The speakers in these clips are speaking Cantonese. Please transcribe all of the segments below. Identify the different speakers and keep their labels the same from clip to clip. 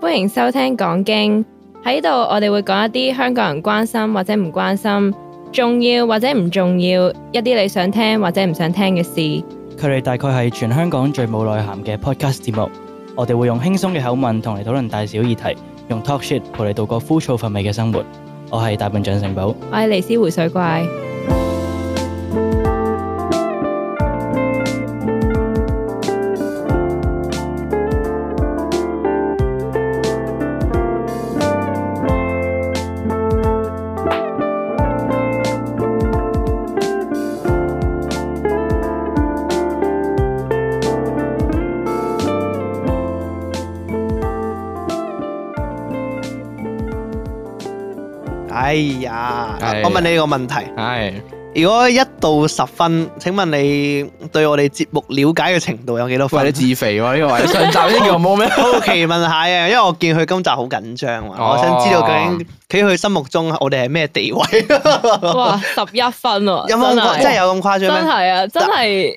Speaker 1: 歡迎收聽講經喺度，我哋會講一啲香港人關心或者唔關心，重要或者唔重要，一啲你想聽或者唔想聽嘅事。
Speaker 2: 佢哋大概係全香港最冇內涵嘅 podcast 節目。我哋會用輕鬆嘅口吻同你討論大小議題，用 talk shit 陪你度過枯燥乏味嘅生活。我係大笨象城 堡，
Speaker 1: 我係尼斯湖水怪，
Speaker 3: 哎呀，
Speaker 4: 係
Speaker 3: 我問你個問題，
Speaker 4: 係
Speaker 3: 如果一到十分，請問你對我哋節目了解嘅程度有幾多
Speaker 4: 喂，你
Speaker 3: 分？
Speaker 4: 自肥喎呢個位， 上集已經叫我冇咩？
Speaker 3: 好奇問下嘅，因為我見佢今集好緊張啊，
Speaker 4: 哦
Speaker 3: 我想知道究竟企喺佢心目中我哋係咩地 位？
Speaker 1: 哇，十一分啊，
Speaker 3: 有冇咁誇真係
Speaker 1: 係
Speaker 3: 有咁誇
Speaker 1: 真
Speaker 3: 張咩？
Speaker 1: 係啊，真係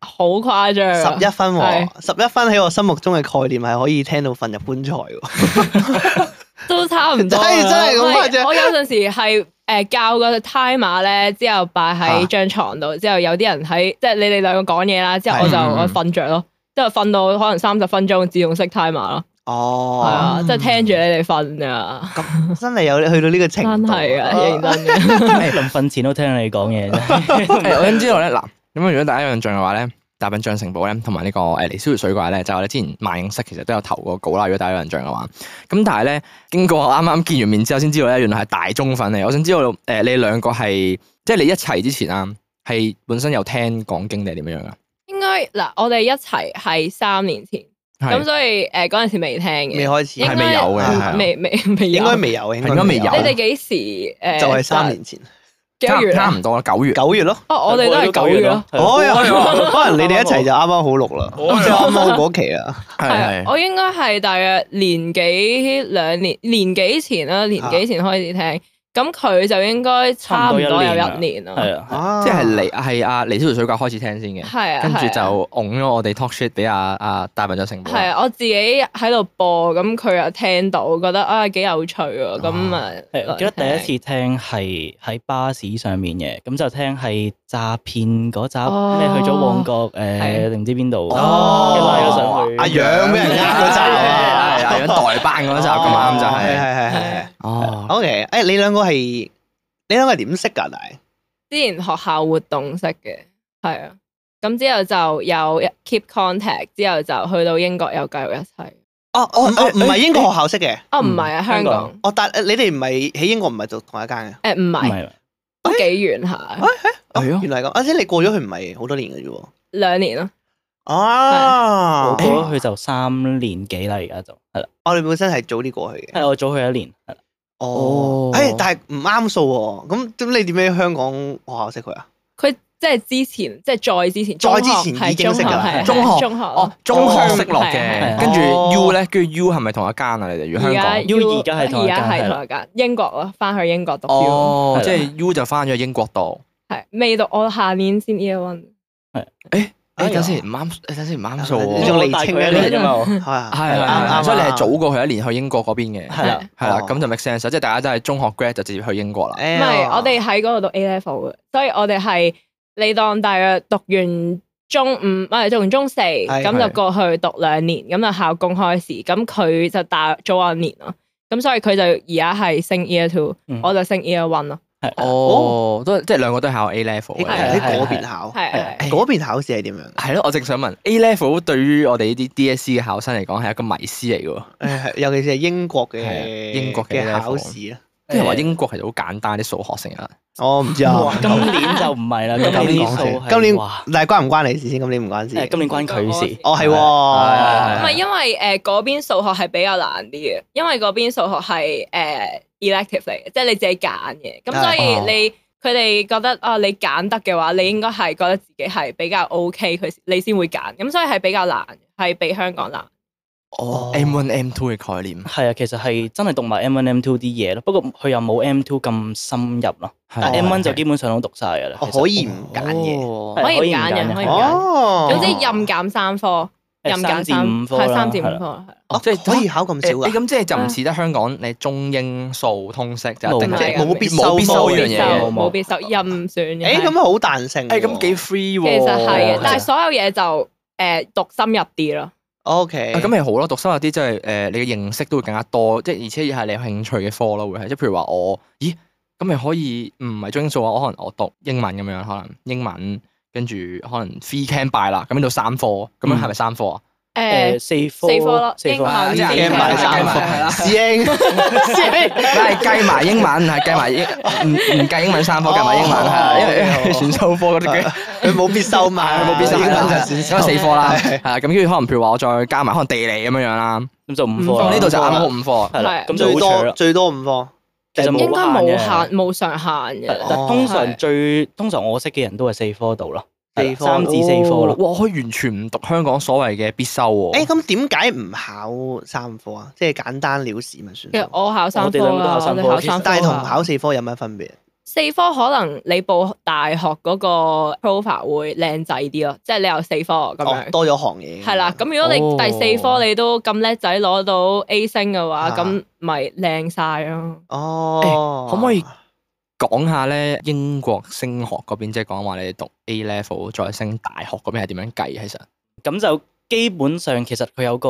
Speaker 1: 好誇張啊，
Speaker 3: 十一分喎
Speaker 1: 係，
Speaker 3: 十一分喺我心目中嘅概念係可以聽到瞓入棺材喎。
Speaker 1: 都差唔多啦。
Speaker 3: 真係真係咁誇張
Speaker 1: 唔係我有陣時係誒教個 timer 咧，之後擺
Speaker 3: 啊
Speaker 1: 喺張床度，之後有啲人喺即係你哋兩個講嘢啦，之後我就
Speaker 4: 係嗯
Speaker 1: 我瞓着咯，之後瞓到可能三十分鐘自動熄 timer 咯，係
Speaker 3: 哦，
Speaker 1: 啊，即係聽住你哋瞓啊，
Speaker 3: 咁哦真係有去到呢個
Speaker 1: 真
Speaker 3: 程度，
Speaker 1: 係啊，認
Speaker 2: 呃
Speaker 3: 哦
Speaker 1: 真嘅，
Speaker 2: 臨瞓前都聽你講嘢啫。
Speaker 4: 係我想知道咧，嗱，咁如果大家有印象嘅話咧，大笨象城堡咧，同埋呢個呃誒尼斯湖水怪咧，就係我哋之前萬應室其實都有投過稿啦。如果大家有印象嘅話，咁但係咧，經過我啱啱見完面之後，先知道咧，原來係大中粉嚟。我想知道誒、你兩個係即係你一齊之前啊，係本身有聽講經定係點樣噶？
Speaker 1: 應該嗱，我哋一齊係三年前，咁
Speaker 4: 係
Speaker 1: 所以誒嗰陣時未聽嘅，
Speaker 3: 未開始，
Speaker 1: 應該嗯
Speaker 4: 係未有嘅係啊
Speaker 1: 未未未
Speaker 3: 應
Speaker 1: 有
Speaker 3: 該。未有，應
Speaker 4: 應該未有
Speaker 1: 你哋幾時誒？
Speaker 3: 就係三年前
Speaker 1: 幾多
Speaker 4: 差
Speaker 1: 月
Speaker 4: 唔差
Speaker 1: 啊？
Speaker 4: 唔多啦，九月。
Speaker 3: 九月咯。
Speaker 1: 哦， 我哋都係九月咯。
Speaker 2: 係 啊哦
Speaker 3: 哦，有可能你哋一齊就啱啱好錄啦，即 係啱啱好嗰期啊。
Speaker 4: 係
Speaker 1: 係啊，
Speaker 4: 係
Speaker 1: 我應該係大約年幾兩年年幾前啦，年幾前開始聽，咁佢就應該差唔多有一年啦，
Speaker 2: 係啊，
Speaker 3: 啊
Speaker 4: 即係尼係啊阿尼斯湖水怪開始聽先嘅，
Speaker 1: 係啊，
Speaker 4: 跟住
Speaker 1: 係啊
Speaker 4: 就拱咗我哋 talk shit 俾阿阿大笨象城堡啦。
Speaker 1: 係啊，我自己喺度播，咁佢又聽到，覺得啊幾有趣喎，咁啊，
Speaker 2: 係我記得第一次聽係喺巴士上面嘅，咁就聽係詐騙嗰集，
Speaker 1: 哦
Speaker 2: 咩去咗旺角誒
Speaker 1: 係
Speaker 2: 定唔知邊度，跟
Speaker 3: 哦
Speaker 2: 住拉咗上去。
Speaker 3: 阿楊俾人呃嗰集啊，哦
Speaker 4: 係係係代班嗰集咁啱就
Speaker 3: 係
Speaker 4: 係。
Speaker 3: 係係係。
Speaker 4: 哦，
Speaker 3: OK，誒你兩個係你兩個係點識㗎？但係
Speaker 1: 之前學校活動識嘅，係啊，咁之後就有 keep contact，之後就去到英國又繼續一齊。
Speaker 3: 哦哦唔係英國學校識嘅，
Speaker 1: 哦，唔係啊，
Speaker 2: 嗯
Speaker 1: 香
Speaker 2: 香港
Speaker 1: 港，
Speaker 3: 哦但係你哋唔係喺英國唔係讀同一間
Speaker 1: 誒
Speaker 3: 嘅，
Speaker 1: 唔
Speaker 2: 唔
Speaker 1: 係，
Speaker 2: 係
Speaker 1: 都幾遠下，
Speaker 3: 哦
Speaker 4: 係啊
Speaker 3: 原來係咁，啊即係你過咗去唔係好多年嘅啫喎。
Speaker 1: 兩年咯。
Speaker 3: 啊
Speaker 2: 我過，咗去就三年幾啦，而家就係啦，
Speaker 3: 我哋本身係早啲過去嘅。
Speaker 2: 係我早去一年。係啦
Speaker 3: 哦
Speaker 4: 哦，
Speaker 3: 誒但係唔啱數喎，咁咁你點樣喺香港學校識佢啊？
Speaker 1: 佢即係之前，即係再之前，
Speaker 3: 再
Speaker 1: 中
Speaker 3: 之
Speaker 1: 學
Speaker 3: 前
Speaker 1: 係
Speaker 3: 已經識㗎啦
Speaker 1: 係係
Speaker 4: 中學
Speaker 1: 中學
Speaker 4: 哦，中學識落
Speaker 1: 係
Speaker 4: 嘅，
Speaker 2: 係
Speaker 4: 跟住
Speaker 3: 哦
Speaker 4: U 咧，跟住 U 係咪同一間啊？你哋如果
Speaker 1: 而家
Speaker 4: 香港
Speaker 2: U 而家係同
Speaker 1: 而
Speaker 2: 一間
Speaker 1: 家係
Speaker 2: 係啦
Speaker 1: 同一間英國咯，翻去英國讀 U
Speaker 4: 哦，
Speaker 2: 係
Speaker 4: 即
Speaker 2: 啦
Speaker 4: 係 U 就翻咗英國度。
Speaker 1: 係未讀，我下年先 year one。
Speaker 4: 誒
Speaker 3: 哎呀啊
Speaker 4: 等先唔啱，誒等先唔啱數
Speaker 3: 你
Speaker 4: 喎。
Speaker 3: 仲
Speaker 2: 我
Speaker 3: 年
Speaker 2: 大
Speaker 3: 青
Speaker 2: 佢
Speaker 3: 一
Speaker 2: 一年
Speaker 3: 年
Speaker 2: 啫嘛，我
Speaker 3: 係啊
Speaker 4: 係係
Speaker 3: 啱啱
Speaker 4: 係，所以你
Speaker 3: 啱
Speaker 4: 係早過佢一年去英國嗰邊嘅，
Speaker 2: 係啊啦，
Speaker 4: 係啦，
Speaker 3: 哦
Speaker 4: 咁就 make sense，即係大家都係中學 grad 就直接去英國啦。
Speaker 1: 唔
Speaker 3: 唔
Speaker 1: 係，我哋喺嗰度讀 A level 嘅，所以我哋係你當大約讀完中五，唔係讀完中四，咁就
Speaker 4: 係
Speaker 1: 過去讀兩年，咁就考公開試，咁佢就大早我一年咯，咁所以佢就而家係升 year two，
Speaker 2: 嗯
Speaker 1: 我就升 year one 咯，
Speaker 4: 哦，都即係兩個都係考 A level
Speaker 2: 係
Speaker 3: 喺
Speaker 4: 嘅。
Speaker 3: 喺嗰邊考，
Speaker 1: 係係。係
Speaker 3: 嗰邊考試係點 樣？
Speaker 4: 係咯，我正想問 A level 對於我哋呢啲 DSE 嘅考生嚟講係一個迷思嚟嘅喎。
Speaker 3: 誒，尤其是係英國嘅
Speaker 4: 係啊英國嘅
Speaker 3: 嘅
Speaker 4: level
Speaker 3: 考試啊，
Speaker 4: 啲人話英國其實好簡單啲數學成日，
Speaker 3: 我唔知啊。
Speaker 2: 今年就唔係啦，
Speaker 3: 今
Speaker 2: 今
Speaker 3: 年
Speaker 2: 年
Speaker 3: 講
Speaker 2: 數
Speaker 3: 先
Speaker 2: 係
Speaker 3: 今年
Speaker 2: 哇
Speaker 3: 但係關唔關你事先？今年唔關事
Speaker 2: 誒。今年關佢事。
Speaker 3: 哦，係
Speaker 4: 係係
Speaker 1: 唔
Speaker 3: 喎
Speaker 4: 係。
Speaker 1: 係因為誒嗰邊數學係比較難啲嘅，因為嗰邊數學係誒、呃 elective 嚟嘅，即係你自己揀嘅。咁所
Speaker 4: 哦
Speaker 1: 以你佢哋覺得啊，你揀得嘅話，你應該係覺得自己係比較 OK，佢你先會揀。咁所以係比較難，係比香港難。
Speaker 4: 哦，M one M two 嘅概念
Speaker 2: 係啊，其實係真係讀埋 M1、M2 啲嘢咯，不過佢又冇 M2 咁深入咯。但
Speaker 4: Ờ,
Speaker 3: 哦
Speaker 2: M1 就基本上都讀晒㗎啦。
Speaker 3: 哦
Speaker 2: 其實
Speaker 3: 可以唔揀嘢
Speaker 4: 嘢
Speaker 2: 係
Speaker 1: 可以唔
Speaker 3: Ờ.
Speaker 2: 唔
Speaker 1: 揀嘅可以唔揀
Speaker 2: 嘅
Speaker 3: 哦。
Speaker 1: 總之任揀三科，任揀
Speaker 2: 三至五科
Speaker 1: 係
Speaker 2: 啦
Speaker 1: 三至五
Speaker 2: 係啦
Speaker 1: 科，係
Speaker 3: 哦，即
Speaker 4: 即係啊
Speaker 3: 係可以考咁少啊
Speaker 4: 誒你
Speaker 3: 㗎？
Speaker 4: 咁即係就唔似得香港你中英數通識就一定
Speaker 1: 冇
Speaker 4: 即係
Speaker 1: 冇
Speaker 3: 必
Speaker 4: 冇必
Speaker 3: 修
Speaker 1: 冇
Speaker 4: 修呢樣
Speaker 1: 必
Speaker 4: 嘢
Speaker 1: 修
Speaker 4: 嘅。
Speaker 1: 冇必修，任選嘅。
Speaker 3: 誒
Speaker 1: 係
Speaker 3: 咁好彈性
Speaker 4: 誒
Speaker 3: 喎。
Speaker 4: 咁幾 free
Speaker 1: 其
Speaker 4: 喎，
Speaker 1: 實係嘅啊
Speaker 4: 係，
Speaker 1: 但係所有嘢就誒讀深入啲咯。
Speaker 3: O K，
Speaker 4: 啊咁咪好咯，讀深入啲即係誒，你嘅認識都會更加多，即係而且係你有興趣嘅科咯，會係即係譬如話我，咦咁咪可以唔係中英數啊，我可能我讀英文咁樣，可能英文跟住可能 free can by 啦，咁呢度三科，咁樣係咪三科啊？
Speaker 1: 誒
Speaker 2: 誒四科
Speaker 1: 四科咯，英
Speaker 2: 科
Speaker 1: 文
Speaker 4: 啊即係
Speaker 1: 自己
Speaker 3: 驚
Speaker 4: 計
Speaker 3: 埋
Speaker 4: 埋
Speaker 3: 三
Speaker 4: 計埋
Speaker 3: 科
Speaker 4: 係啦，
Speaker 3: 師兄
Speaker 4: 唔係計埋英文，係計埋英唔唔計英文三科，計埋英文係，啊因為因為 選修科嗰啲嘅。
Speaker 3: 佢冇必修嘛，
Speaker 4: 冇必修
Speaker 3: 英文就
Speaker 4: 啊 係
Speaker 3: 選
Speaker 4: 因為
Speaker 3: 修。
Speaker 4: 四科啦，係啊，咁跟住可能譬如話我再加埋可能地理咁樣樣啦，
Speaker 2: 咁就五
Speaker 1: 五
Speaker 2: 科
Speaker 1: 科
Speaker 2: 啦
Speaker 4: 呢度就啱好
Speaker 3: 啦
Speaker 4: 五科。
Speaker 2: 係啦，
Speaker 1: 係
Speaker 2: 咁就
Speaker 3: 最
Speaker 2: 好長
Speaker 3: 多
Speaker 2: 啦。
Speaker 3: 最多五科，
Speaker 4: 哦
Speaker 2: 其實冇
Speaker 1: 應該冇
Speaker 2: 限嘅
Speaker 1: 限冇上限
Speaker 2: 係
Speaker 1: 嘅。
Speaker 2: 但
Speaker 3: 哦
Speaker 2: 通常
Speaker 1: 係
Speaker 2: 最通常我識嘅人都係四科度咯，係啦
Speaker 3: 四科
Speaker 2: 三至四科咯。
Speaker 4: 哦哇！佢完全唔讀香港所謂嘅必修喎。
Speaker 3: 誒咁點解唔考三科啊？即係簡單了事咪算
Speaker 1: 其實
Speaker 3: 咯。
Speaker 1: 我考三科
Speaker 2: 我哋兩個
Speaker 1: 啦，
Speaker 2: 考三
Speaker 1: 我
Speaker 2: 科
Speaker 1: 哋考三科啊。
Speaker 3: 但係同考四科有咩分別？啊
Speaker 1: 四科可能你報大學嗰個 profile 會靚仔啲咯，即係你有四科咁
Speaker 3: 哦，
Speaker 1: 樣。
Speaker 3: 多哦咗行嘢。
Speaker 1: 係啦，咁
Speaker 2: 哦
Speaker 1: 如果你第四科你都咁叻仔攞到 A 星嘅話，
Speaker 3: 啊
Speaker 1: 咁咪靚晒咯。
Speaker 3: 哦，
Speaker 4: 可唔可以講下咧英國升學嗰邊，即係講話你哋讀 A level 再升大學嗰邊係點樣計？其實
Speaker 2: 咁就基本上其實佢有個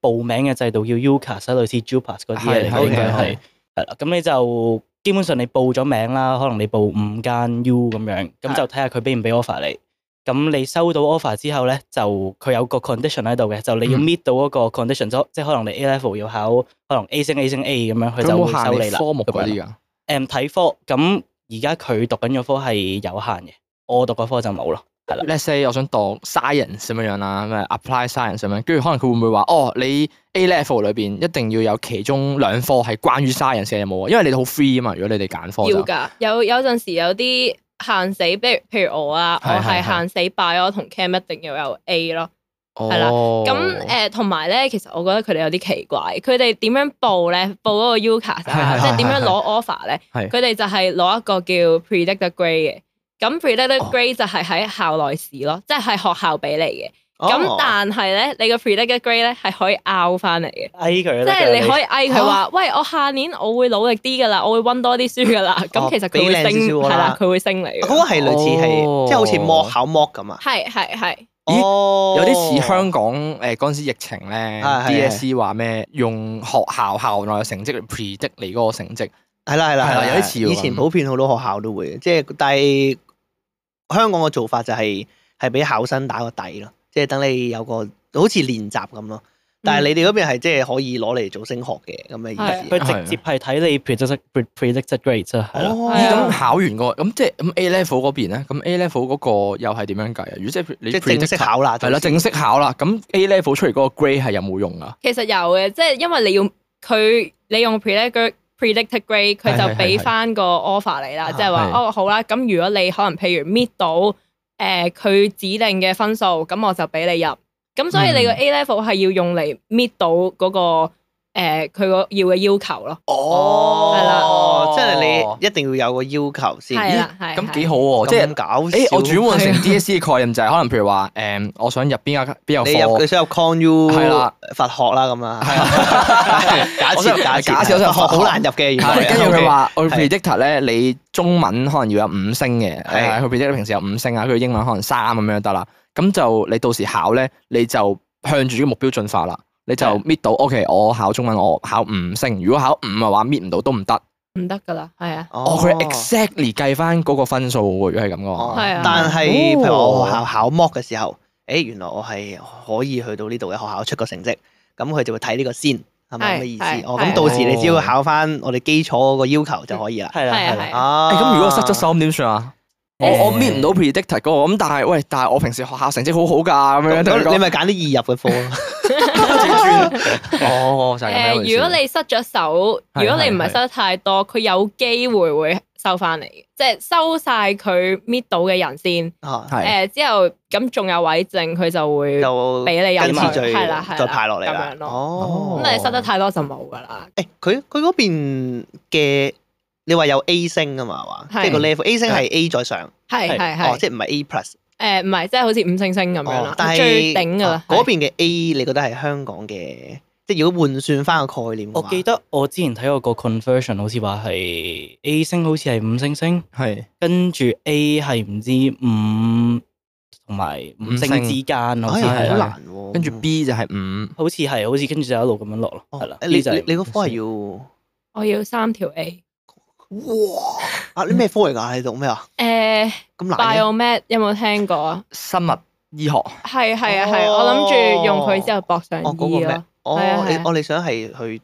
Speaker 2: 報名嘅制度叫 UCAS，類似 JUPAS 嗰啲嘢嚟
Speaker 4: 係
Speaker 2: 嘅，應該
Speaker 4: 係
Speaker 2: 係係啦。咁你就基本上你報咗名啦，可能你報五間 U 咁樣，咁就睇下佢俾唔俾 offer 你。咁你收到 offer 之後咧，就佢有個 condition 喺度嘅，就你要
Speaker 4: 嗯
Speaker 2: meet 到嗰個 condition，即即係可能你 A level 要考可能 A 星 A 星 A 咁樣，佢
Speaker 4: 佢
Speaker 2: 就
Speaker 4: 冇
Speaker 2: 會收
Speaker 4: 限
Speaker 2: 你
Speaker 4: 你
Speaker 2: 啦。
Speaker 4: 科目嗰
Speaker 2: 咁樣
Speaker 4: 啲㗎。
Speaker 2: 誒睇科，咁而家佢讀緊嘅科係有限嘅，我讀嗰科就冇咯。
Speaker 4: Let's say 我想讀 science 咁樣樣啦，咩 apply science 咁樣，跟住可能佢會唔會話哦，你 A level 裏邊一定要有其中兩科係關於 science 嘅有冇啊？因為你哋好 free 啊嘛，如果你哋揀科
Speaker 1: 要
Speaker 4: 就
Speaker 1: 㗎，有有陣時有啲限死，譬如譬如我啊，我
Speaker 4: 係
Speaker 1: 係
Speaker 4: 係
Speaker 1: 限死 bio 同 chem 一定要有 A 咯。係啦
Speaker 4: 哦
Speaker 1: 咁誒同埋咧，其實我覺得佢哋有啲奇怪，佢哋點樣報咧？報嗰個 UCAS 啊
Speaker 4: 係係
Speaker 1: 即係
Speaker 4: 係
Speaker 1: 點樣
Speaker 4: 係
Speaker 1: 攞 offer 咧？
Speaker 4: 係
Speaker 1: 佢哋就係攞一個叫 predicted grade 嘅。咁 predicted
Speaker 4: 哦
Speaker 1: grade 就係喺校內試咯，即係喺學校俾你
Speaker 3: 哦？
Speaker 1: 嘅。咁但係咧，你個 predicted grade 咧係可以 out 翻嚟嘅，
Speaker 2: 翳佢
Speaker 1: 即
Speaker 2: 啦
Speaker 1: 係你可
Speaker 2: 以
Speaker 1: 以嗌佢話：喂，我下年我會努力啲㗎啦，我會温多啲書㗎啦。咁
Speaker 3: 哦
Speaker 1: 其實
Speaker 3: 俾
Speaker 1: 佢會
Speaker 3: 靚
Speaker 1: 升，
Speaker 3: 少少㗎
Speaker 1: 係
Speaker 3: 啦啊
Speaker 1: 啦，佢會升你嘅。
Speaker 3: 嗰個係類似
Speaker 4: 哦
Speaker 3: 係，即係好似 mock 考 mock 咁啊。
Speaker 1: 係係係。
Speaker 4: 咦
Speaker 3: 哦
Speaker 4: 有啲似香港誒嗰陣時疫情咧
Speaker 3: 係係
Speaker 4: ，DSE E 話咩用學校校內嘅成績嚟 predict 你嗰個成績，
Speaker 3: 係啦係啦
Speaker 4: 係
Speaker 3: 係
Speaker 4: 啦
Speaker 3: 啦，
Speaker 4: 有啲似喎
Speaker 3: 以前普遍好多學校都會嘅，即係但係香港嘅做法就係係俾考生打個底咯，即係等你有個好似練習咁咯。
Speaker 1: 嗯
Speaker 3: 但係你哋嗰邊係即係可以攞嚟做升學嘅咁嘅意思。
Speaker 2: 佢直接係睇你 predicted predicted grade 啊，係啦。
Speaker 3: 啊哦
Speaker 1: 係
Speaker 4: 咦
Speaker 1: 啊
Speaker 4: 咁考完個咁即係咁 A level 嗰邊咧，咁 A level 嗰個又係點樣計啊？如果即係你
Speaker 3: 即係正式
Speaker 4: predict
Speaker 3: 考啊啦，
Speaker 4: 係啦，正式考啦，咁 A level 出嚟嗰個 grade 係有冇用啊？
Speaker 1: 其實有嘅，即係因為你要佢你用 predicted predicted grade，佢
Speaker 4: 係係係
Speaker 1: 就俾翻個 offer 你啦，
Speaker 3: 啊
Speaker 1: 即係話
Speaker 4: 係
Speaker 1: 哦好啦，咁如果你可能譬如 meet 到誒佢、指定嘅分數，咁我就俾你入。咁所以你個
Speaker 4: 嗯
Speaker 1: A level 係要用嚟 meet 到嗰、個誒佢個要嘅要求咯，
Speaker 4: 哦
Speaker 1: 係啦
Speaker 3: 哦，即係你一定要有個要求先。
Speaker 1: 係啦係。
Speaker 4: 咁幾
Speaker 1: 好
Speaker 4: 好喎，哦即
Speaker 3: 咁
Speaker 4: 係。
Speaker 3: 搞笑。啊
Speaker 4: 誒，我轉換成 DSE 嘅概念就係可能譬如話，誒，我想入邊個邊
Speaker 3: 你入你
Speaker 4: 個科，
Speaker 3: 想入 con u
Speaker 4: 係啦
Speaker 3: 佛學啦咁 啊。假
Speaker 4: 我想
Speaker 3: 設假設
Speaker 4: 假設我想
Speaker 3: 佛
Speaker 4: 入佛
Speaker 3: 學
Speaker 4: 學
Speaker 3: 好難入嘅，原來
Speaker 4: 係跟住佢
Speaker 3: 啊 OK
Speaker 4: 話我
Speaker 3: 係
Speaker 4: predictor 咧，你中文可能要有五星嘅，啊
Speaker 3: 係
Speaker 4: 誒，佢 predictor 平時有五星啊，佢英文可能三咁樣就得啦。咁就你到時考咧，你就向住呢個目標進化啦。你就
Speaker 2: 係
Speaker 4: meet 到，OK，我考中文我考五星，如果考五嘅話 meet 唔到都唔得。
Speaker 1: 唔得㗎啦，係啊，
Speaker 4: 哦，佢 exactly 計翻嗰個分數喎，如果係咁嘅
Speaker 3: 哦
Speaker 4: 話。
Speaker 1: 係啊
Speaker 3: 但係
Speaker 4: 哦
Speaker 3: 譬如我學校考 mock 嘅時候，誒原來我係可以去到呢度嘅學校出個成績，咁佢就會睇呢個先，係咪
Speaker 1: 係
Speaker 3: 咁嘅意
Speaker 1: 係
Speaker 3: 思？哦，
Speaker 1: 係
Speaker 3: 咁到時你只要考翻我哋基礎嗰個要求就可以啦。
Speaker 2: 係啦，
Speaker 1: 係啊
Speaker 2: 係
Speaker 1: 係
Speaker 2: 啦。
Speaker 1: 啊。
Speaker 3: 啊
Speaker 4: 誒，咁如果我失咗手咁點算啊？
Speaker 1: 哦
Speaker 4: 我
Speaker 2: 誒
Speaker 4: 我 meet 唔到 predictor 嗰個，咁但係喂，但係我平時學校成績好好㗎，咁樣同佢
Speaker 3: 咁
Speaker 4: 講
Speaker 3: 你咪揀啲易入嘅科 咯。
Speaker 1: 誒、
Speaker 4: 哦，就係咁樣一回事。
Speaker 1: 呃如果你失咗手，
Speaker 4: 係
Speaker 1: 如果你唔係失得太多，佢有機會會收翻嚟嘅，即係收晒佢 meet 到嘅人先。
Speaker 3: 啊
Speaker 1: 誒、
Speaker 4: 係
Speaker 1: 之後咁仲有位剩，佢就會咁
Speaker 3: 就
Speaker 1: 俾你入
Speaker 3: 跟
Speaker 1: 去
Speaker 3: 次序
Speaker 1: 係啦係啦
Speaker 3: 再派落嚟
Speaker 1: 咁樣
Speaker 3: 啦。
Speaker 1: 咯
Speaker 3: 哦，
Speaker 1: 你塞得太多就冇噶啦。
Speaker 3: 誒，佢佢嗰邊嘅你話有 A 星啊嘛，係嘛？
Speaker 1: 係
Speaker 3: 即係個 level A 星係 A 再上，
Speaker 1: 係
Speaker 2: 係
Speaker 1: 係
Speaker 3: 哦，
Speaker 1: 係
Speaker 3: 即係唔係 A plus
Speaker 1: 誒唔係，即係好似五星星咁樣
Speaker 3: 哦
Speaker 1: 啦，
Speaker 3: 但係
Speaker 1: 最頂噶啦
Speaker 3: 啊。嗰邊嘅 A，你覺得係香港嘅，即係如果換算翻個概念嘅
Speaker 2: 我
Speaker 3: 話
Speaker 2: 記得我之前睇過個 conversion，好似話係 A 星好似係五星星，
Speaker 4: 係
Speaker 2: 跟住 A 係唔知五同埋五
Speaker 4: 五星
Speaker 2: 星之間，好似
Speaker 4: 哎
Speaker 3: 唉
Speaker 2: 係
Speaker 3: 好
Speaker 4: 係啦
Speaker 3: 難喎。
Speaker 4: 跟住 B 就係五，
Speaker 2: 好似係好似跟住就一路咁樣落咯，
Speaker 3: 哦
Speaker 2: 係啦。
Speaker 3: 你
Speaker 2: B 就係
Speaker 3: 你你嗰科係
Speaker 2: 五星
Speaker 3: 要
Speaker 1: 我要三條 A。
Speaker 3: 哇啊？你咩科嚟㗎？你讀咩啊？
Speaker 1: 誒
Speaker 3: 咁難嘅
Speaker 1: biomed 有冇聽過啊？
Speaker 4: 生物醫學
Speaker 1: 係係啊係，
Speaker 3: 哦
Speaker 1: 我諗住用佢之後搏上
Speaker 3: 哦，嗰個
Speaker 1: E
Speaker 3: 咩
Speaker 1: 咯。？係
Speaker 3: 哦
Speaker 1: 啊，
Speaker 3: 你
Speaker 1: 係啊
Speaker 3: 我哋想係去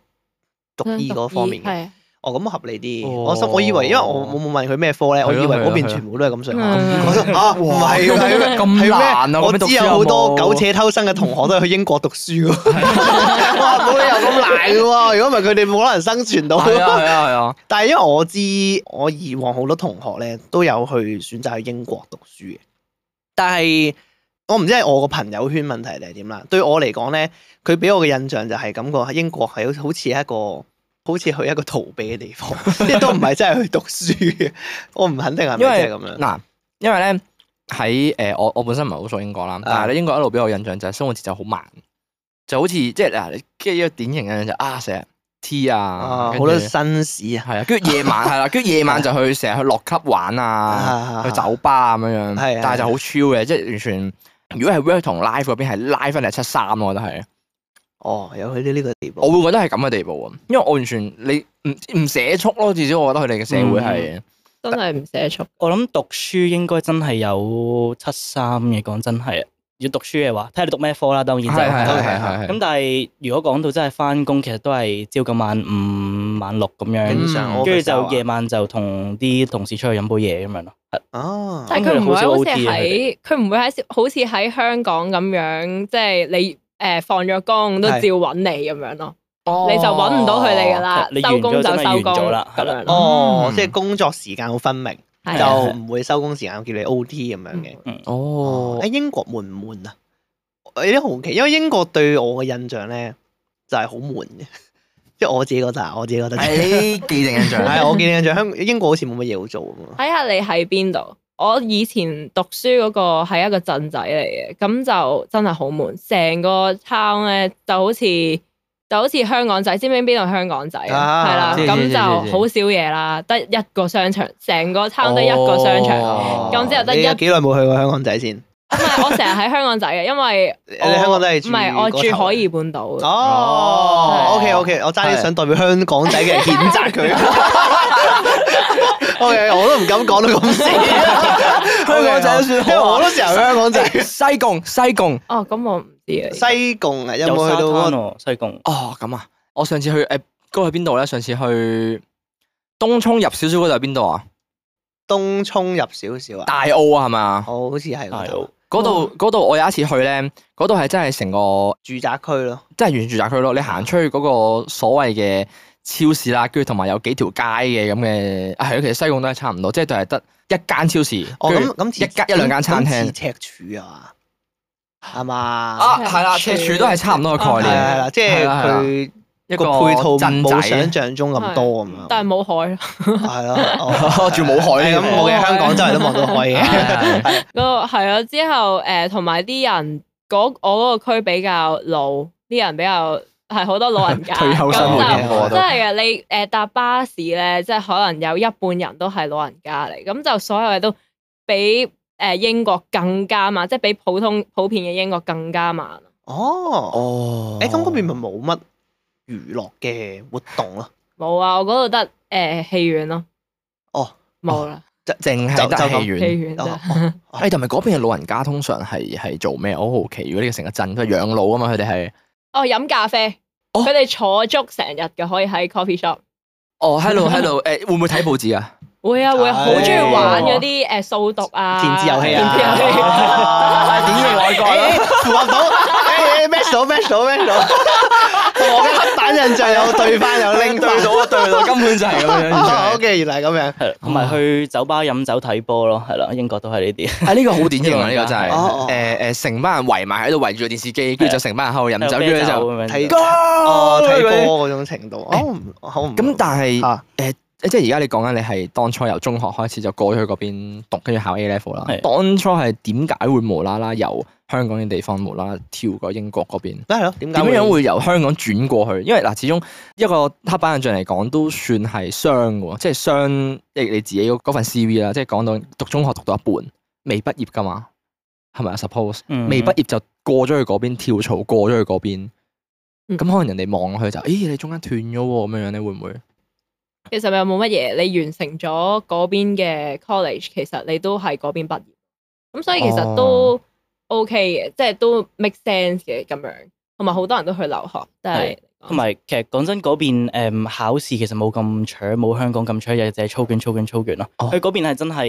Speaker 3: 讀醫嗰方面嘅。
Speaker 1: 係啊
Speaker 3: 哦，咁合理啲。
Speaker 4: 哦
Speaker 3: 我心我以為，因為我我冇問佢咩科咧，
Speaker 4: 係
Speaker 3: 我
Speaker 4: 咯
Speaker 3: 以為
Speaker 4: 係
Speaker 3: 嗰
Speaker 4: 咯係
Speaker 3: 邊
Speaker 4: 咯
Speaker 3: 全部都係咁上下。
Speaker 1: 嗯
Speaker 3: 我心啊，唔係 㗎係咩
Speaker 4: 咁難啊！
Speaker 3: 我
Speaker 4: 咁樣讀書
Speaker 3: 知
Speaker 4: 有
Speaker 3: 有好多
Speaker 4: 冇
Speaker 3: 苟且偷生嘅同學都係去英國讀書 喎，哇冇理由咁難嘅喎，如果唔係佢哋冇可能生存到。
Speaker 4: 係啊係啊係啊，
Speaker 3: 但係因為我知我以往好多同學咧都有去選擇去英國讀書嘅，但係我唔知係我個朋友圈問題定係點啦。對我嚟講咧，佢俾我嘅印象就係感覺英國係好好似一個好似去一個逃避嘅地方， 即係都唔係真係去讀書嘅。 我唔肯定係咪
Speaker 4: 因為
Speaker 3: 真係咁樣。
Speaker 4: 嗱，因為咧喺誒我我本身唔係好熟英國啦，
Speaker 3: 啊
Speaker 4: 但係咧英國一路俾我印象就係生活節奏好慢，就好似即係嗱，跟住一個典型嘅印象就啊成日 T 啊，
Speaker 3: 啊，好
Speaker 4: 跟住
Speaker 3: 多紳士啊，
Speaker 4: 係啊，跟住夜 晚係啦，跟住夜晚就去成日去落級玩啊，
Speaker 3: 啊
Speaker 4: 去酒吧咁樣樣，
Speaker 3: 係啊
Speaker 4: 但係就好 chill 嘅，即係完全如果係 work 同 life 嗰邊係 life 係七三咯，我覺得係，
Speaker 3: 哦，有去到呢個地步。
Speaker 4: 我會覺得係咁嘅地步啊，因為我完全你唔唔寫速咯，至少我覺得佢哋嘅社會係
Speaker 1: 真係唔寫速。
Speaker 2: 我諗讀書應該真係有七三嘅，講真係。要讀書嘅話，睇下你讀咩科啦，
Speaker 3: 嗯
Speaker 2: 當然就
Speaker 4: 係係
Speaker 3: 係
Speaker 4: 係係
Speaker 2: 咁但係如果講到真係翻工，其實都係朝九晚五、晚六咁
Speaker 3: 正
Speaker 2: 樣，
Speaker 3: 常
Speaker 4: 嗯
Speaker 3: office
Speaker 2: 跟住就
Speaker 3: 啊
Speaker 2: 夜晚就同啲同事出去飲杯嘢咁樣咯。
Speaker 3: 啊，
Speaker 1: 但係佢唔會好似喺佢唔會喺好似喺香港咁樣，即係你誒放咗工都照
Speaker 3: 係
Speaker 1: 揾你咁樣咯，
Speaker 4: 哦
Speaker 1: 你就揾唔到佢哋噶啦
Speaker 2: 你，完
Speaker 1: 收工
Speaker 2: 咗
Speaker 1: 就
Speaker 2: 真係
Speaker 1: 收
Speaker 2: 完
Speaker 1: 工
Speaker 2: 咗啦
Speaker 1: 咁
Speaker 2: 係啦
Speaker 1: 樣咯。
Speaker 3: 哦
Speaker 4: 嗯，
Speaker 3: 即係工作時間好分明，
Speaker 1: 係
Speaker 3: 就
Speaker 1: 啊
Speaker 2: 係
Speaker 3: 唔會收工時間叫你 O T 咁樣嘅。
Speaker 4: 哦
Speaker 3: 喺，哎英國悶唔悶啊？我有啲好奇，因為英國對我嘅印象咧就係好悶嘅， 即係我自己覺得啊，我自己覺得。
Speaker 4: 係
Speaker 3: 係
Speaker 4: 你哎既定印象
Speaker 3: 我見印象香英國好似冇乜嘢好做咁啊。
Speaker 1: 睇下你喺邊度。我以前讀書嗰個係一個鎮仔嚟嘅，咁就真係好悶，成個 town 咧就好似就好似香港仔，知唔知邊度香港仔啊？
Speaker 3: 啊
Speaker 1: 係啦，
Speaker 4: 知知知
Speaker 1: 咁就
Speaker 4: 知
Speaker 1: 好少嘢啦，得一個商場，成個 town 得一個商場。
Speaker 4: 哦
Speaker 1: 咁之後得
Speaker 3: 你有
Speaker 1: 一哦
Speaker 3: 幾耐冇去過香港仔先？
Speaker 1: 唔係，我成日喺香港仔嘅，因為
Speaker 3: 你
Speaker 1: 我
Speaker 3: 你香港仔係住
Speaker 1: 唔係我
Speaker 3: 嗰
Speaker 1: 住
Speaker 3: 頭
Speaker 1: 海怡半島嘅。
Speaker 3: 哦，OK OK，我爭啲想代表香港仔嘅人譴責佢。OK，我都唔敢講到咁死。
Speaker 4: 香港仔都算
Speaker 3: 因
Speaker 4: 好
Speaker 3: 為
Speaker 4: 啊
Speaker 3: 我都成日去香港 仔。
Speaker 4: 西貢西貢
Speaker 1: 哦，咁我唔知啊。
Speaker 3: 西貢啊，有
Speaker 2: 有
Speaker 3: 冇
Speaker 2: 沙
Speaker 3: 去到嗰
Speaker 2: 灘
Speaker 3: 個？
Speaker 2: 喎，西貢。
Speaker 4: 哦咁啊，我上次去誒嗰個去邊度咧？上次去東涌入少少嗰度係邊度啊？
Speaker 3: 東涌入少少啊？
Speaker 4: 大澳啊係嘛？
Speaker 3: 哦，好似係嗰度
Speaker 4: 嗰
Speaker 3: 哦
Speaker 4: 度嗰度我有一次去咧，嗰度係真係成個
Speaker 3: 住宅區咯。
Speaker 4: 真係原住宅區咯。你行出去嗰個所謂嘅超市啦，跟住同埋有幾條街嘅咁嘅，啊係其實西貢都係差唔多，即係就係得一間超市，
Speaker 3: 哦，
Speaker 4: 跟
Speaker 3: 咁
Speaker 4: 住
Speaker 3: 咁似
Speaker 4: 一間一兩間餐
Speaker 3: 咁似
Speaker 4: 廳
Speaker 3: 赤柱啊嘛，係嘛？
Speaker 4: 啊係啦，赤柱都係差唔
Speaker 3: 係
Speaker 4: 多嘅概
Speaker 3: 啦哦係
Speaker 4: 念，
Speaker 3: 啦，即係
Speaker 4: 係啦係啦
Speaker 3: 佢
Speaker 4: 一
Speaker 3: 個
Speaker 4: 個
Speaker 3: 配套
Speaker 4: 鎮
Speaker 3: 冇
Speaker 4: 仔
Speaker 3: 想象中咁多咁樣。
Speaker 1: 但係冇海咯，
Speaker 3: 係咯， 哦
Speaker 4: 住冇海
Speaker 3: 係咁
Speaker 4: 嘅
Speaker 3: 冇嘅，香港周圍都望到海 嘅。
Speaker 4: 係
Speaker 1: 嗰個係咯。之後誒，同埋啲人嗰我嗰個區比較老，啲人比較係好多老人家。
Speaker 4: 退休生活
Speaker 1: 咁就
Speaker 4: 嘅我覺
Speaker 1: 真
Speaker 4: 得。
Speaker 1: 係嘅，你誒搭巴士咧，即係可能有一半人都係老人家嚟，咁就所有嘢都比誒英國更加慢，即係比普通普遍嘅英國更加慢。
Speaker 3: 哦，
Speaker 4: 哦
Speaker 3: 誒咁嗰邊咪冇乜娛樂嘅活動咯，
Speaker 1: 冇啊，我嗰度得誒戲院咯。
Speaker 3: 哦，
Speaker 1: 冇啦，
Speaker 4: 淨
Speaker 3: 就
Speaker 4: 係
Speaker 3: 就
Speaker 4: 得
Speaker 3: 咁
Speaker 4: 戲
Speaker 1: 戲
Speaker 4: 院。
Speaker 1: 院
Speaker 3: 哦
Speaker 1: 啫。
Speaker 3: 哦哦
Speaker 4: 哎誒，同埋嗰邊嘅老人家通常係係做咩？我好好奇，如果呢個成個鎮都係養老啊嘛，佢哋係
Speaker 1: 哦，飲咖啡，
Speaker 4: 哦
Speaker 1: 佢哋坐足成日嘅，可以喺 coffee shop。
Speaker 4: 哦，hello hello，誒會唔會睇報紙 啊？
Speaker 1: 會啊會啊，
Speaker 3: 係
Speaker 1: 好中意玩嗰啲誒數獨啊、
Speaker 3: 填字遊戲
Speaker 1: 填字遊戲
Speaker 3: 啊，
Speaker 4: 典型 外國啦
Speaker 3: 誒符合到，誒誒哎 match 到 match 到 match 到，同我嘅黑板印象有對翻 有拎翻。
Speaker 4: 啊 對到，根本就係咁樣
Speaker 3: 哦 OK，原來係咁樣。
Speaker 2: 係啦同埋去酒吧飲酒睇波咯，係啦，英國都係呢啲，
Speaker 4: 啊呢個好典型啊！呢個真係
Speaker 3: 哦哦
Speaker 4: 誒誒，成班人圍埋喺度圍住個電視機，跟住就成班人喺度飲酒，跟住咧就
Speaker 2: 咁樣
Speaker 3: 睇
Speaker 2: 就
Speaker 3: 哦，睇
Speaker 4: 嗰啲
Speaker 3: 波嗰種程度，哦，唔好唔
Speaker 4: 咁但係
Speaker 3: 啊
Speaker 4: 誒即係而家你講緊你係當初由中學開始就過咗去嗰邊讀，跟住考 A level 啦
Speaker 2: 係。
Speaker 4: 當初係點解會無啦啦由香港嘅地方無啦啦跳過英國嗰邊？
Speaker 3: 梗係咯，點解
Speaker 4: 點樣
Speaker 3: 會
Speaker 4: 會由香港轉過去？因為嗱，始終一個黑板印象嚟講都算係傷嘅喎，即係傷即係你自己嗰嗰份 CV 啦，即係講到讀中學讀到一半未畢業㗎嘛，係咪啊？Suppose
Speaker 2: 嗯
Speaker 4: 未畢業就過咗去嗰邊跳槽過咗去嗰邊，咁
Speaker 1: 嗯
Speaker 4: 可能人哋望落去就，咦你中間斷咗喎咁樣樣，你會唔會？
Speaker 1: 其實又冇乜嘢，你完成咗嗰邊嘅 college，其實你都係嗰邊畢業，咁所以其實都 OK 嘅，即係都 make sense 嘅咁樣，同埋好多人都去留學，但係
Speaker 2: 同埋其實講真嗰邊誒考試其實冇咁搶，冇香港咁搶，日日就係操卷操卷操卷咯。
Speaker 4: 哦
Speaker 2: 佢嗰邊係真係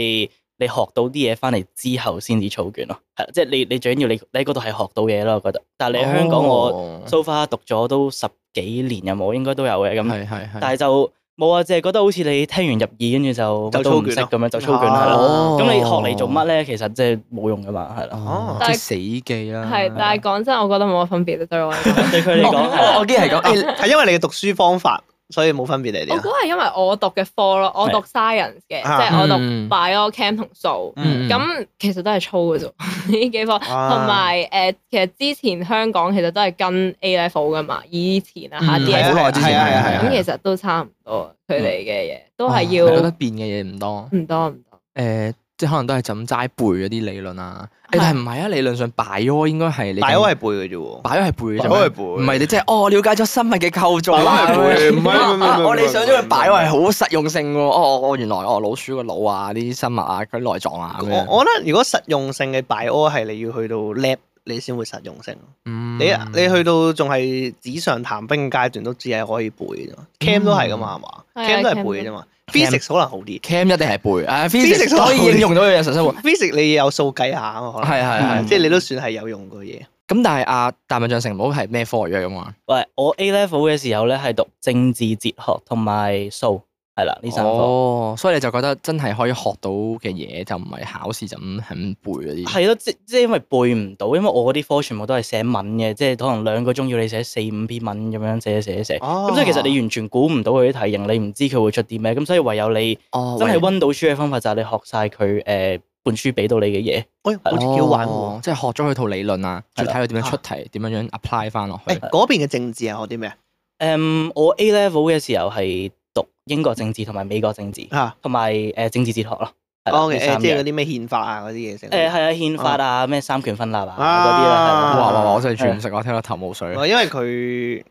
Speaker 2: 你學到啲嘢翻嚟之後先至操卷咯，係啦即係你你最緊要你你喺嗰度係學到嘢咯，我覺得。但係你喺香港我
Speaker 4: 哦
Speaker 2: so far 讀咗都十幾年有冇，應該都有嘅咁，
Speaker 4: 係係係，
Speaker 2: 但係就冇啊，淨係覺得好似你聽完入耳跟住就
Speaker 3: 就
Speaker 2: 乜都
Speaker 3: 操
Speaker 2: 唔
Speaker 3: 卷
Speaker 2: 識
Speaker 3: 咯
Speaker 2: 咁樣就操卷係啦。
Speaker 3: 哦
Speaker 2: 咁你學嚟做乜？咧？其實即係冇用噶嘛，係啦。
Speaker 4: 哦，
Speaker 1: 但
Speaker 4: 即
Speaker 1: 係
Speaker 4: 係死記啦。
Speaker 1: 係，但係講真，我覺得冇乜分別咧，對我嚟講。
Speaker 2: 對佢嚟哦講係啦
Speaker 4: 我。我竟然係講，誒
Speaker 3: 啊係因為你嘅讀書方法，所以冇分別嚟
Speaker 1: 我
Speaker 3: 啲
Speaker 1: 估
Speaker 3: 啊。
Speaker 1: 係因為我讀嘅科咯，我讀 science 嘅，即係我讀
Speaker 4: 嗯
Speaker 1: bio chem 同數，
Speaker 3: 嗯
Speaker 1: 咁其實都係粗嘅啫， 呢幾科。
Speaker 3: 啊
Speaker 1: 同埋誒，其實之前香港其實都係跟 A level 噶嘛，以前啊
Speaker 4: 嗯
Speaker 1: 下
Speaker 4: 係啊
Speaker 1: DSE
Speaker 4: 好耐之前
Speaker 3: 係啊係啊
Speaker 1: 咁
Speaker 3: 係啊
Speaker 1: 其實都差唔多，佢哋嘅嘢都
Speaker 4: 係
Speaker 1: 係
Speaker 4: 哦你覺得
Speaker 1: 要
Speaker 4: 變嘅嘢唔多。
Speaker 1: 唔多唔多。
Speaker 4: 誒，呃即係可能都係就咁齋背嗰啲理論啊。誒，
Speaker 1: 係
Speaker 4: 但係唔係啊？理論上 bio 應該係你
Speaker 3: 大佬係背嘅啫喎，
Speaker 4: bio 係背嘅啫嘛
Speaker 3: bio 係背
Speaker 4: 唔係你即係哦了解咗生物嘅構造啦。
Speaker 3: 大佬係背唔係唔哦係 唔係
Speaker 4: 啊
Speaker 3: 唔係
Speaker 4: 啊我哋想咗佢
Speaker 3: 唔係
Speaker 4: bio 係好實用性喎。哦，我原來哦老鼠個腦啊，呢啲生物啊，佢啲內臟啊咁樣。
Speaker 3: 我我覺得如果實用性嘅 bio 係你要去到 lab 你先會實用性。
Speaker 4: 嗯
Speaker 3: 你啊你去到仲係紙上談兵階段都只係可以背嘅啫嘛，cam 都係噶嘛係嘛
Speaker 1: 係啊
Speaker 3: ，cam 都係
Speaker 1: cam
Speaker 3: 背嘅啫嘛
Speaker 4: cam
Speaker 3: ，physics 可能好啲
Speaker 4: cam 一定係背，啊
Speaker 3: Physics
Speaker 4: physics 可以應用到佢日常生活。
Speaker 3: ，physics 你有數計下啊嘛，可能
Speaker 4: 係係係
Speaker 3: 即係你都算係有用嘅嘢。
Speaker 4: 咁但係啊，大笨象城堡係咩科嚟嘅咁啊？
Speaker 2: 喂，我 A level 嘅時候咧係讀政治哲學同埋數，係啦呢三科。
Speaker 4: 哦，所以你就覺得真係可以學到嘅嘢就唔係考試就咁肯背嗰啲。
Speaker 2: 係咯，即即因為背唔到，因為我嗰啲科全部都係寫文嘅，即係可能兩個鐘要你寫四五篇文咁樣寫寫寫。
Speaker 3: 哦
Speaker 2: 咁所以其實你完全估唔到佢啲題型，你唔知佢會出啲咩，咁所以唯有你
Speaker 4: 哦
Speaker 2: 真係
Speaker 4: 喂
Speaker 2: 温到書嘅方法就係你學晒佢誒本書俾到你嘅嘢。
Speaker 3: 喂，好似幾好玩
Speaker 4: 哦
Speaker 3: 喎。
Speaker 4: 即係學咗佢套理論啊，
Speaker 2: 係啦
Speaker 4: 再睇佢點樣出題，點樣樣 apply 翻落去
Speaker 3: 誒，。嗰邊嘅政治係學啲咩啊
Speaker 2: 誒，嗯我 A level 嘅時候係讀英國政治同埋美國政治，
Speaker 3: 啊？
Speaker 2: 同埋誒政治哲學咯。係啦
Speaker 3: 哦，
Speaker 2: 呢三
Speaker 3: 誒，即係
Speaker 2: 樣
Speaker 3: 嗰啲咩憲法啊嗰啲嘢成。
Speaker 2: 誒係啊，憲法啊，咩三權分立啊
Speaker 3: 啊
Speaker 2: 嗰啲啦，係
Speaker 4: 哇
Speaker 2: 啦
Speaker 4: 哇哇！我真係全唔識，啊我聽到頭冇水。
Speaker 3: 哦因為佢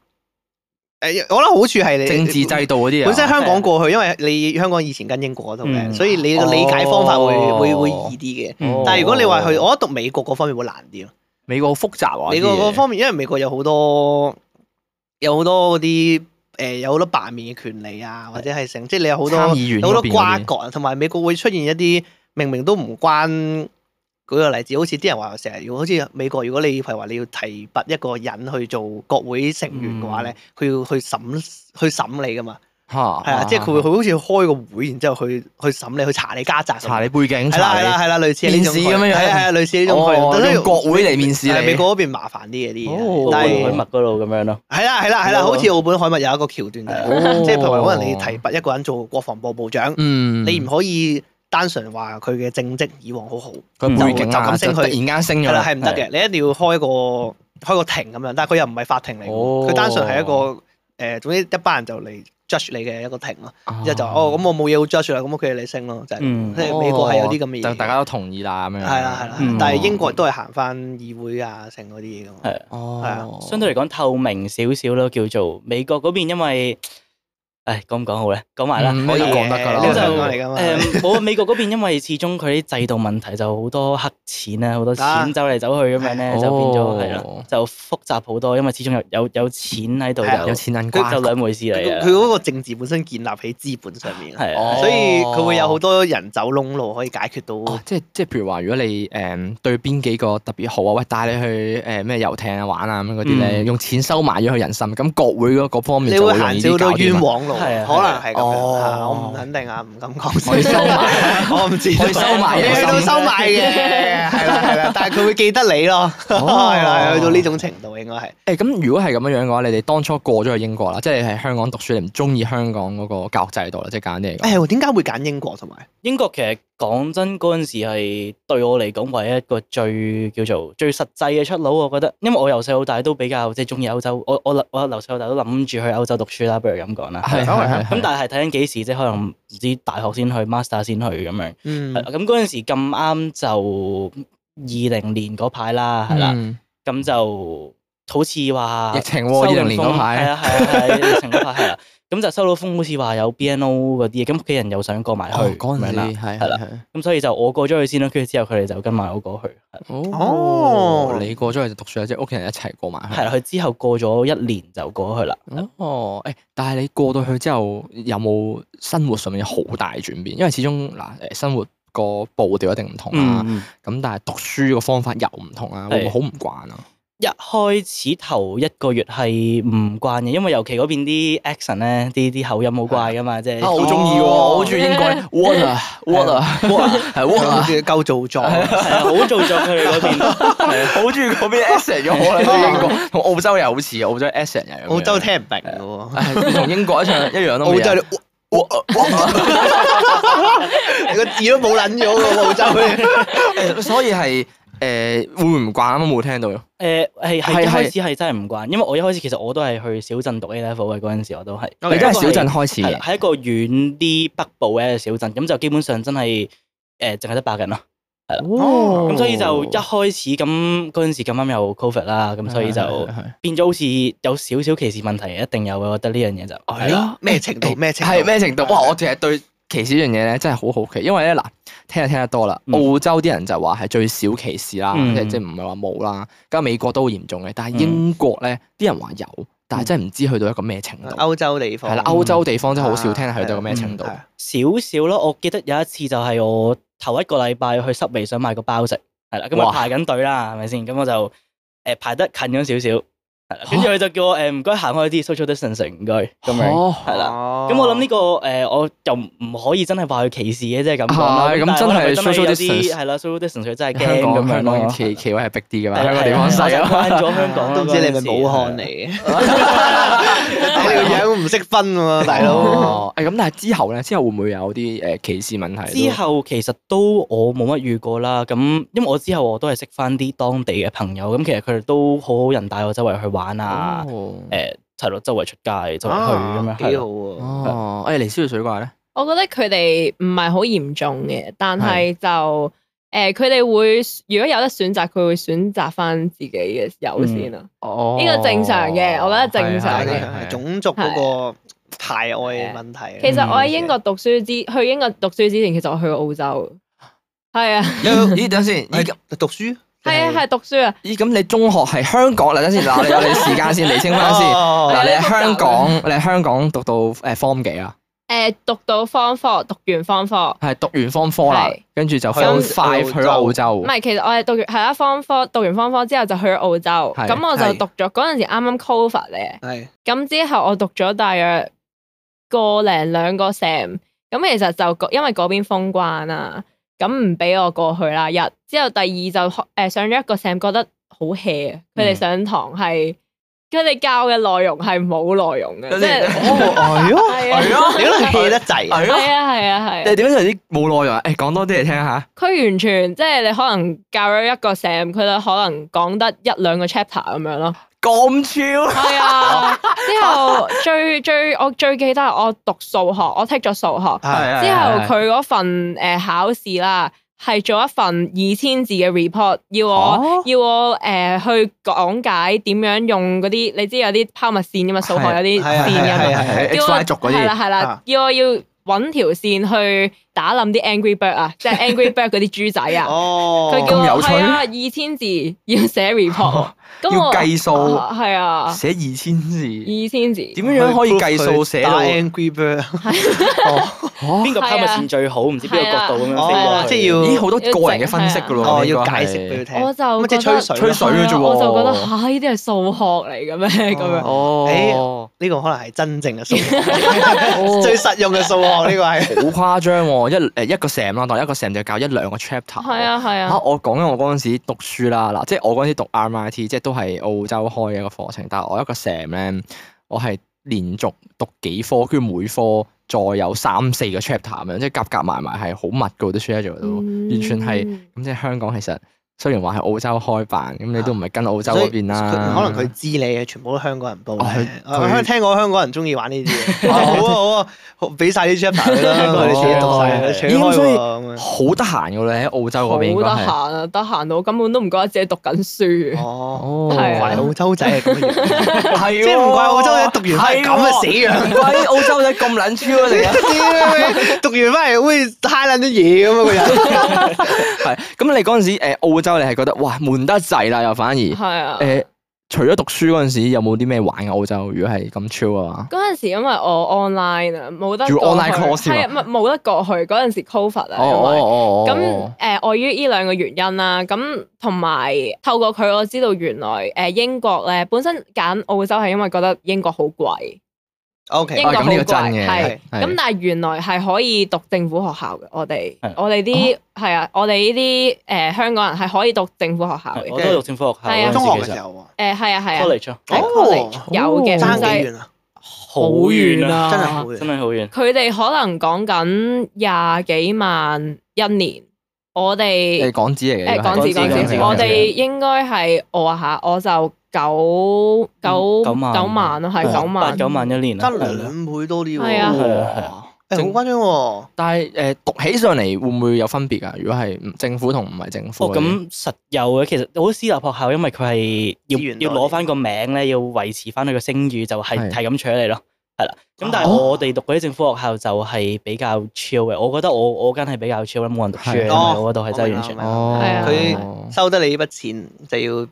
Speaker 3: 誒，我覺得好處係你
Speaker 4: 政治制度嗰啲啊，
Speaker 3: 本身香港過去，因為你香港以前跟英國嗰度嘅，
Speaker 2: 嗯
Speaker 3: 所以你個理解方法會
Speaker 4: 哦
Speaker 3: 會會易啲嘅。
Speaker 2: 嗯
Speaker 3: 但係如果你話去，我覺得讀美國嗰方面會難啲咯。
Speaker 4: 美國好複雜啊，
Speaker 3: 美
Speaker 4: 國
Speaker 3: 國嗰方面，因為美國有好多有好多嗰啲誒有好多罷免嘅權利啊，或者係成，即係你有好多
Speaker 4: 參議院
Speaker 3: 有好
Speaker 4: 嗰
Speaker 3: 多
Speaker 4: 邊
Speaker 3: 瓜
Speaker 4: 嗰啲
Speaker 3: 葛啊，同埋美國會出現一啲明明都唔關。舉個例子，好似啲人話成日要，好似美國，如果你譬如話你要提拔一個人去做國會成員嘅話
Speaker 4: 嗯
Speaker 3: 咧，佢、要去審去審你噶嘛。
Speaker 4: 嚇，
Speaker 3: 係啊，即係佢會佢好似開個會，然之後去去審你，去查你家宅咁樣，
Speaker 4: 查你背景，
Speaker 3: 係啦
Speaker 4: 查
Speaker 3: 係
Speaker 4: 你
Speaker 3: 啦係啦，類似呢種
Speaker 4: 面試咁樣樣
Speaker 3: 係啊係啊，類似呢種概念
Speaker 4: 哦
Speaker 3: 但係
Speaker 4: 用國會嚟面試你
Speaker 3: 係美國嗰邊麻煩啲嘅啲
Speaker 4: 哦
Speaker 3: 嘢，但
Speaker 2: 但係
Speaker 3: 係
Speaker 2: 海默嗰度咁樣咯。
Speaker 3: 係啦係啦係啦，好似澳本海默有一個橋段就
Speaker 4: 哦
Speaker 3: 係，即係譬如話可能你提拔一個人做國防部部長，
Speaker 4: 嗯，
Speaker 3: 你唔可以單純話佢嘅政績以往好好，
Speaker 4: 佢背景
Speaker 3: 就就
Speaker 4: 啊，
Speaker 3: 咁
Speaker 4: 就
Speaker 3: 升
Speaker 4: 突
Speaker 3: 佢
Speaker 4: 然間升咗
Speaker 3: 係啦
Speaker 4: 啦，
Speaker 3: 係唔得嘅，你一定要開個開個庭咁樣，但係佢又唔係法庭嚟
Speaker 4: 哦
Speaker 3: 嘅，佢單純係一個誒，總之一班人就嚟 judge 你嘅一個庭咯。
Speaker 4: 啊哦
Speaker 3: 之後就哦，咁我冇嘢好 judge 啦，咁佢哋你升咯，就係
Speaker 2: 嗯
Speaker 3: 咁即係美國係有啲咁嘅
Speaker 4: 就
Speaker 3: 嘢，
Speaker 4: 大家都同意啦咁樣。
Speaker 3: 係啦係
Speaker 2: 嗯
Speaker 3: 啦，但係英國都係行翻議會啊，成嗰啲嘢噶嘛
Speaker 2: 係。
Speaker 3: 係啊
Speaker 4: 哦，
Speaker 2: 相對嚟講透明少少咯，叫做美國嗰邊，因為唉講唔講好咧？講埋啦。
Speaker 4: 嗯
Speaker 2: 可以
Speaker 4: 呢個講得㗎啦嗯
Speaker 2: 咁
Speaker 3: 呢個
Speaker 2: 就
Speaker 3: 香港嚟㗎嘛
Speaker 2: 誒冇啊！美國嗰邊因為始終佢啲制度問題就好多黑錢啊，好多錢走嚟走去咁樣咧，就變咗係啦
Speaker 4: 哦，
Speaker 2: 就複雜好多。因為始終有有有錢喺度
Speaker 3: 係啊
Speaker 2: 就
Speaker 4: 有錢人
Speaker 2: 佢
Speaker 4: 瓜
Speaker 2: 就兩回事嚟
Speaker 3: 佢
Speaker 2: 嘅。
Speaker 3: 佢嗰個政治本身建立喺資本上面，
Speaker 2: 係
Speaker 4: 哦
Speaker 2: 啊
Speaker 3: 所以佢會有好多人走窿路可以解決到
Speaker 4: 哦，。即係即係，譬如話，如果你誒、對邊幾個特別好啊，喂，帶你去誒咩、遊艇啊玩啊咁樣嗰啲咧，
Speaker 2: 嗯
Speaker 4: 用錢收買咗佢人心，咁國會嗰嗰方面
Speaker 3: 你
Speaker 4: 就
Speaker 3: 會
Speaker 4: 會容
Speaker 3: 行
Speaker 4: 易
Speaker 3: 少
Speaker 4: 啲
Speaker 3: 好
Speaker 4: 搞
Speaker 3: 多冤
Speaker 4: 掂啊。
Speaker 3: 枉路
Speaker 4: 喎
Speaker 2: 係啊
Speaker 3: 可能係咁樣
Speaker 4: 哦
Speaker 3: 嚇我唔肯定啊，唔敢講。
Speaker 4: 我要收
Speaker 3: 埋， 我唔知道。
Speaker 4: 我要收埋
Speaker 3: 你去到
Speaker 4: 個心啊
Speaker 3: 收埋嘅，係啦係 啦，但係佢會記得你咯，
Speaker 4: 哦
Speaker 3: 係啦，去到呢種程度應該係。
Speaker 4: 誒咁，如果係咁樣樣嘅話，你哋當初過咗去英國啦，即係你喺香港讀書，你唔中意香港嗰個教育制度啦，即係簡單啲嚟講。
Speaker 3: 誒，點解會揀英國同埋？
Speaker 2: 英國其實講真嗰陣時係對我嚟講唯一一個最叫做最實際嘅出路，我覺得，因為我由細到大都比較即係中意歐洲，我我我由細到大都諗住去歐洲讀書啦，不如咁講啦。
Speaker 4: 係
Speaker 3: 係
Speaker 4: 係
Speaker 2: 咁
Speaker 4: 係。
Speaker 2: 但係睇緊幾時，即係可能唔知大學先去，master 先去咁樣。
Speaker 3: 嗯
Speaker 2: 係咁嗰陣時咁啱就二零年嗰排啦，係啦，
Speaker 4: 嗯
Speaker 2: 咁就好似話
Speaker 4: 疫情喎，二
Speaker 2: 收到
Speaker 4: 零年嗰
Speaker 2: 風係
Speaker 4: 排，
Speaker 2: 啊係啊係啊疫情嗰排係啦，咁就收到風，好似話有 BNO 嗰啲嘢，咁屋企人又想過埋去
Speaker 4: 哦嗰
Speaker 2: 咁
Speaker 4: 陣
Speaker 2: 樣
Speaker 4: 時
Speaker 2: 啦，
Speaker 4: 係
Speaker 2: 係啦
Speaker 4: 係。
Speaker 2: 咁所以就我過咗去先啦，跟住之後佢哋就跟埋我過去，係啦
Speaker 3: 哦
Speaker 4: 你過咗去就讀書啦，即係屋企人一齊過埋去
Speaker 2: 係。啦，佢之後過咗一年就過去啦。
Speaker 4: 哦，誒，但係你過到去之後，有冇生活上面有好大轉變？因為始終嗱，誒，生活個步調一定唔同啦，
Speaker 2: 嗯，
Speaker 4: 咁但係讀書個方法又唔同啊，會唔會好唔慣啊？
Speaker 2: 一開始頭一個月係唔慣嘅，因為尤其嗰邊啲 accent 咧，啲啲口音好怪噶嘛，即係
Speaker 4: 啊我好中意喎，我好中意英國 what 啊 what 啊 what 啊係 what
Speaker 3: 好
Speaker 4: 啊，
Speaker 3: 似夠做作，
Speaker 2: 係啊，好做作佢哋嗰邊， 係啊
Speaker 4: 好中意 嗰邊 accent 嘅可能即係英國同澳洲又好似，哦澳洲 accent 又有咁樣
Speaker 3: 澳洲聽唔明嘅喎。
Speaker 4: 係啊同英國一樣一樣都
Speaker 3: 澳
Speaker 4: 冇
Speaker 3: 洲
Speaker 4: 嘢。
Speaker 3: 你哇 哇你個耳都冇撚咗喎，澳洲
Speaker 4: 誒所以係誒會唔慣啊？冇聽到咯。
Speaker 2: 誒係係
Speaker 4: 係
Speaker 2: 一
Speaker 4: 係
Speaker 2: 開始係真係唔慣，因為我一開始其實我都係去小鎮讀 A level 嘅嗰陣時，我都係
Speaker 3: 你
Speaker 4: 你都係小鎮
Speaker 2: 係
Speaker 4: 開始
Speaker 2: 係啦，
Speaker 4: 嘅，
Speaker 2: 喺一個遠啲北部嘅小鎮，咁就基本上真係誒淨係得白人咯。
Speaker 3: 哦
Speaker 2: 咁所以就一開始咁嗰陣時咁啱有 covid 啦，咁所以就
Speaker 4: 係係係
Speaker 2: 變咗好似有少少歧視問題，一定有嘅。我覺得呢樣嘢就係啦，
Speaker 3: 咩程度？咩程度？
Speaker 4: 係咩程度？哇！我淨係對歧視呢樣嘢咧，真係好好奇，因為咧嗱，聽就聽得多啦。
Speaker 2: 嗯
Speaker 4: 澳洲啲人就話係最少歧視啦，
Speaker 2: 嗯
Speaker 4: 即係即係唔係話冇啦。咁美國都好嚴重嘅，但係英國咧啲人話有，
Speaker 2: 嗯
Speaker 4: 但係真係唔知去到一個咩程度。
Speaker 3: 歐洲地方啊
Speaker 4: 係啦，
Speaker 2: 歐
Speaker 4: 歐洲地方真係好少聽係去到一個咩程度。
Speaker 3: 嗯
Speaker 2: 少
Speaker 3: 係
Speaker 2: 少咯。我記得有一次就係我頭一個禮拜去濕微想買個包食，係啦，咁
Speaker 4: 哇
Speaker 2: 我排緊隊啦，係咪先？咁我就誒排得近咗少少，係啦跟住佢就叫我誒唔該行開啲 social distancing，唔該咁樣。
Speaker 4: 哦
Speaker 2: 係啦
Speaker 3: 咁
Speaker 2: 咁我諗呢個誒，我又唔可以真係話佢歧視嘅，即係咁講啦。
Speaker 4: 啊係咁
Speaker 2: 但
Speaker 4: 真
Speaker 2: 可能
Speaker 4: 係
Speaker 2: 佢真係
Speaker 4: social
Speaker 2: 有啲
Speaker 4: distance
Speaker 2: 係啦，social distance 佢真係
Speaker 4: 香
Speaker 2: 驚咁
Speaker 4: 港
Speaker 2: 樣
Speaker 4: 香
Speaker 2: 咯。
Speaker 4: 港企企位係逼啲嘅嘛，
Speaker 2: 係
Speaker 4: 香港地方細啊嘛。
Speaker 2: 慣咗香港啦
Speaker 3: 都唔知你
Speaker 2: 嗰
Speaker 3: 係
Speaker 2: 陣
Speaker 3: 咪
Speaker 2: 時
Speaker 3: 武漢嚟嘅，你個樣唔識分喎，
Speaker 4: Ờ.
Speaker 3: 大佬。
Speaker 4: 哦，誒咁但係之後咧，之後會唔會有啲誒歧視問題？
Speaker 2: 之後其實都我冇乜遇過啦，咁因為我之後我都係識翻啲當地嘅朋友，咁其實佢哋都好好人帶我周圍去玩啊，
Speaker 4: 哦
Speaker 2: 誒係咯，周圍出街周圍去咁樣，係
Speaker 3: 啊幾好
Speaker 2: 咯
Speaker 4: Ờ.
Speaker 3: 喎。
Speaker 4: 哦，誒尼斯嘅水怪咧，
Speaker 1: 我覺得佢哋唔係好嚴重嘅，但係就誒佢哋會如果有得選擇，佢會選擇翻自己嘅友先啊啦。
Speaker 4: 哦
Speaker 1: 呢個正常嘅我覺得正常
Speaker 4: Ờ,
Speaker 3: 但
Speaker 1: 嘅
Speaker 3: 係
Speaker 1: 係
Speaker 3: 係種族嗰個排外問題。
Speaker 1: 其實我喺英國讀書之去英國讀書之前，其實我去過澳洲。係啊，
Speaker 3: 嗯
Speaker 4: 咦，等陣先，
Speaker 3: 你
Speaker 4: 咦咁
Speaker 3: 讀書
Speaker 1: 係啊，係讀書啊，
Speaker 4: 咦咁，你中學係香港嗱，等陣先，嗱，你我哋時間先釐清翻先。
Speaker 3: Ờ.
Speaker 4: 嗱，你喺香港，你喺香港讀到誒 form 幾啊？
Speaker 1: 誒讀到方科，讀完方科，
Speaker 4: 係讀完 form four 啦
Speaker 1: 係，
Speaker 4: 跟住就
Speaker 3: 去
Speaker 4: form
Speaker 3: 澳
Speaker 4: five 去咗澳洲
Speaker 1: 唔。係，其實我係讀完係啦，方科讀完方科之後就去咗澳洲，
Speaker 4: 係
Speaker 1: 咁我
Speaker 3: 係
Speaker 1: 就讀咗嗰陣時啱啱 cover 咧，
Speaker 3: 係
Speaker 1: 咁之後我讀咗大約個零兩個 sam，咁其實就嗰因為嗰邊封關啦，咁唔俾我過去啦一，之後第二就誒、呃上咗一個 sam，覺得好 hea 啊，佢哋
Speaker 2: 嗯
Speaker 1: 上堂係佢哋教嘅內容係冇內容嘅，即係
Speaker 4: 哦，係咯，
Speaker 1: 係啊
Speaker 4: 係咯，
Speaker 3: 你可能 hea 得滯，
Speaker 4: 係咯。
Speaker 1: 係啊係啊係啊
Speaker 4: 你。點樣就啲冇內容？誒，講多啲嚟聽下。
Speaker 1: 佢完全即係你可能教咗一個 sam，佢就可能講得一兩個 chapter 咁樣咯。
Speaker 4: 咁 超
Speaker 1: 係啊，之後最最我最記得係我讀數學，我剔咗數學
Speaker 3: À.
Speaker 4: 係
Speaker 1: 之後，佢嗰份誒、呃考試啦，係做一份二千字嘅 report，要我、
Speaker 4: 哦
Speaker 1: 要我誒、呃去講解點樣用嗰啲，你知有啲拋物線噶嘛，數學有啲
Speaker 3: 係啊
Speaker 1: 線
Speaker 3: 係啊
Speaker 1: 噶嘛
Speaker 3: 係啊。
Speaker 4: 係 X
Speaker 1: 叫我
Speaker 4: Y 族嗰
Speaker 1: 係
Speaker 4: 啲
Speaker 1: 啦。係
Speaker 3: 啊
Speaker 1: 啦，要我要揾條線去打冧啲 Angry Bird 啊，即係 Angry Bird 嗰啲豬仔
Speaker 3: Ờ.
Speaker 1: 啊。
Speaker 3: 哦，
Speaker 1: 佢叫
Speaker 4: 咁
Speaker 1: 我
Speaker 4: 有趣哦
Speaker 1: 係啊，二千字要寫 report，咁
Speaker 4: 要
Speaker 1: 我
Speaker 4: 計數
Speaker 1: 啊係啊，
Speaker 4: 寫二千字，
Speaker 1: 二千字
Speaker 4: 點樣樣可以計數寫到？
Speaker 3: Angry Bird，
Speaker 4: 哦
Speaker 2: 邊個拋物線最好，唔知邊個角度咁樣飛過
Speaker 3: 哦，
Speaker 2: 去，
Speaker 3: 即係要
Speaker 4: 咦，好多個人嘅分析噶咯喎，
Speaker 3: 哦
Speaker 4: 呢個
Speaker 3: 要
Speaker 4: 係
Speaker 3: 解釋俾佢聽。
Speaker 1: 我就
Speaker 4: 啊
Speaker 3: 咁即係
Speaker 1: 覺得
Speaker 3: 吹水咯，
Speaker 4: 吹水嘅啫喎
Speaker 1: 我就覺得嚇呢啲係數學嚟嘅咩咁樣，
Speaker 4: 哦，
Speaker 3: 呢個可能係真正嘅數學， 最實用嘅數學呢個係。
Speaker 4: 哎好誇張喎！一誒一個 sam 啦，當一個 sam 就教一兩個 chapter。
Speaker 1: 係。啊係
Speaker 4: 嚇！
Speaker 1: 啊，
Speaker 4: 我講緊我嗰陣時讀書啦，嗱，即係我嗰陣時讀 RMIT，即係都係澳洲開嘅一個課程，但係我一個 sam 咧，我係連續讀幾科，跟住每科再有三四個 chapter 咁樣，即係夾夾埋埋係好密嘅喎啲 schedule 都，完全係
Speaker 1: 嗯
Speaker 4: 咁即係香港其實雖然話係澳洲開辦，咁你都唔係跟澳洲
Speaker 3: 所以
Speaker 4: 嗰邊啦。
Speaker 3: 佢可能佢知你嘅全部都香港人報
Speaker 4: 哦
Speaker 3: 嘅啊我
Speaker 4: 佢。佢
Speaker 3: 香聽過香港人中意玩呢啲 嘢。好啊好啊好，俾晒啲 chapter 佢啦，佢哋自己讀晒，
Speaker 4: 哦
Speaker 3: 佢扯開
Speaker 4: 咦咁所以
Speaker 3: 喎咁啊樣。
Speaker 4: 好得閒嘅咧，喺澳洲
Speaker 1: 好
Speaker 4: 嗰
Speaker 1: 得
Speaker 4: 邊應該係
Speaker 1: 閒啊，得閒到根本都唔覺得自己讀緊書，
Speaker 3: 哦，
Speaker 4: 哦
Speaker 1: 係
Speaker 3: 怪
Speaker 1: 啊
Speaker 3: 澳洲仔係咁嘅樣，
Speaker 4: 係
Speaker 3: 即係唔怪澳洲仔讀完翻嚟咁啊嘅死
Speaker 4: 死
Speaker 3: 樣。
Speaker 4: 唔怪澳洲仔咁撚超啊！成日
Speaker 3: 讀完翻嚟好似嗨撚啲嘢咁啊！個人
Speaker 4: 係咁，你嗰陣時誒澳洲，你係覺得哇悶得滯啦，又反而誒、
Speaker 1: 係啊。
Speaker 4: 除咗讀書嗰陣時，有冇啲咩玩嘅澳洲？如果係咁啊超嘅話，
Speaker 1: 嗰陣時因為我 online 啊，冇得
Speaker 4: 要
Speaker 1: 過
Speaker 4: online
Speaker 1: 去
Speaker 4: course
Speaker 1: 係啊，唔冇得過去嗰陣時 covid
Speaker 4: 哦哦
Speaker 1: 啊，因為。
Speaker 4: 哦
Speaker 1: 咁
Speaker 4: 哦，
Speaker 1: 誒，礙於呢兩個原因啦，咁同埋透過佢，我知道原來誒英國咧本身揀澳洲係因為覺得英國好貴，
Speaker 3: O K，
Speaker 1: 英
Speaker 4: 哦
Speaker 1: 國
Speaker 4: 咁
Speaker 1: 好
Speaker 4: 呢個
Speaker 1: 貴，
Speaker 4: 真嘅，
Speaker 1: 係
Speaker 4: 係
Speaker 1: 咁但係原來係可以讀政府學校嘅，我哋
Speaker 2: 係
Speaker 1: 我哋啲
Speaker 3: 哦
Speaker 1: 係啊，我哋呢啲誒香港人係可以讀政府學校
Speaker 2: 係
Speaker 3: 哦
Speaker 1: 嘅，
Speaker 2: 我都讀政府學校
Speaker 1: 係啊
Speaker 2: 嗰
Speaker 3: 中學
Speaker 2: 陣時
Speaker 3: 嘅
Speaker 2: 其
Speaker 3: 時
Speaker 2: 實
Speaker 3: 候喎，
Speaker 1: 誒係啊係啊
Speaker 2: college 啊
Speaker 1: 係
Speaker 3: 哦
Speaker 1: college 有嘅，
Speaker 3: 爭幾
Speaker 1: 但係
Speaker 3: 遠啊，
Speaker 2: 好遠啊，
Speaker 3: 真係好
Speaker 2: 真
Speaker 3: 遠。
Speaker 2: 係好遠。
Speaker 1: 佢哋可能講緊廿幾萬一年，我
Speaker 4: 誒
Speaker 1: 哋
Speaker 4: 港紙嚟嘅，
Speaker 1: 誒
Speaker 4: 港
Speaker 1: 港紙
Speaker 2: 港
Speaker 1: 港
Speaker 2: 紙港
Speaker 1: 紙，
Speaker 2: 紙
Speaker 1: 我哋應該係我下我就九九
Speaker 2: 九萬啊
Speaker 1: 九萬咯，係九
Speaker 2: 八九
Speaker 1: 萬。
Speaker 2: 萬一年啊，
Speaker 3: 得
Speaker 2: 係啦
Speaker 3: 兩倍多啲喎，
Speaker 1: 係啊
Speaker 2: 係啊係啊
Speaker 3: 誒好誇張喎！
Speaker 4: 但係誒、讀起上嚟會唔會有分別啊？如果係唔政府同唔係政
Speaker 2: 哦，
Speaker 4: 府嗰啲，
Speaker 2: 咁實有嘅，其實好多私立學校，因為佢係要
Speaker 3: 資源
Speaker 2: 要
Speaker 3: 多啲
Speaker 2: 攞翻個名咧，要維持翻佢個聲譽，就係
Speaker 4: 係
Speaker 2: 係咁取你咯，係啦。咁但係
Speaker 4: 哦
Speaker 2: 我哋讀嗰啲政府學校就係比較 chill 嘅，我覺得我我間係比較 chill 啦，冇人讀書嘅，因為
Speaker 4: 係
Speaker 3: 哦
Speaker 2: 我嗰度係真係完
Speaker 3: 我
Speaker 2: 全
Speaker 3: 明啦
Speaker 4: 哦，
Speaker 1: 係啊
Speaker 3: 佢收得你呢筆錢就要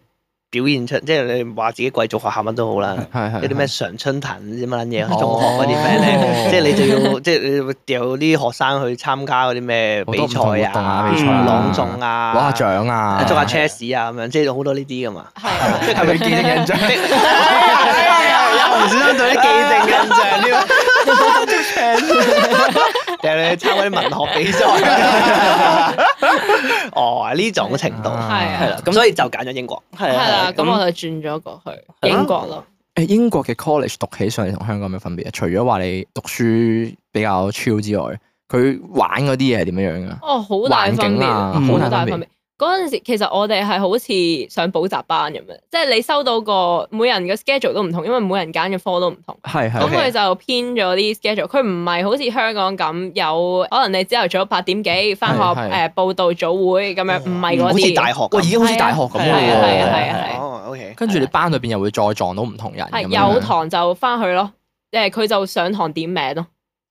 Speaker 3: 表現出，即係你話自己貴族學校乜都好啦。
Speaker 4: 係係
Speaker 3: 一啲咩
Speaker 4: 係
Speaker 3: 常春藤啲乜撚嘢，
Speaker 4: 哦
Speaker 3: 中學嗰啲 friend 咧，即係你就要，即係你會有啲學生去參加嗰啲咩
Speaker 4: 好多
Speaker 3: 比
Speaker 4: 唔同活
Speaker 3: 賽
Speaker 4: 動啊，比賽
Speaker 2: 嗯
Speaker 4: 啊
Speaker 3: 朗誦 啊，
Speaker 4: 攞下獎啊，
Speaker 3: 捉下 chess 啊咁樣，即係好多呢啲噶嘛。
Speaker 1: 係啊
Speaker 4: 係咪記得 印象？
Speaker 3: 又唔小心對啲既定印象 添， 又你參加啲文學比賽。 哦，呢種程度
Speaker 1: 係啊
Speaker 2: 係啦。
Speaker 3: 咁，所以就揀咗英國。
Speaker 2: 係
Speaker 1: 係
Speaker 2: 啦
Speaker 1: 啦，，咁
Speaker 2: 咁
Speaker 1: 我就轉咗過去英國咯。
Speaker 4: 誒英國嘅 college 讀起上嚟同香港有咩分別啊？除咗話你讀書比較超之外，佢玩嗰啲嘢係點樣樣噶？
Speaker 1: 哦，好大分
Speaker 4: 環境
Speaker 1: 別
Speaker 4: 啊
Speaker 1: 啊，
Speaker 2: 嗯
Speaker 1: 好大
Speaker 4: 好大
Speaker 1: 分
Speaker 4: 分
Speaker 1: 別。嗰陣時其實我哋係好似上補習班咁樣，即係你收到個每人嘅 schedule 都唔同，因為每人揀嘅科都唔同。
Speaker 4: 係
Speaker 1: 咁
Speaker 3: OK
Speaker 4: 係
Speaker 1: 佢就編咗啲 schedule，佢唔係好似香港咁有可能你朝頭早八點幾翻學
Speaker 4: 係係
Speaker 1: 誒報道早會咁樣，唔係嗰
Speaker 3: 嗯好似
Speaker 1: 啲。
Speaker 3: 大學
Speaker 4: 喂，已
Speaker 3: 咁。
Speaker 4: 經好似大學咁
Speaker 2: 係啊
Speaker 4: 嘅
Speaker 1: 係啊
Speaker 4: 喎。
Speaker 1: 係啊
Speaker 3: 哦，OK。
Speaker 4: 跟住你班裏邊又會再撞到唔同人咁
Speaker 1: 係
Speaker 4: 樣。
Speaker 1: 有堂就翻去咯，誒佢就上堂點名咯，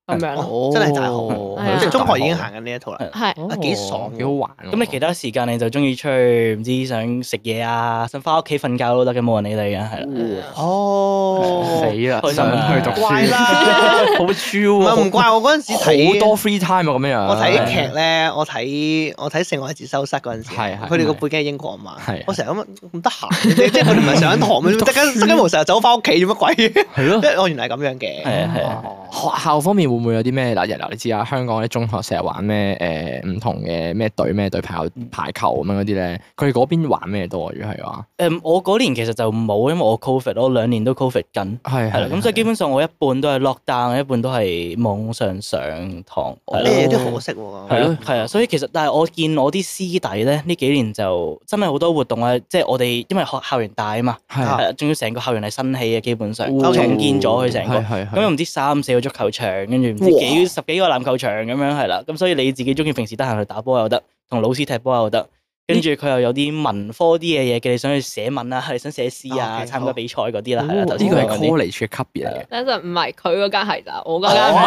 Speaker 1: 咁樣咯。
Speaker 4: 哦
Speaker 3: 真係大
Speaker 1: 係啊
Speaker 3: 學，即係中學已經行緊呢一套啦。
Speaker 1: 係
Speaker 4: 哦
Speaker 3: 幾爽喎
Speaker 4: 幾好玩喎。
Speaker 2: 咁你其他時間你就中意出去，唔知想食嘢啊，想翻屋企瞓覺都得嘅，冇人理你嘅，係啦。
Speaker 3: 哦
Speaker 4: 死啦，
Speaker 2: 開心
Speaker 4: 想
Speaker 2: 啊
Speaker 4: 去讀書，
Speaker 3: 怪啦
Speaker 4: 好超
Speaker 3: 唔
Speaker 4: 喎，
Speaker 3: 係唔怪我嗰陣時睇
Speaker 4: 好多 free time 啊咁樣。
Speaker 3: 我睇劇咧，我睇我睇《性愛自修室》嗰陣時，
Speaker 4: 係係
Speaker 3: 佢哋個背景係英國啊嘛
Speaker 4: 係係，
Speaker 3: 我成日諗咁得閒嘅啫，即係佢哋唔係上堂咩？得間得間無成日走翻屋企做乜鬼？即
Speaker 4: 係 咯。
Speaker 3: 係我原來係咁樣嘅，
Speaker 2: 係啊係啊。
Speaker 3: 哦
Speaker 4: 學校方面會唔會有啲咩嗱？嗱，你知啊，香港啲中學成日玩咩誒唔同嘅咩隊咩隊排排球咁樣嗰啲咧，佢哋嗰邊玩咩多啊？如果係話
Speaker 2: 誒、我嗰年其實就冇，因為我 covid，我兩年都 covid 緊，
Speaker 4: 係
Speaker 2: 係啦，咁所以基本上我一半都係 lockdown，一半都係網上上堂，
Speaker 4: 哦
Speaker 2: 係
Speaker 3: 呢
Speaker 2: 啦，
Speaker 3: 有啲可惜喎。
Speaker 2: 係咯，係啊，所以其實但係我見我啲師弟咧呢幾年就真係好多活動啊，即係我哋因為學校園大啊嘛，
Speaker 4: 係
Speaker 3: 啊
Speaker 2: 係啊仲要成個校園係新起嘅，基本上
Speaker 4: 哦
Speaker 2: 重建咗佢成個
Speaker 4: 係。係
Speaker 2: 咁又
Speaker 4: 係
Speaker 2: 唔知三四個足球場，跟住唔知幾十幾個籃球場咁樣係啦，咁所以你自己中意平時得閒去打波又得，同老師踢波又得，跟住佢又有啲文科啲嘅嘢嘅，你想去寫文啊，你想寫詩啊，
Speaker 3: OK，
Speaker 2: 參
Speaker 3: 好
Speaker 2: 加比賽嗰啲啦，係啦，頭
Speaker 4: 哦呢
Speaker 2: 先
Speaker 4: 個係
Speaker 2: 講嗰啲
Speaker 4: college 嘅級別嚟嘅。
Speaker 1: 等陣唔係佢嗰間係咋，我嗰間
Speaker 4: 哦
Speaker 1: 唔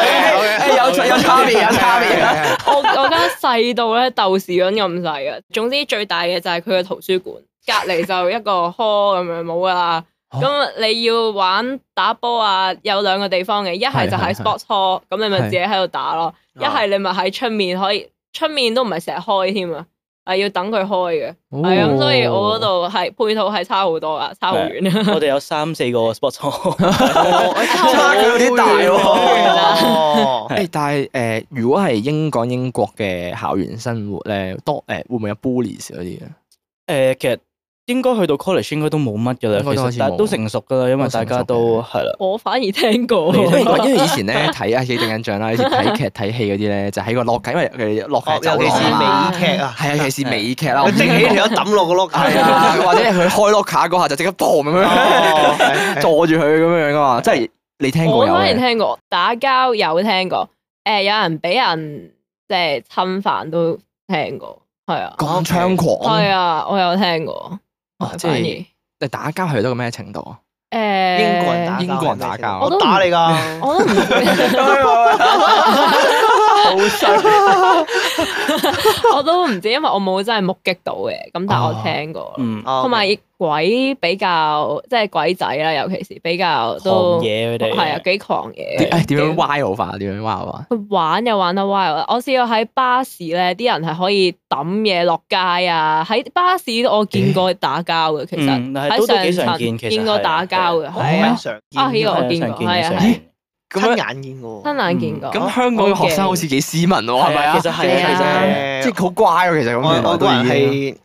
Speaker 1: 係
Speaker 3: 啊係
Speaker 4: 有有差別，有差別。
Speaker 1: 我我間細到咧豆豉潤咁細嘅。總之最大嘅就係佢嘅圖書館，隔離就一個 hall 咁樣冇噶啦。
Speaker 4: 哦
Speaker 1: 咁你要玩打波啊，有兩個地方嘅，一係就喺
Speaker 4: 係係哦
Speaker 1: sports hall，咁你咪自己喺度打咯；一係你咪喺出面可以，出面都唔係成日開添啊，係要等佢開嘅，
Speaker 4: 哦
Speaker 2: 啊
Speaker 1: 係啊咁，所以我嗰度係配套係差好多啊，差好遠啊。
Speaker 2: 我哋有三四個 sport
Speaker 4: 差距有啲大 喎
Speaker 3: 喎。
Speaker 4: 誒，但係誒，如果係英港英國嘅校園生活咧，多誒會唔會有 bullies 嗰啲啊？
Speaker 2: 誒，其實應該去到 college 應該都冇乜㗎啦，
Speaker 4: 應該都
Speaker 2: 其
Speaker 4: 好
Speaker 2: 實
Speaker 4: 似
Speaker 2: 但
Speaker 4: 冇
Speaker 2: 都成熟㗎啦，因為大家
Speaker 4: 都
Speaker 2: 都係啦。
Speaker 1: 我反而聽過，
Speaker 4: 因為以前咧 睇啊，記定印象啦，以前睇劇睇戲嗰啲咧，就喺個落街，因為佢落街走
Speaker 3: 尤其
Speaker 4: 廊
Speaker 3: 哦是
Speaker 4: 啊嘛，
Speaker 3: 美劇啊，
Speaker 4: 係啊，尤其是美劇啦，我
Speaker 3: 佢
Speaker 4: 唔
Speaker 3: 即
Speaker 4: 知
Speaker 3: 起條友抌落個 碌
Speaker 4: 係啊，或者佢開 lock 卡嗰下就即刻 boom 咁樣
Speaker 3: 哦，
Speaker 4: 坐住佢咁樣噶嘛，即係你聽過
Speaker 1: 我
Speaker 4: 有
Speaker 1: 反而
Speaker 4: 嘅？
Speaker 1: 聽過打交有聽過，誒有人俾人即係侵犯都聽過，係啊，
Speaker 4: 咁猖狂，
Speaker 1: 係啊，我有聽過，
Speaker 4: 哦即
Speaker 1: 反而
Speaker 4: 係你打交去到個咩程度啊？
Speaker 1: 誒
Speaker 3: 英國人打，
Speaker 4: 英國人打交
Speaker 3: 我打你㗎。
Speaker 1: 我都唔
Speaker 4: 好
Speaker 1: 我都唔知，因為我冇真係目擊到嘅，咁但係
Speaker 4: 哦
Speaker 1: 我聽過咯。
Speaker 2: 嗯，
Speaker 3: 哦
Speaker 1: 同埋鬼比較，即係鬼仔啦，尤其是比較都
Speaker 2: 行嘢佢哋
Speaker 1: 係啊，幾狂野。
Speaker 4: 誒點樣
Speaker 1: 玩？
Speaker 4: wild 法？點樣 wild 法？
Speaker 1: 佢玩又玩得 wild 啦。我試過喺巴士咧，啲人係可以抌嘢落街啊。喺巴士我見過打交嘅，其實
Speaker 2: 嗯，但係都都
Speaker 1: 喺
Speaker 2: 幾
Speaker 1: 上層
Speaker 2: 常見，其實
Speaker 1: 見
Speaker 4: 啊
Speaker 1: 過打交嘅，係啊
Speaker 3: 係，常見
Speaker 1: 啊呢個
Speaker 2: 係
Speaker 1: 我
Speaker 2: 啊
Speaker 1: 見過
Speaker 2: 常見
Speaker 1: 係啊
Speaker 2: 常
Speaker 1: 係
Speaker 2: 見
Speaker 4: 咁
Speaker 3: 親
Speaker 4: 樣
Speaker 3: 眼見過喎。
Speaker 1: 親眼見過。
Speaker 4: 嗯咁香港嘅學生好似幾斯文喎，係咪啊？
Speaker 2: 其實
Speaker 1: 哦係
Speaker 2: 係
Speaker 1: 啊
Speaker 2: 啊，
Speaker 3: 誒
Speaker 4: 即係好乖喎，其實咁
Speaker 3: 外外
Speaker 4: 原來都
Speaker 3: 國人
Speaker 4: 已經。
Speaker 3: 係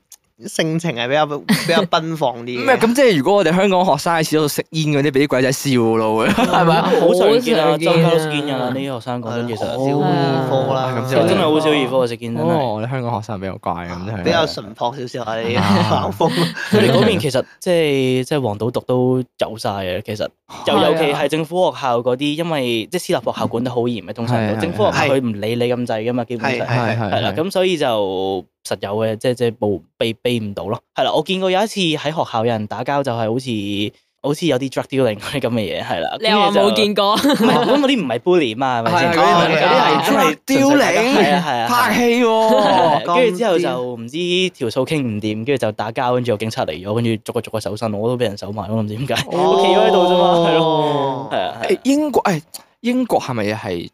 Speaker 3: 性情係比較 比較奔放啲
Speaker 4: 咩？
Speaker 3: 嘅。
Speaker 4: 咁即係如果我哋香港學生喺廁所度食煙嗰啲，俾啲鬼仔笑咯，會係咪啊？
Speaker 2: 好常見啊，
Speaker 1: 好常見啊
Speaker 2: 周街都見㗎啦，呢啲學生講真，其
Speaker 3: 少
Speaker 2: 實
Speaker 3: 兒科啦，
Speaker 4: 係咁
Speaker 2: 真係好少
Speaker 1: 兒
Speaker 2: 二科食見真係。
Speaker 4: 哦，我哋香港學生比較乖咁，真係
Speaker 3: 啊比較淳朴少少啊！你
Speaker 4: 啊
Speaker 3: 校風
Speaker 2: 佢哋嗰邊其實即係即係黃賭毒都有晒嘅，其實又
Speaker 1: 係啊
Speaker 2: 尤其係政府學校嗰啲，因為即係私立學校管得好嚴嘅，通常
Speaker 4: 係係
Speaker 2: 都政府學
Speaker 3: 係
Speaker 2: 校佢唔理你咁滯噶嘛，基本上
Speaker 3: 係
Speaker 4: 係
Speaker 2: 係啦，咁所以就實有嘅，即係即係冇避避唔到咯。係啦，我見過有一次喺學校有人打交，就係好似好似有啲 drug dealing 嗰啲咁嘅嘢，係啦。
Speaker 1: 你又話
Speaker 2: 跟住就
Speaker 1: 冇見過？
Speaker 2: 唔係咁嗰啲唔係 bully 嘛，係咪
Speaker 4: 係
Speaker 2: 先？
Speaker 4: 嗰
Speaker 3: 嗰啲
Speaker 4: 啲咪
Speaker 3: 咪
Speaker 2: 嗰啲係真係
Speaker 4: 雕
Speaker 2: 純粹打交係啊係
Speaker 4: 你
Speaker 2: 啊
Speaker 4: 拍戲喎，
Speaker 2: 係啊跟住之後
Speaker 3: 咁癲
Speaker 2: 就唔知條數傾唔掂，跟住就打交，跟住有警察嚟咗，跟住逐個逐個搜身，我都俾人搜埋，我都唔知點解，我企咗喺度啫嘛，係咯，係啊，係
Speaker 4: 誒英國誒英國係咪係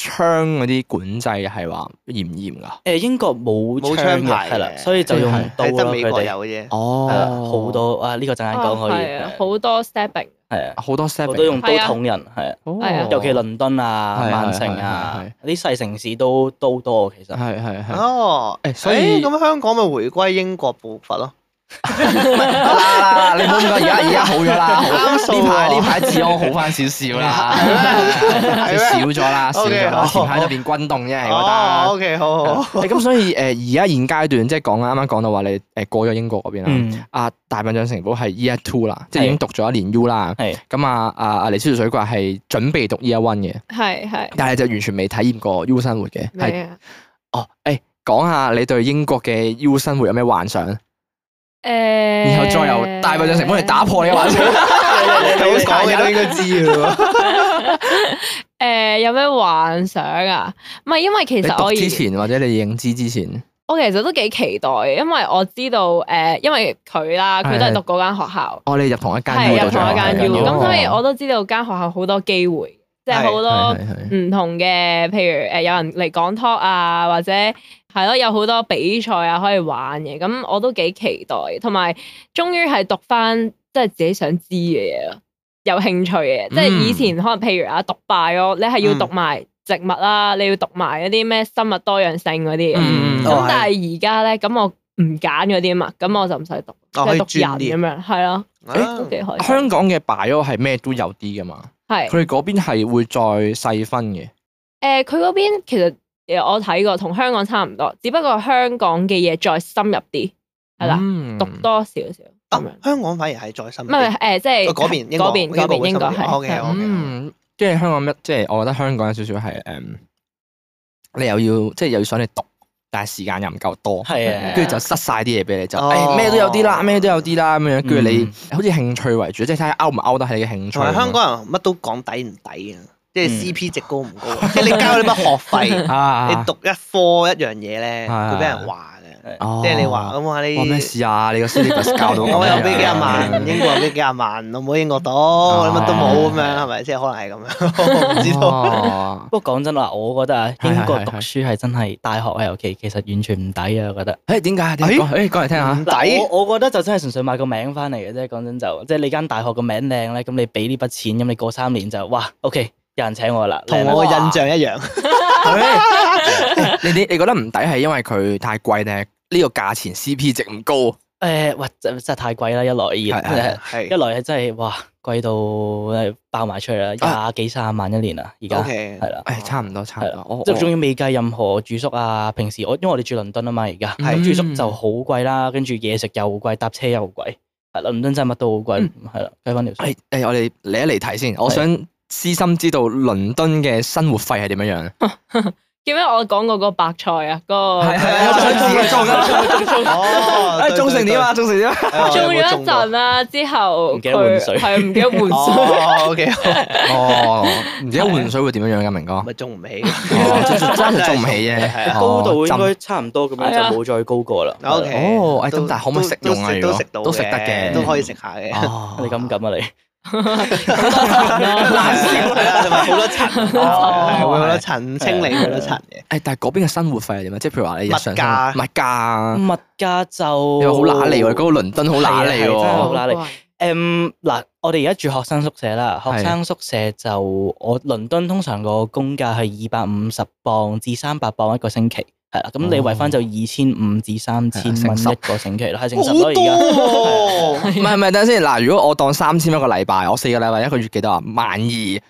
Speaker 4: 槍嗰啲管制係話嚴唔嚴㗎？
Speaker 2: 誒英國冇
Speaker 3: 冇
Speaker 2: 槍
Speaker 3: 槍
Speaker 2: 嘅，
Speaker 3: 牌
Speaker 2: 係啦，
Speaker 3: 嘅
Speaker 2: 所以就用刀
Speaker 3: 係得
Speaker 2: 咯，
Speaker 3: 美
Speaker 2: 佢
Speaker 3: 國
Speaker 2: 哋
Speaker 3: 有嘅啫。
Speaker 2: 係啦
Speaker 4: 哦，
Speaker 2: 好多啊，呢個陣間講可以
Speaker 1: 係啊，好多 stepping，
Speaker 2: 係啊，
Speaker 4: 好多 set
Speaker 2: 好多用刀捅人，係啊，
Speaker 1: 係啊
Speaker 2: 尤其倫敦啊
Speaker 4: 哦係、係
Speaker 2: 曼城
Speaker 4: 係係
Speaker 2: 啊，呢啲細城市都都多其實。
Speaker 4: 係係係。
Speaker 3: 哦，
Speaker 4: 誒
Speaker 3: 誒，
Speaker 4: 所以
Speaker 3: 咁香港咪回歸英國步伐咯，
Speaker 4: 啦啦，你唔好咁講，而家而家好咗啦，好
Speaker 3: 啱數喎
Speaker 4: 呢排呢排治安好翻少 少啦，
Speaker 3: 哦係咩
Speaker 4: 少咗啦，少咗
Speaker 3: OK，好
Speaker 4: 啦，前排就變軍動啫，我覺
Speaker 3: 哦
Speaker 4: 得。
Speaker 3: ，OK，好好好，
Speaker 4: 誒咁所以誒而家現階段即係講啱啱講到話你誒過咗英國嗰邊啦，
Speaker 2: 嗯，
Speaker 4: 啊大笨象城堡係 Year Two 啦，即係已經讀咗一年 U 啦，
Speaker 2: 係
Speaker 4: 咁啊啊啊黎超水怪係準備讀 Year One
Speaker 3: 嗯
Speaker 4: 嘅，
Speaker 1: 係係
Speaker 4: 但係就完全未體驗過 U 生活嘅，係
Speaker 1: 咩啊？
Speaker 4: 哦誒講下你對英國嘅 U 生活有咩幻想，
Speaker 1: 誒，
Speaker 4: 然後再由大笨象城堡嚟打破你嘅 幻想，
Speaker 3: 咁講哦你都應該知嘅喎。
Speaker 1: 誒、有咩幻想啊？唔係因為其
Speaker 4: 你
Speaker 1: 實我
Speaker 4: 讀之
Speaker 1: 而
Speaker 4: 前或者你認知之前。
Speaker 1: 我其實都幾期待嘅，因為我知道誒、因為佢啦，佢都係
Speaker 4: 係
Speaker 1: 讀嗰間學校，
Speaker 4: 哦，你入同一間
Speaker 1: 係
Speaker 4: U
Speaker 1: 入
Speaker 4: 到最後
Speaker 1: 同一間 U，
Speaker 2: 係
Speaker 1: 咁
Speaker 2: 哦
Speaker 1: 所以我都知道間學校好多機會，即係
Speaker 3: 係
Speaker 1: 好多
Speaker 4: 係係係
Speaker 1: 唔同嘅，譬如誒、有人嚟講 talk 啊，或者係咯，有好多比賽啊可以玩嘅，咁我都幾期待，同埋終於係讀翻即係自己想知嘅嘢咯，有興趣嘅嘢，即係
Speaker 4: 嗯
Speaker 1: 以前可能譬如啊讀 bio 咯，你係要讀埋植物啦，你要讀埋嗰啲咩生物多樣性嗰啲嘢，
Speaker 4: 嗯
Speaker 1: 咁
Speaker 3: 哦係
Speaker 1: 但係而家咧，咁我唔揀嗰啲啊嘛，咁我就唔使讀，即
Speaker 3: 哦可
Speaker 1: 係
Speaker 3: 以啊
Speaker 1: 讀人
Speaker 3: 轉
Speaker 1: 咁樣，係咯，都
Speaker 3: 啲
Speaker 1: 幾開心，
Speaker 4: 香港嘅 bio 係咩都有啲噶嘛，
Speaker 1: 嗯係。
Speaker 4: 佢哋嗰邊係會再細分嘅。
Speaker 1: 誒，佢嗰邊其實誒我睇過，同香港差唔多，只不過香港嘅嘢再深入啲，係啦，
Speaker 4: 嗯
Speaker 1: 讀多少少
Speaker 3: 啊
Speaker 1: 咁樣。，
Speaker 3: 香港反而係再深
Speaker 1: 唔
Speaker 3: 啲。
Speaker 1: 係唔係誒，即係
Speaker 3: 哦 嗰邊英國
Speaker 1: 嗰邊嗰邊
Speaker 3: 英
Speaker 1: 應該
Speaker 3: 國會深入啲哦
Speaker 1: 係。
Speaker 3: OK，OK
Speaker 4: 嗯，即係香港乜？即係我覺得香港有少少係誒，嗯你又要即係又要想你讀，但係時間又唔夠多，
Speaker 2: 係啊，
Speaker 4: 跟住就塞晒啲嘢俾你就，
Speaker 3: 哦
Speaker 4: 誒咩都有啲啦，咩都有啲啦咁樣，跟住你
Speaker 2: 嗯
Speaker 4: 好似興趣為主，即係睇下勾唔勾得起你嘅興趣
Speaker 3: 同
Speaker 4: 咁樣。
Speaker 3: 埋香港人乜都講抵唔抵啊，即係
Speaker 2: 嗯
Speaker 3: CP 值高唔 高啊，即係你交你乜學費。
Speaker 4: 啊，
Speaker 3: 你讀一科一樣嘢咧，
Speaker 4: 係
Speaker 3: 會俾人話嘅。
Speaker 4: 哦
Speaker 3: 即係你話咁話你
Speaker 4: 哇咩事啊？你個 syllabus 教到咁樣啊
Speaker 3: 我又俾幾廿 萬，英國又俾幾廿萬，我冇英國到，我乜都冇咁樣，係哦咪？即係可能係咁樣， 我唔知道。
Speaker 4: 道。
Speaker 2: 不過講真啦，我覺得啊，
Speaker 4: 係係
Speaker 2: 英國
Speaker 4: 係
Speaker 2: 讀
Speaker 4: 係
Speaker 2: 書係真係大學啊，尤其其實完全唔抵啊，我覺得。
Speaker 4: 誒點解？點
Speaker 3: 哎
Speaker 4: 講誒講嚟聽下
Speaker 3: 唔。抵
Speaker 2: 嗱我我覺得就真係純粹買個名翻嚟嘅啫。講真就，即係你間大學個名靚咧，咁你俾呢筆錢，咁你過三年就哇，OK，有人請我啦。
Speaker 3: 同
Speaker 2: 靚啦
Speaker 3: 我嘅印象一 樣，嗯
Speaker 4: 誒你你你覺得唔抵係因為佢太貴定係呢個價錢 CP 值唔高？
Speaker 2: 誒，哇，真真係太貴啦！一來
Speaker 4: 係係
Speaker 2: 二，一
Speaker 3: 係
Speaker 2: 來係真係哇，貴到誒爆埋出嚟啦，廿幾三十萬一年啊，而家
Speaker 3: O
Speaker 2: 係
Speaker 3: K，
Speaker 2: 啦。
Speaker 4: 誒差唔多差
Speaker 3: 啊
Speaker 4: 唔多。我
Speaker 2: 即係仲要未計任何住宿啊，平時我因為我哋住倫敦啊嘛，而家
Speaker 4: 係
Speaker 2: 咁住宿就好貴啦，跟住嘢食又貴，搭車又貴，係倫敦真係乜都好貴，嗯係啦，計翻條數
Speaker 4: 誒。誒，我哋嚟一嚟睇先，我想私心知道倫敦嘅生活費係點樣樣。
Speaker 1: 記唔記得我講過個白菜啊？嗰
Speaker 4: 係
Speaker 1: 個
Speaker 4: 係係有張紙嘅裝
Speaker 3: 哦，
Speaker 4: 誒，
Speaker 3: 對
Speaker 4: 中成點？ 啊？中 成點啊？
Speaker 3: 對對哎我
Speaker 1: 中
Speaker 3: 有
Speaker 1: 咗
Speaker 3: 冇中
Speaker 1: 一陣啦，之後
Speaker 2: 唔記得換水
Speaker 1: 佢係唔記得換
Speaker 3: 過。
Speaker 1: 水，
Speaker 3: 哦，O K，
Speaker 4: 哦，唔知換水會點樣樣㗎，明哥？
Speaker 3: 咪中唔起，
Speaker 4: 哦，即係真係中唔起啫。
Speaker 3: 啊係啊
Speaker 2: 高度
Speaker 4: 哦
Speaker 2: 應
Speaker 4: 浸
Speaker 2: 該差唔多咁樣，
Speaker 1: 係啊
Speaker 2: 就冇再高過啦。
Speaker 3: O K，
Speaker 4: 哦哎咁但係可唔可以食用啊
Speaker 3: 都
Speaker 4: 如果
Speaker 3: 食到，
Speaker 4: 都食得嘅
Speaker 3: 都可以食下嘅。
Speaker 4: 哦
Speaker 2: 你敢唔敢啊你？
Speaker 3: 難笑 係啦，同埋好多塵，
Speaker 4: 哦
Speaker 3: 係會好多塵，清理好多塵嘅。
Speaker 4: 誒，但係嗰邊嘅生活費係點啊？即係譬如話你日常生
Speaker 3: 物
Speaker 4: 活
Speaker 3: 價
Speaker 4: 物價，
Speaker 2: 物價就
Speaker 4: 啊你話好揦脷喎，嗰個倫敦好揦
Speaker 2: 係啊係
Speaker 4: 脷
Speaker 2: 真係好
Speaker 4: 喎。
Speaker 2: 啦你誒嗯嗱，我哋而家住學生宿舍啦，
Speaker 4: 係
Speaker 2: 學生宿舍就我倫敦通常個工價係二百五十磅至三百磅一個星期，係
Speaker 4: 哦
Speaker 2: 啦，咁你維翻就二千五至三千
Speaker 4: 係啊
Speaker 2: 蚊
Speaker 4: 成十
Speaker 2: 一個星期啦，
Speaker 4: 哦
Speaker 2: 係成十
Speaker 3: 好
Speaker 2: 咯而家。
Speaker 3: 多喎
Speaker 4: 啊唔係唔係，等陣先嗱，如果我當三千一個禮拜，我四個禮拜一個月幾多啊？萬二係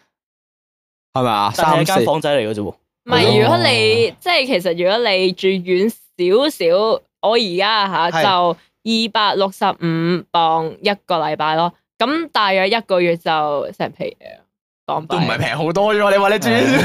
Speaker 4: 咪啊？
Speaker 2: 但係一
Speaker 4: 三四
Speaker 2: 間房仔嚟嘅啫喎，
Speaker 1: 唔係，如果你即係其實如果你住遠少少，我而家啊吓
Speaker 3: 係
Speaker 1: 就二百六十五磅一個禮拜咯，咁大約一個月就成皮嘢港
Speaker 4: 都唔係
Speaker 1: 幣。
Speaker 4: 平好多啫喎。你話你住
Speaker 3: 淨係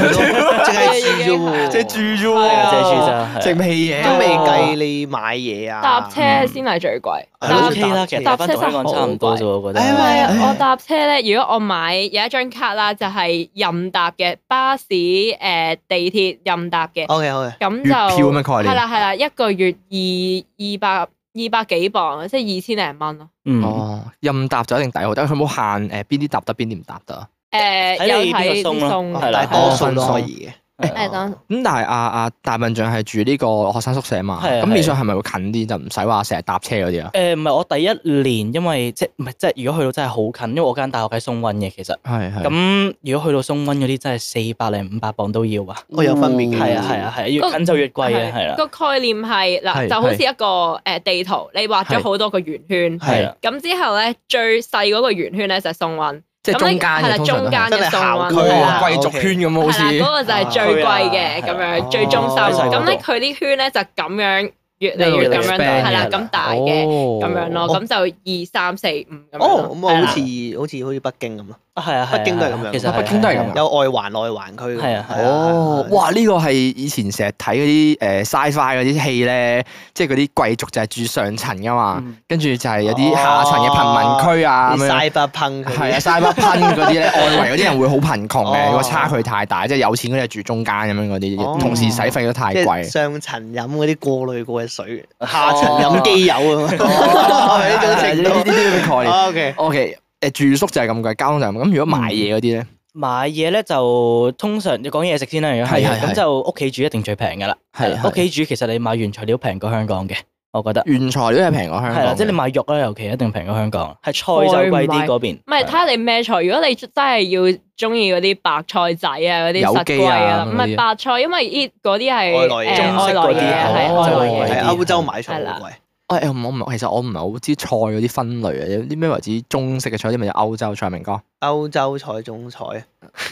Speaker 3: 住啫喎，
Speaker 4: 即係住
Speaker 1: 係
Speaker 4: 啫喎，
Speaker 1: 啊
Speaker 2: 借住咋，
Speaker 4: 食
Speaker 2: 係
Speaker 4: 屁嘢啊
Speaker 3: 都未計你買嘢啊，
Speaker 1: 搭
Speaker 4: 嗯
Speaker 1: 車先係最貴，
Speaker 3: 係
Speaker 2: 啊
Speaker 3: 咯
Speaker 1: 搭
Speaker 2: OK 啦，其實
Speaker 1: 搭
Speaker 2: 搭
Speaker 1: 車
Speaker 2: 翻同香港差唔多啫
Speaker 1: 真
Speaker 2: 喎，我覺
Speaker 3: 好貴
Speaker 1: 因
Speaker 3: 哎呀
Speaker 2: 得。
Speaker 1: 為
Speaker 3: 哎
Speaker 1: 我搭車咧，如果我買有一張卡啦，就係任搭嘅巴士、誒、地鐵任搭嘅，
Speaker 3: OK OK，
Speaker 1: 咁就
Speaker 4: 哦月票咁嘅概
Speaker 1: 係
Speaker 4: 念
Speaker 1: 啦係啦，一個月二二百二百幾磅，即係二千零蚊咯。
Speaker 2: 嗯，
Speaker 4: 哦，任搭就一定抵好，但係佢冇限誒邊啲搭得邊啲唔搭得啊。
Speaker 1: 誒
Speaker 2: 睇
Speaker 1: 有
Speaker 2: 你邊個
Speaker 1: 睇
Speaker 2: 鬆咯
Speaker 1: 送
Speaker 2: 係
Speaker 3: 但
Speaker 2: 啦
Speaker 3: 係多數都可以嘅。
Speaker 2: 嗯
Speaker 1: 係等
Speaker 4: 咁但係阿阿大笨象係住呢個學生宿舍嘛，
Speaker 2: 係啊係
Speaker 4: 咁
Speaker 2: 啊
Speaker 4: 面上係咪會近啲，就唔使話成日搭車嗰啲啊？
Speaker 2: 呃誒唔係我第一年，因為即係唔係即係如果去到真係好近，因為我間大學喺松温嘅其實。
Speaker 4: 係係。
Speaker 2: 咁如果去到松温嗰啲，真係四百零五百磅都要啊！
Speaker 3: 我有分別
Speaker 4: 嗯
Speaker 3: 嘅，
Speaker 2: 係啊係啊係啊，
Speaker 1: 哦
Speaker 2: 越近就越貴嘅，係啦，
Speaker 1: 個概念係嗱，
Speaker 4: 係
Speaker 1: 就好似一個誒地圖，你畫咗
Speaker 4: 係
Speaker 1: 好多個圓圈，
Speaker 2: 係啊啦，
Speaker 1: 咁之後咧最細嗰個圓圈咧就係送運，
Speaker 4: 即係中間
Speaker 1: 係啦
Speaker 4: 嘅，通常都
Speaker 1: 中間
Speaker 4: 係
Speaker 1: 嘅送運
Speaker 3: 真係校區
Speaker 1: 係
Speaker 3: 喎
Speaker 1: 啦
Speaker 4: 哇貴族圈咁好
Speaker 1: 係啦，嗰
Speaker 4: 似。
Speaker 1: 個就係最貴嘅
Speaker 2: 係啦
Speaker 1: 咁
Speaker 3: 哦
Speaker 1: 樣，最中心。
Speaker 2: 細細個
Speaker 1: 咁咧佢啲圈咧就咁樣越嚟越咁樣
Speaker 4: expand
Speaker 1: 係啦，
Speaker 2: 嘅
Speaker 1: 咁大嘅咁樣咯，
Speaker 4: 哦
Speaker 1: 咁就二三四五咁樣
Speaker 3: 哦，
Speaker 1: 咯。
Speaker 3: 咁啊，好
Speaker 1: 係啦
Speaker 3: 似好似好似北京咁咯，
Speaker 2: 啊係啊，係啊
Speaker 3: 北京都係咁樣
Speaker 2: 其實
Speaker 4: 北京都係咁樣
Speaker 2: 啊
Speaker 3: 有外環內環區。
Speaker 2: 係啊係啊
Speaker 4: 哦，哇！呢個係以前成日睇嗰啲誒呃 sci-fi 嗰啲戲咧，即係嗰啲貴族就係住上層噶嘛，
Speaker 2: 嗯
Speaker 4: 跟住就係有啲下層嘅貧民區啊咁樣。
Speaker 3: 曬不烹佢。
Speaker 4: 係啊，曬不噴嗰啲咧，外圍嗰啲人會好貧窮嘅，
Speaker 3: 哦
Speaker 4: 個差距太大，即係有錢嗰啲係住中間咁樣嗰
Speaker 3: 哦
Speaker 4: 啲，同時使費都太
Speaker 3: 即係
Speaker 4: 貴。
Speaker 3: 上層飲嗰啲過濾過嘅水，下層飲機油 啊，係呢種
Speaker 4: 係 呢
Speaker 3: 程
Speaker 4: 啲
Speaker 3: 度。
Speaker 4: 咩概念
Speaker 3: 哦 OK，
Speaker 4: ？OK，誒住宿就係咁貴，交通就係咁。咁如果買嘢嗰啲咧，
Speaker 2: 買嘢咧就通常你講嘢食先啦，如果係
Speaker 4: 係係係
Speaker 2: 咁就屋企煮一定最平噶啦，啊
Speaker 4: 係係
Speaker 2: 屋企煮其實你買原材料平過香港嘅，我覺得
Speaker 4: 原材料係平過香
Speaker 2: 係
Speaker 4: 港
Speaker 2: 啦，
Speaker 4: 嘅，
Speaker 2: 即係你買肉咧，尤其一定平過香港，係菜就貴啲嗰邊，啊
Speaker 1: 唔係睇下你咩菜，如果你真係要中意嗰啲白菜仔啊，嗰啲
Speaker 4: 有
Speaker 1: 實
Speaker 4: 機
Speaker 1: 貴
Speaker 4: 啊
Speaker 1: 啊，唔
Speaker 4: 咁嗰啲
Speaker 1: 係白菜，因為呢嗰啲係
Speaker 3: 外來
Speaker 1: 誒
Speaker 3: 嘢啊中
Speaker 1: 外
Speaker 2: 式
Speaker 1: 來
Speaker 2: 嗰啲
Speaker 1: 嘢，係啊
Speaker 2: 哦
Speaker 1: 外來
Speaker 2: 外
Speaker 1: 嘢
Speaker 2: 來
Speaker 3: 係
Speaker 2: 嘢。
Speaker 3: 歐洲買菜
Speaker 1: 係啦
Speaker 3: 好貴，
Speaker 4: 哎誒我唔，其實我唔係好知菜嗰啲分類啊，有啲咩為之中式嘅菜，啲咪有歐洲菜，明哥？
Speaker 3: 歐洲菜、中菜，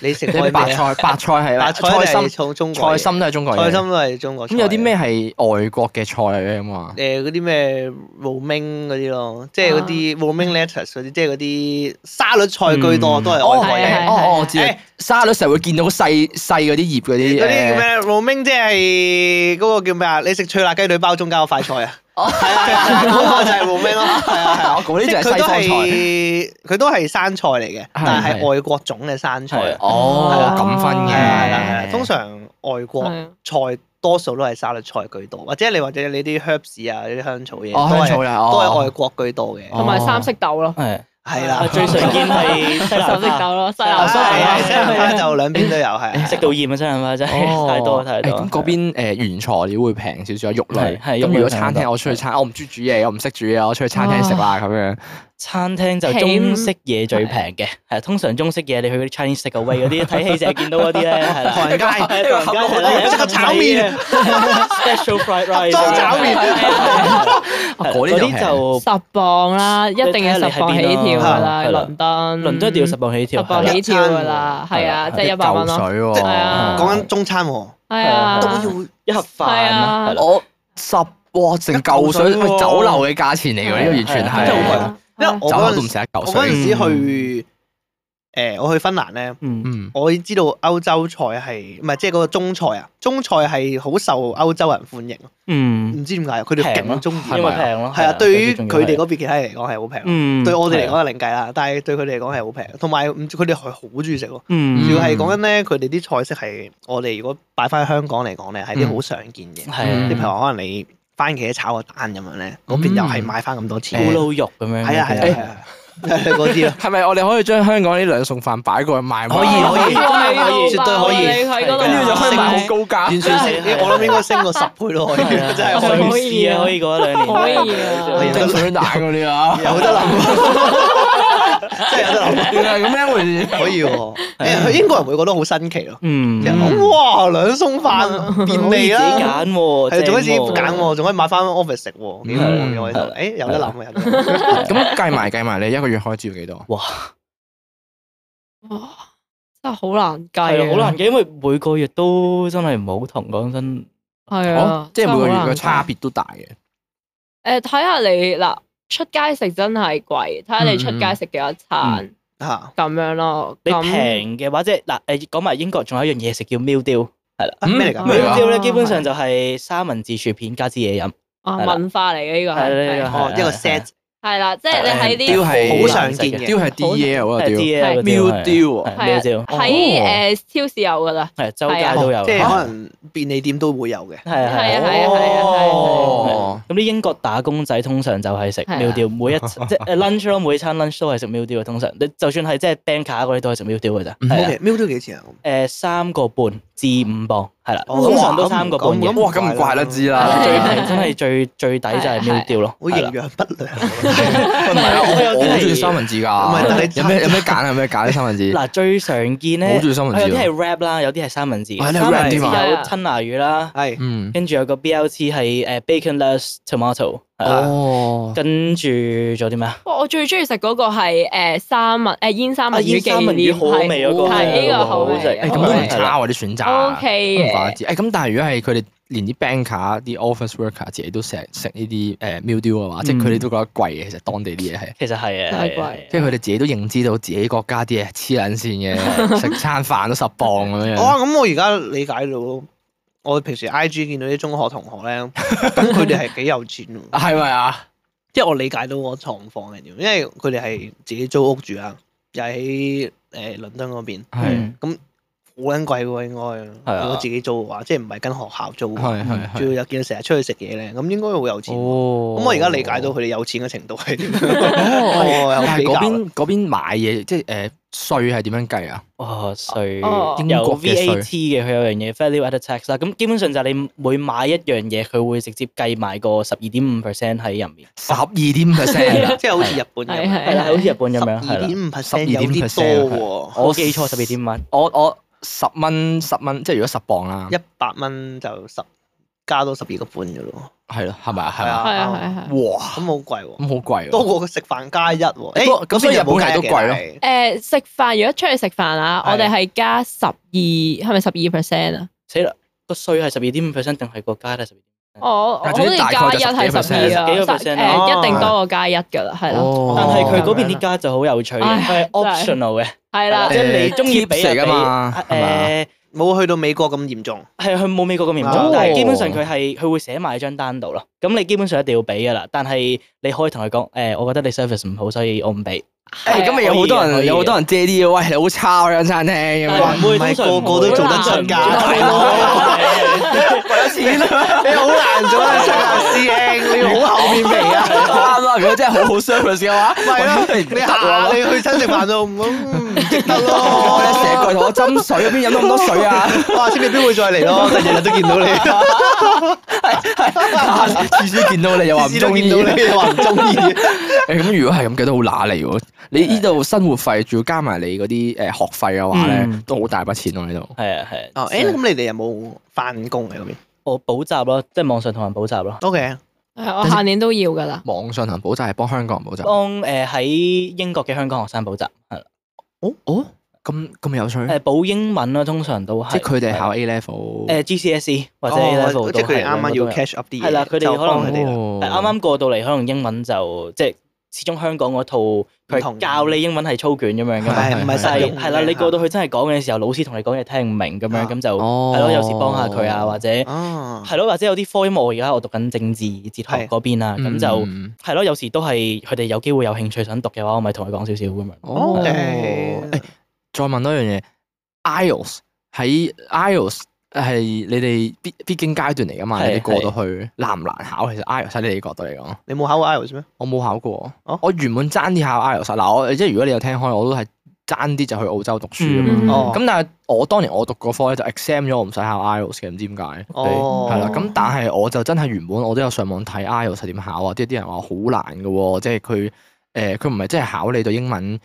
Speaker 3: 你食
Speaker 4: 即
Speaker 3: 開
Speaker 4: 係
Speaker 3: 咩
Speaker 4: 白
Speaker 3: 啊？
Speaker 4: 菜，白菜係
Speaker 3: 白菜
Speaker 4: 菜
Speaker 3: 係
Speaker 4: 心，
Speaker 3: 中中國
Speaker 4: 菜
Speaker 3: 嘢
Speaker 4: 心都係中國
Speaker 3: 菜
Speaker 4: 嘢。
Speaker 3: 心都係中國菜。
Speaker 4: 咁有啲咩係外國嘅菜啊嚟嘅嘛？
Speaker 3: 誒嗰啲咩 romaine 嗰啲咯，即係嗰啲 romaine lettuce 嗰啲，即係嗰啲沙律菜居多，
Speaker 4: 嗯
Speaker 3: 都係
Speaker 4: 哦
Speaker 3: 外國
Speaker 1: 係
Speaker 3: 嘢
Speaker 1: 係。
Speaker 4: 哦哦，我知
Speaker 3: 誒
Speaker 4: 啊，沙律成日會見到細細嗰啲葉嗰啲
Speaker 3: 嗰啲叫
Speaker 4: 誒
Speaker 3: 咩 romaine 即係嗰個叫咩啊？你食脆辣雞腿包中間嗰塊菜啊？
Speaker 4: 哦
Speaker 3: 係啊，係啊嗰個就係 romaine 咯，係啊係啊。
Speaker 4: 我嗰啲就係
Speaker 3: 即係佢
Speaker 4: 西
Speaker 3: 都
Speaker 4: 方菜。嗯
Speaker 3: 係佢都係生菜嚟嘅，但係係外國種嘅生菜。
Speaker 2: 係
Speaker 3: 係
Speaker 2: 啊
Speaker 3: 係
Speaker 4: 哦
Speaker 3: 啊，
Speaker 4: 咁分
Speaker 3: 係
Speaker 4: 嘅。
Speaker 3: 啊係啊，通常外
Speaker 1: 係
Speaker 4: 嗯
Speaker 3: 國
Speaker 1: 啊
Speaker 3: 菜多數都係沙律菜居多，或者你或者你啲 herbs 啊、啲香草嘢
Speaker 4: 哦，
Speaker 3: 都
Speaker 4: 香
Speaker 3: 係
Speaker 4: 草啦，
Speaker 3: 都係外
Speaker 4: 哦，
Speaker 3: 國居多嘅，
Speaker 1: 同埋三色豆咯，
Speaker 2: 係
Speaker 3: 係
Speaker 2: 啊
Speaker 3: 啦，
Speaker 2: 最常見係西
Speaker 1: 三
Speaker 2: 蘭
Speaker 1: 色
Speaker 2: 花，
Speaker 1: 豆咯，西
Speaker 3: 係
Speaker 1: 蘭
Speaker 3: 啊
Speaker 1: 花
Speaker 3: 係啊
Speaker 1: 啊
Speaker 3: 西蘭花就兩邊都有係。
Speaker 2: 食到厭啊！西蘭花真係
Speaker 4: 哦
Speaker 2: 太多太多。
Speaker 4: 誒咁嗰邊誒原材料會平少啊少，肉
Speaker 2: 係
Speaker 4: 類。
Speaker 2: 係
Speaker 4: 咁
Speaker 2: 肉類
Speaker 4: 如
Speaker 2: 平
Speaker 4: 果餐
Speaker 2: 好
Speaker 4: 廳，
Speaker 2: 多
Speaker 4: 我出去餐，哦我唔中意煮嘢，我唔識煮嘢，我出去餐廳食啦咁樣。
Speaker 2: 餐廳就中式嘢最平嘅，係通常中式嘢你去嗰啲 Chinese takeaway 嗰 啲睇戲成日見到嗰啲咧，係啦，
Speaker 3: 唐 人街
Speaker 2: 唐人街係啦有一
Speaker 3: 食個炒麵
Speaker 2: ，special fried rice，
Speaker 3: 裝炒麵
Speaker 2: 係嗰
Speaker 4: 嗰啲就
Speaker 2: 啲就
Speaker 1: 十磅啦，一定要十磅起跳噶啦，
Speaker 2: 你睇下你喺邊啦
Speaker 1: 倫敦
Speaker 2: 啊倫敦一定要十磅起
Speaker 1: 十
Speaker 2: 跳，
Speaker 1: 磅
Speaker 2: 係啦
Speaker 1: 起跳噶啦，
Speaker 2: 係
Speaker 1: 係
Speaker 2: 啦
Speaker 1: 啊，
Speaker 2: 係
Speaker 1: 即係一百蚊
Speaker 4: 嚿
Speaker 1: 咯，
Speaker 4: 水喎，
Speaker 3: 即係
Speaker 1: 係啊
Speaker 3: 講緊中餐喎，
Speaker 1: 係
Speaker 2: 啊
Speaker 1: 啊
Speaker 3: 都，要
Speaker 2: 一盒飯
Speaker 1: 係
Speaker 2: 啦
Speaker 1: 啊，
Speaker 2: 係啦
Speaker 4: 我十哇成嚿水，
Speaker 3: 一嚿水喎
Speaker 4: 喂酒樓嘅價錢嚟㗎，呢個完全
Speaker 2: 係啊
Speaker 4: 係
Speaker 3: 真係好貴
Speaker 1: 啊
Speaker 3: 因為我
Speaker 4: 酒樓
Speaker 3: 嗰
Speaker 4: 都唔
Speaker 3: 陣
Speaker 4: 食一
Speaker 3: 我
Speaker 4: 嚿
Speaker 3: 嗰陣
Speaker 4: 水。
Speaker 3: 時去誒，我去芬蘭咧。
Speaker 2: 嗯，
Speaker 4: 嗯，
Speaker 3: 我知道歐洲菜係唔係即係嗰個中菜啊？中菜係好受歐洲人歡迎，
Speaker 2: 嗯，
Speaker 3: 唔知點解啊佢哋勁中意。
Speaker 2: 因為平咯，
Speaker 3: 係啊，對於
Speaker 2: 最重要
Speaker 3: 佢哋
Speaker 2: 係
Speaker 3: 嗰邊其他人嚟講係好平，
Speaker 2: 嗯，
Speaker 3: 對我
Speaker 2: 係
Speaker 3: 哋嚟
Speaker 2: 啊，
Speaker 3: 講係另計啦。但係對佢哋嚟講係好平，同埋唔知佢哋係好中意食咯。
Speaker 2: 嗯，
Speaker 3: 主
Speaker 4: 要
Speaker 3: 要係講緊咧，佢哋啲菜式係我哋如果擺翻香港嚟講咧，係啲好常見嘅。
Speaker 2: 嗯係啊
Speaker 3: 即係
Speaker 4: 嗯
Speaker 3: 譬如話可能你番茄炒個蛋咁樣咧，嗰邊又係
Speaker 4: 嗯
Speaker 3: 買翻咁多錢。
Speaker 2: 咕
Speaker 3: 係
Speaker 2: 嚕肉咁樣，
Speaker 3: 啊係啊係啊係啊，嗰啲啊。
Speaker 4: 係咪我哋可以將香港呢兩餸飯擺過去賣？
Speaker 3: 可以可以
Speaker 1: 好貴到
Speaker 3: 可以絕對
Speaker 1: 爆
Speaker 3: 可以
Speaker 1: 你喺嗰度
Speaker 4: 跟住就可以賣好
Speaker 1: 食
Speaker 4: 高價。
Speaker 3: 完全升，我諗應該升過十倍 咯，可以真係可以
Speaker 1: 可
Speaker 2: 可
Speaker 1: 以
Speaker 2: 以
Speaker 1: 啊
Speaker 2: 啊，可以過一兩年，
Speaker 1: 可以啊
Speaker 2: 可以
Speaker 4: 蒸水蛋嗰 啲啊，
Speaker 3: 有得諗，真係有得諗，
Speaker 4: 原來係咁樣回事。
Speaker 3: 可以喎。誒，英國人會覺得好新奇咯，
Speaker 2: 嗯
Speaker 3: 即，係講哇兩餸飯便
Speaker 2: 可以
Speaker 3: 利
Speaker 2: 自己
Speaker 3: 啦，
Speaker 2: 揀喎，
Speaker 3: 係啊仲可以自己
Speaker 2: 正喎
Speaker 3: 揀喎，仲可以買翻 office 食喎，幾好
Speaker 4: 嗯
Speaker 3: 嘅我覺得。誒有得諗啊嘅有得諗，
Speaker 4: 咁計埋計埋，你一個月開支要幾多？
Speaker 1: 哇，真係好難計啊，
Speaker 2: 係好難嘅，因為每個月都真係唔好同，講真，
Speaker 1: 係
Speaker 4: 哦
Speaker 1: 啊，，
Speaker 4: 即係每個月
Speaker 1: 真係好難
Speaker 4: 嘅差
Speaker 1: 計
Speaker 4: 別都大嘅。
Speaker 1: 誒，睇下你嗱，出街食真係貴，睇下你出街食幾多餐
Speaker 3: 嚇
Speaker 1: 咁樣咯。
Speaker 2: 你
Speaker 1: 咁
Speaker 2: 平嘅話，即係嗱誒講埋英國仲有一樣嘢食叫 meal deal。
Speaker 3: 咩嚟
Speaker 1: 咩嚟㗎
Speaker 2: meal
Speaker 3: 㗎？
Speaker 2: deal 咧，基本上就係三文治薯片加支嘢飲，
Speaker 1: 啊
Speaker 2: 係啦
Speaker 1: 文化嚟嘅呢個
Speaker 2: 係呢
Speaker 1: 係
Speaker 2: 個
Speaker 3: 哦，一個 set
Speaker 1: 係啦，即係你
Speaker 4: 雕
Speaker 1: 喺啲
Speaker 4: 係
Speaker 3: 好常見嘅，
Speaker 4: 雕係 D L 啊，
Speaker 2: 係
Speaker 4: 雕
Speaker 3: E
Speaker 2: 支嘢嗰啲
Speaker 4: Meal
Speaker 2: 係
Speaker 4: Deal
Speaker 2: 係
Speaker 4: 啊，
Speaker 2: meal deal，
Speaker 1: 喺誒超市有噶啦，
Speaker 2: 係周街都有，啊
Speaker 3: 即係
Speaker 2: 係
Speaker 3: 可能便利店都會有嘅。
Speaker 2: 係
Speaker 1: 係啊係
Speaker 2: 係。
Speaker 1: 啊係啊係啊。
Speaker 4: 哦，
Speaker 2: 咁啲英國打工仔通常就係食
Speaker 1: 係啊
Speaker 2: meal deal，每一 即係呃 lunch 咯，每餐 lunch 都係食 meal deal 嘅。通常你就算係即係 bank 卡嗰啲都係食 meal deal 嘅
Speaker 4: 嗯
Speaker 2: 咋。係啊
Speaker 3: OK，meal 都幾錢啊？
Speaker 2: 誒三個半至五磅，係啦，
Speaker 3: 哦
Speaker 2: 通常都三個半
Speaker 3: 咁
Speaker 2: 嘅。
Speaker 4: 哇，咁唔怪得 知
Speaker 2: 係啦
Speaker 4: 啦。
Speaker 2: 最平真 係最最抵就係 meal deal 咯。
Speaker 3: 好
Speaker 2: 係啦
Speaker 1: 啊
Speaker 3: 營養不良。
Speaker 4: 唔係啊，
Speaker 2: 我有啲
Speaker 4: 我好
Speaker 2: 係
Speaker 4: 中意三文治㗎。
Speaker 3: 唔係但係你
Speaker 4: 有咩有咩揀啊？有咩揀啲三文治？
Speaker 2: 嗱，最常見
Speaker 4: 我好
Speaker 2: 咧，
Speaker 4: 中意三文
Speaker 2: 佢
Speaker 4: 治
Speaker 2: 有啲
Speaker 4: 喎
Speaker 2: 係 wrap 啦，有啲係三文治。
Speaker 4: 啊你係
Speaker 2: 三文
Speaker 4: wrap
Speaker 2: 治
Speaker 4: 添
Speaker 2: 有
Speaker 1: 啊
Speaker 2: 吞拿魚啦，
Speaker 3: 係
Speaker 4: 嗯，
Speaker 2: 跟住有個 BLT 係誒 baconless tomato，係
Speaker 3: 啊
Speaker 2: 啦
Speaker 4: 哦，
Speaker 2: 跟住仲有啲咩啊？
Speaker 1: 哇！我最中意食嗰個係誒三文誒煙三文魚
Speaker 2: 煙
Speaker 1: 忌廉
Speaker 2: 三文魚好好味嗰個，
Speaker 1: 係呢個好味
Speaker 2: 好食
Speaker 1: 嘅
Speaker 4: 誒哎咁
Speaker 3: 哦
Speaker 4: 都唔差喎啲選擇。
Speaker 1: OK
Speaker 4: 都唔怪得
Speaker 1: 嘅，
Speaker 4: 知。誒哎咁，但係如果係佢哋連啲 banker、啲 office worker 自己都成日食呢啲誒 meal deal 嘅
Speaker 3: 嗯
Speaker 4: 話，即係佢哋都覺得貴嘅。其實當地啲嘢係，
Speaker 2: 其實係啊，
Speaker 1: 太
Speaker 2: 係
Speaker 1: 貴
Speaker 2: 啊
Speaker 4: 即係佢哋自己都認知到自己國家啲嘢黐撚 線嘅，食餐飯都十磅咁
Speaker 3: 哦，
Speaker 4: 樣。
Speaker 3: 咁我而家理解到咯，我平時 I G 見到啲中學同學咧，咁佢哋係幾有錢喎，
Speaker 4: 係咪啊？
Speaker 3: 即係我理解到個狀況係點，因為佢哋係自己租屋住啊，又喺誒倫敦嗰邊，
Speaker 4: 係
Speaker 2: 嗯
Speaker 3: 好撚貴喎應該，
Speaker 2: 係啊
Speaker 3: 如果自己租嘅話，即係唔係跟學校租嘅，
Speaker 4: 係係
Speaker 3: 仲
Speaker 4: 係。
Speaker 3: 要又見佢成日出去食嘢咧，咁應該好有錢。嗯咁
Speaker 4: 哦
Speaker 3: 我而家理解到佢哋有錢嘅程度係點，我有
Speaker 4: 哦，但係
Speaker 3: 啊比較
Speaker 4: 嗰
Speaker 3: 啦。
Speaker 4: 邊嗰邊買嘢，即係誒稅係點樣計啊？
Speaker 2: 哇税
Speaker 1: 哦
Speaker 4: 英
Speaker 2: 有
Speaker 4: 國嘅稅
Speaker 2: VAT 嘅，佢有樣嘢 value added tax 啦。咁基本上就係你每買一樣嘢，佢會直接計埋個十二點五 percent 喺入面。
Speaker 4: 十二點 percent，啊
Speaker 3: 即係啊好似日本咁
Speaker 1: 係係
Speaker 3: 樣，
Speaker 2: 係啦，好似日本咁樣，係
Speaker 3: 二
Speaker 2: 啦。
Speaker 3: 點五 percent 有
Speaker 4: 12.5%
Speaker 3: 啲多
Speaker 2: 我記錯十二點五，
Speaker 4: 我我十蚊十蚊，即係如果十磅啦
Speaker 3: 喎，，一百蚊就十加多十二個半嘅咯。
Speaker 4: 係咯，係咪啊？係
Speaker 3: 係
Speaker 4: 咪啊？
Speaker 1: 係啊
Speaker 3: 啊，
Speaker 1: 係啊係啊。
Speaker 4: 哇，
Speaker 3: 咁好貴喎，
Speaker 4: 咁好貴喎。
Speaker 3: 多過佢食飯加一喎。誒，
Speaker 4: 咁所以日本係都貴咯
Speaker 3: 咯。
Speaker 1: 誒食飯如果出去食飯啊，
Speaker 3: 係
Speaker 1: 我哋係加十二係咪十二 percent 啊？
Speaker 2: 死啦！個税係十二點五 percent 定係個加得十二
Speaker 1: 我哦我
Speaker 4: 但
Speaker 1: 好
Speaker 4: 總之
Speaker 1: 似
Speaker 4: 大
Speaker 1: 加
Speaker 4: 概
Speaker 1: 一
Speaker 4: 就
Speaker 1: 係
Speaker 4: 10%
Speaker 1: 十二啊，
Speaker 2: 幾個
Speaker 1: 十
Speaker 2: percent
Speaker 1: 誒
Speaker 3: 哦
Speaker 1: 一定多過加一㗎啦，係啦，
Speaker 4: 哦
Speaker 2: 但係佢嗰邊
Speaker 3: 哦
Speaker 2: 啲加就好有趣嘅，佢係
Speaker 1: 唉
Speaker 2: optional 嘅，
Speaker 1: 係
Speaker 2: 係啦
Speaker 1: 啦
Speaker 2: 即。係你
Speaker 4: 誒
Speaker 2: 中意俾
Speaker 4: tips 嚟㗎嘛
Speaker 2: 就俾
Speaker 4: 係嘛
Speaker 2: 誒
Speaker 3: 冇去到美國咁嚴重，
Speaker 2: 係佢冇美國咁嚴
Speaker 3: 哦
Speaker 2: 重，但係基本上佢係佢會寫埋張單度咯。咁你基本上一定要俾㗎啦，但係你可以同佢講誒，我覺得你啊 service 唔好，所以我唔俾。
Speaker 1: 係
Speaker 4: 誒，今日有好多
Speaker 2: 可以嘅可
Speaker 4: 人
Speaker 2: 以嘅
Speaker 4: 有好多人遮啲喂，你好差嗰間餐廳咁
Speaker 1: 係
Speaker 4: 樣。
Speaker 1: 啊
Speaker 3: 唔係個個都做得出㗎，大 佬，為咗錢啊， 你好難做得出啊，師兄，你好厚面皮啊！
Speaker 4: 啱啦，如果真係好好 service 嘅話，
Speaker 3: 唔係咯，
Speaker 4: 喂
Speaker 3: 你下你去親食 飯就唔好嗯唔值得咯
Speaker 4: 我。哋成日過嚟同我斟水，邊飲到咁多水啊？
Speaker 3: 哇！知你邊會再嚟咯？第日日都見 到你，
Speaker 4: 次次見到你又話唔
Speaker 3: 次次都
Speaker 4: 中
Speaker 3: 見
Speaker 4: 意
Speaker 3: 到。你又話唔中意，
Speaker 4: 誒咁如果係咁計都好揦脷喎，你呢度生活費仲要加埋你嗰啲誒學費嘅話咧
Speaker 2: 嗯，
Speaker 4: 都好大筆錢喎呢度。
Speaker 2: 係啊係啊。
Speaker 3: 哦，誒，咁你哋有冇翻工喺嗰邊
Speaker 2: 我補習咯，即係網上同人補習咯，
Speaker 3: ？OK，
Speaker 1: 係我下年都要噶啦。
Speaker 4: 網上同人補習係幫香港人補習，
Speaker 2: 幫誒喺英國嘅香港學生補習，係啦，
Speaker 4: 哦哦，咁咁有趣，
Speaker 3: 嗯
Speaker 2: 誒補英文啦，通常都係
Speaker 4: 即係佢哋考 A
Speaker 2: 誒
Speaker 4: level，
Speaker 2: GCSE E 或者 A
Speaker 3: 哦
Speaker 2: level
Speaker 3: 即係佢哋啱
Speaker 2: 都係兩個
Speaker 3: 啱
Speaker 2: 都有
Speaker 3: 要 catch up 啲嘢，
Speaker 2: 係啦佢哋
Speaker 3: 就
Speaker 2: 可
Speaker 3: 幫
Speaker 2: 能
Speaker 3: 佢哋啦。
Speaker 4: 哦
Speaker 2: 但啱啱過到嚟，可能英文就即係始終香港嗰套
Speaker 3: 唔同
Speaker 2: 佢教你英文係操卷咁樣㗎嘛。
Speaker 3: 係唔係實
Speaker 2: 係
Speaker 3: 用嘅？
Speaker 2: 係啦，你過到去真係講嘅時候，老師同你講嘢聽唔明咁
Speaker 3: 啊
Speaker 2: 樣，咁就
Speaker 4: 哦
Speaker 2: 係咯，有時幫下佢啊，或者係
Speaker 3: 哦，
Speaker 2: 咯，或者有啲科，因為我而家我讀緊政治哲
Speaker 3: 係
Speaker 2: 學嗰邊啊，咁就
Speaker 4: 嗯
Speaker 2: 係咯，有時都係佢哋有機會有興趣想讀嘅話，我咪同佢講少少咁樣。
Speaker 4: 哦
Speaker 3: OK
Speaker 4: 誒再問多樣嘢，IELTS 喺 IELTS 係你哋必必經階段嚟噶嘛？
Speaker 2: 係
Speaker 4: 你哋過到去難唔難考？其實 IELTS 喺你哋角度嚟講，
Speaker 3: 你冇考過 IELTS 咩？
Speaker 4: 我冇考過
Speaker 3: 哦，
Speaker 4: 我原本爭啲考 IELTS 嗱，我即係如果你有聽開，我都係爭啲就去澳洲讀書咁樣。
Speaker 1: 嗯
Speaker 3: 哦
Speaker 4: 咁但係我當年我讀嗰科咧就 exam 咗，我唔使考 IELTS 嘅，唔知點解。
Speaker 3: 哦
Speaker 4: 係啦，咁但係我就真係原本我都有上網睇 IELTS 係點考啊，啲啲人話好難嘅喎，即係佢誒佢唔係真係考你對英文，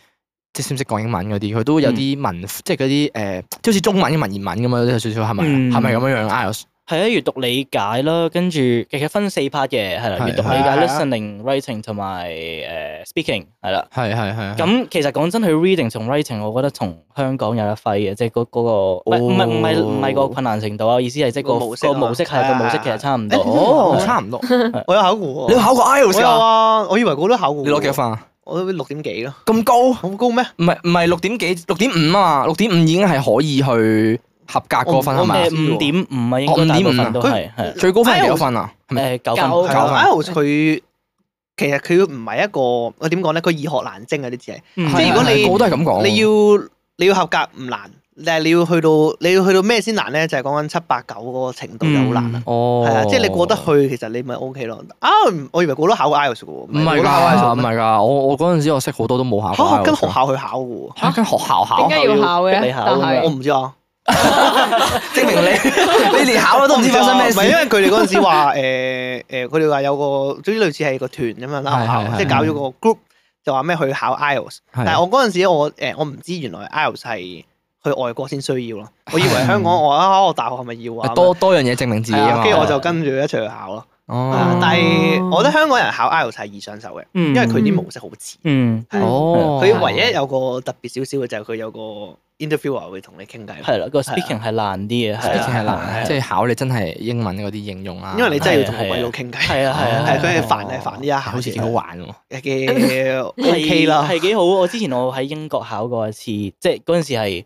Speaker 4: 即係識唔識講英文嗰啲，佢都有
Speaker 3: 嗯
Speaker 4: 啲文，即係嗰啲誒，即係好似中文嘅文言文咁樣，都有少少係咪啊？
Speaker 2: 嗯
Speaker 4: 係咪咁樣樣 IELTS？
Speaker 2: 係啊，閱讀理解啦，跟住其實分四 part 嘅，係啦，
Speaker 4: 係
Speaker 2: 閱讀
Speaker 4: 係
Speaker 2: 理解、
Speaker 3: 係啊
Speaker 2: listening、writing 同埋誒 speaking，係啦。
Speaker 4: 係係係。
Speaker 3: 嗯
Speaker 2: 咁其實講真，佢 reading 同 writing，我覺得同香港有得揮嘅，即係嗰嗰個唔係唔係唔係唔係個困難程度啊，意思係即係
Speaker 3: 哦
Speaker 2: 個
Speaker 3: 個模
Speaker 2: 個模式
Speaker 3: 式啊
Speaker 2: 係個模式其實差唔
Speaker 3: 誒
Speaker 2: 多。
Speaker 4: 哦，差唔多。
Speaker 3: 我有考過喎，
Speaker 4: 你有考過
Speaker 3: 我
Speaker 4: IELTS
Speaker 3: 有
Speaker 4: 啊？
Speaker 3: 啊，我以為我都考過。
Speaker 4: 你攞幾多？分啊？
Speaker 3: 我六點幾咯，
Speaker 4: 咁高？唔
Speaker 3: 好高咩？
Speaker 4: 係唔係六點幾？六點五啊嘛，六點五已經係可以去合格嗰個分
Speaker 3: 我唔
Speaker 4: 係咪啊
Speaker 3: 我
Speaker 2: 誒？五點五啊，應
Speaker 4: 哦
Speaker 2: 該大部
Speaker 4: 5.5啊
Speaker 2: 分都係係
Speaker 4: 最高分係幾多分啊？
Speaker 3: 哎
Speaker 4: 係
Speaker 2: 誒
Speaker 4: 咪？
Speaker 2: 九
Speaker 1: 九
Speaker 2: 分
Speaker 1: 分
Speaker 3: 係啊 IELTS 佢其實佢唔係一個我點講咧，佢易學難精啊啲字係，
Speaker 2: 嗯
Speaker 3: 即係如果你
Speaker 4: 係我都係咁講。
Speaker 3: 你要你要合格唔難，但係你要去到你要去到咩先難咧？就係講緊七八九嗰個程度就好難啦。
Speaker 4: 哦，
Speaker 3: 係啊，即係你過得去，其實你咪 O K 咯。啊，我以為過都考過 IELTS 嘅喎，唔
Speaker 4: 唔係
Speaker 3: 過都考過 IELTS
Speaker 4: 㗎，唔
Speaker 3: 咩
Speaker 4: 係㗎，我我嗰陣時我識好多都冇考
Speaker 3: 嚇，
Speaker 4: 過
Speaker 3: 我
Speaker 4: IELTS
Speaker 3: 跟學校去考嘅喎。
Speaker 4: 嚇跟學校考
Speaker 2: 嗯
Speaker 1: 點，解要考
Speaker 2: 逼
Speaker 1: 嘅
Speaker 2: 你？考
Speaker 1: 但
Speaker 2: 㗎嘛
Speaker 3: 我
Speaker 1: 係
Speaker 3: 唔知啊，
Speaker 4: 證明 你你連考
Speaker 3: 我
Speaker 4: 都唔知發生咩
Speaker 3: 唔係因
Speaker 4: 事。
Speaker 3: 為佢哋嗰陣時話 誒誒，佢哋話有個總之類似係個團咁樣啦，
Speaker 4: 係
Speaker 3: 學校
Speaker 4: 係
Speaker 3: 即係
Speaker 4: 係
Speaker 3: 搞咗個 group 就話咩去考 IELTS，但係我嗰陣時我誒我唔知原來 IELTS 係去外國先需要咯，我以為香港我啊我大學係咪要啊？
Speaker 4: 多多樣嘢證明自己
Speaker 3: 係
Speaker 4: 啊
Speaker 3: 啊，
Speaker 4: 嘛。
Speaker 3: 跟住我就跟住一齊去考咯。啊
Speaker 4: 哦，
Speaker 3: 但係我覺得香港人考 IELTS 係易上手嘅，
Speaker 2: 嗯
Speaker 3: 因為佢啲模式好似，
Speaker 2: 嗯
Speaker 3: 係
Speaker 4: 哦，
Speaker 3: 佢唯一有個特別少少嘅就係佢有個 interviewer 會同你傾偈咯，
Speaker 2: 係啦，個 speaking 係難啲嘅，係
Speaker 4: 一
Speaker 2: 啊
Speaker 4: 定啊係難，即
Speaker 2: 係
Speaker 4: 係考你真係英文嗰啲應用啊。
Speaker 3: 因為你真係要同個
Speaker 2: 係啊
Speaker 3: 鬼佬傾偈，
Speaker 2: 係啊係啊
Speaker 3: 係佢係
Speaker 2: 啊
Speaker 3: 煩係煩呢一下，
Speaker 4: 好似幾好玩喎。
Speaker 3: 嘅 OK 啦，
Speaker 2: 係幾好。我之前我喺英國考過一次，即係嗰陣時係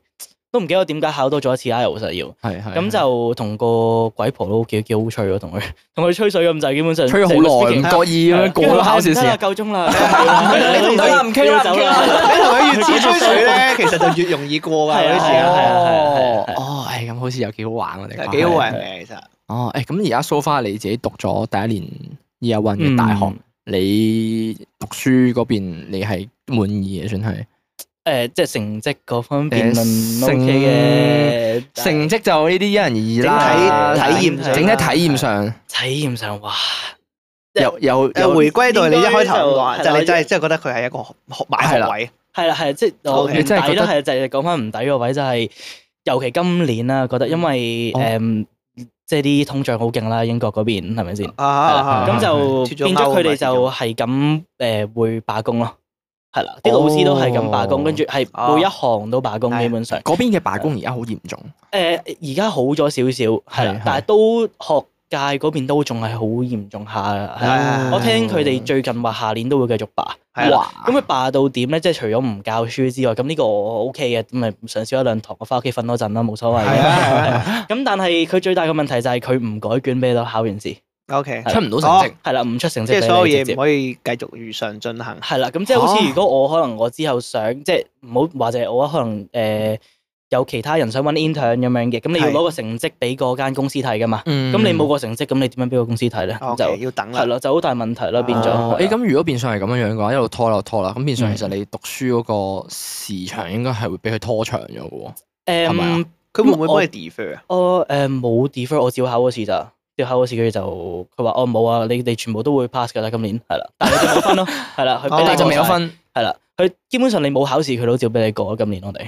Speaker 2: 都唔記得我點解考多咗一次 IELTS 要。
Speaker 4: 係啊係。
Speaker 2: 咁就同個鬼婆都幾幾好吹咯，同佢 同佢吹水咁就基本上
Speaker 4: 吹咗好耐，唔覺意咁樣過咗考試
Speaker 2: 啦，
Speaker 4: 先。
Speaker 2: 啊夠鐘啦， 你
Speaker 4: 得啦唔傾啦唔傾啦
Speaker 3: 你同佢越似吹水咧，其實就越容易過㗎
Speaker 2: 係啊
Speaker 3: 嗰啲時
Speaker 2: 係啊係啊
Speaker 3: 間，
Speaker 2: 係啊係啊
Speaker 4: 哦，係咁，好似有幾好玩喎。你講
Speaker 3: 係幾好玩。嘅其實。
Speaker 4: 哦，誒，咁而家 so far 你自己讀咗第一年 year one 嘅大學，你讀書嗰邊你係滿意嘅，算係。
Speaker 2: 誒，即係成績嗰方面
Speaker 4: 誒
Speaker 2: OK 嘅
Speaker 4: 成績就呢啲因人而異啦，
Speaker 3: 整體體驗上
Speaker 4: 啊整體體驗上
Speaker 2: 體驗上哇，
Speaker 4: 有有
Speaker 3: 誒
Speaker 4: 有
Speaker 3: 回歸到你一開頭咁
Speaker 2: 應該
Speaker 3: 講，就
Speaker 2: 就
Speaker 3: 係你
Speaker 2: 係啦
Speaker 3: 真係真係覺得佢係一個學學買
Speaker 4: 係啦
Speaker 3: 學位，
Speaker 2: 係啦係啦，即係我唔
Speaker 3: 你
Speaker 4: 真係
Speaker 2: 抵
Speaker 4: 覺得
Speaker 2: 啦，係就係講翻唔抵個位就係，尤其今年啦，覺得因為
Speaker 4: 哦
Speaker 2: 誒即係啲通脹好勁啦，英國嗰邊係咪先？係啦
Speaker 3: 啊
Speaker 2: 咁
Speaker 3: 係
Speaker 2: 就
Speaker 3: 脱
Speaker 2: 變
Speaker 3: 鈎啊
Speaker 2: 咗
Speaker 3: 嘛
Speaker 2: 佢哋就係咁誒會罷工咯，係啦，啲老師都係咁罷
Speaker 4: 哦
Speaker 2: 工，跟住係每一行都罷工，
Speaker 3: 係
Speaker 2: 基本上
Speaker 4: 嗰邊嘅罷工而家好嚴重，
Speaker 2: 誒而家好咗少少，係
Speaker 4: 係係
Speaker 2: 啦，但係都學界嗰邊都仲係好嚴重下嘅係啦。
Speaker 3: 係係
Speaker 2: 我聽佢哋最近話下年都會繼續罷，
Speaker 3: 係啦
Speaker 2: 哇！咁佢罷到點咧？即係除咗唔教書之外，咁呢個我 OK 嘅，咁咪上少一兩堂，我翻屋企瞓多陣啦，冇所謂
Speaker 3: 係啊係啊
Speaker 2: 嘅。咁但係佢最大嘅問題就係佢唔改卷俾你咯，考完試。
Speaker 3: O K，
Speaker 4: 出唔到成績，
Speaker 2: 係啦，唔出成績
Speaker 3: 啊即
Speaker 2: 俾
Speaker 3: 係所有
Speaker 2: 你直
Speaker 3: 嘢
Speaker 2: 接
Speaker 3: 唔可以繼續如常進行。
Speaker 2: 係啦，咁即係好
Speaker 3: 哦
Speaker 2: 似如果我可能我之後想即係唔好話就係我啊，可能誒、呃有其他人想揾 intern 咁樣嘅，咁你要
Speaker 3: 係
Speaker 2: 攞個成績俾嗰間公司睇噶嘛，
Speaker 4: 嗯
Speaker 2: 咁你冇個成績，咁你點樣俾個公司睇咧？咁
Speaker 3: O K，
Speaker 2: 就
Speaker 3: 要等
Speaker 2: 係
Speaker 3: 啦。
Speaker 2: 啦，就好大問題啦，變咗。
Speaker 4: 哦
Speaker 2: 係啦
Speaker 4: 誒咁如果變相係咁樣樣嘅話，一路拖啦拖啦，咁變相
Speaker 2: 嗯
Speaker 4: 其實你讀書嗰個時長應該係會俾佢拖長咗嘅喎。係咪
Speaker 2: 誒
Speaker 4: 啊，
Speaker 3: 佢會唔會
Speaker 2: 咁我
Speaker 3: 幫你 defer 啊？
Speaker 2: 我誒呃冇 defer，我照考嗰次咋，照考嗰次佢就佢話哦冇啊，你哋全部都會 pass 㗎啦，今年係啦，但係你就冇分咯， 係啦，佢
Speaker 3: 哦
Speaker 2: 俾
Speaker 4: 但
Speaker 2: 你
Speaker 4: 係就未有
Speaker 2: 過晒，
Speaker 4: 分，
Speaker 2: 係啦，佢基本上你冇考試，佢都照俾你過啊，今年我哋。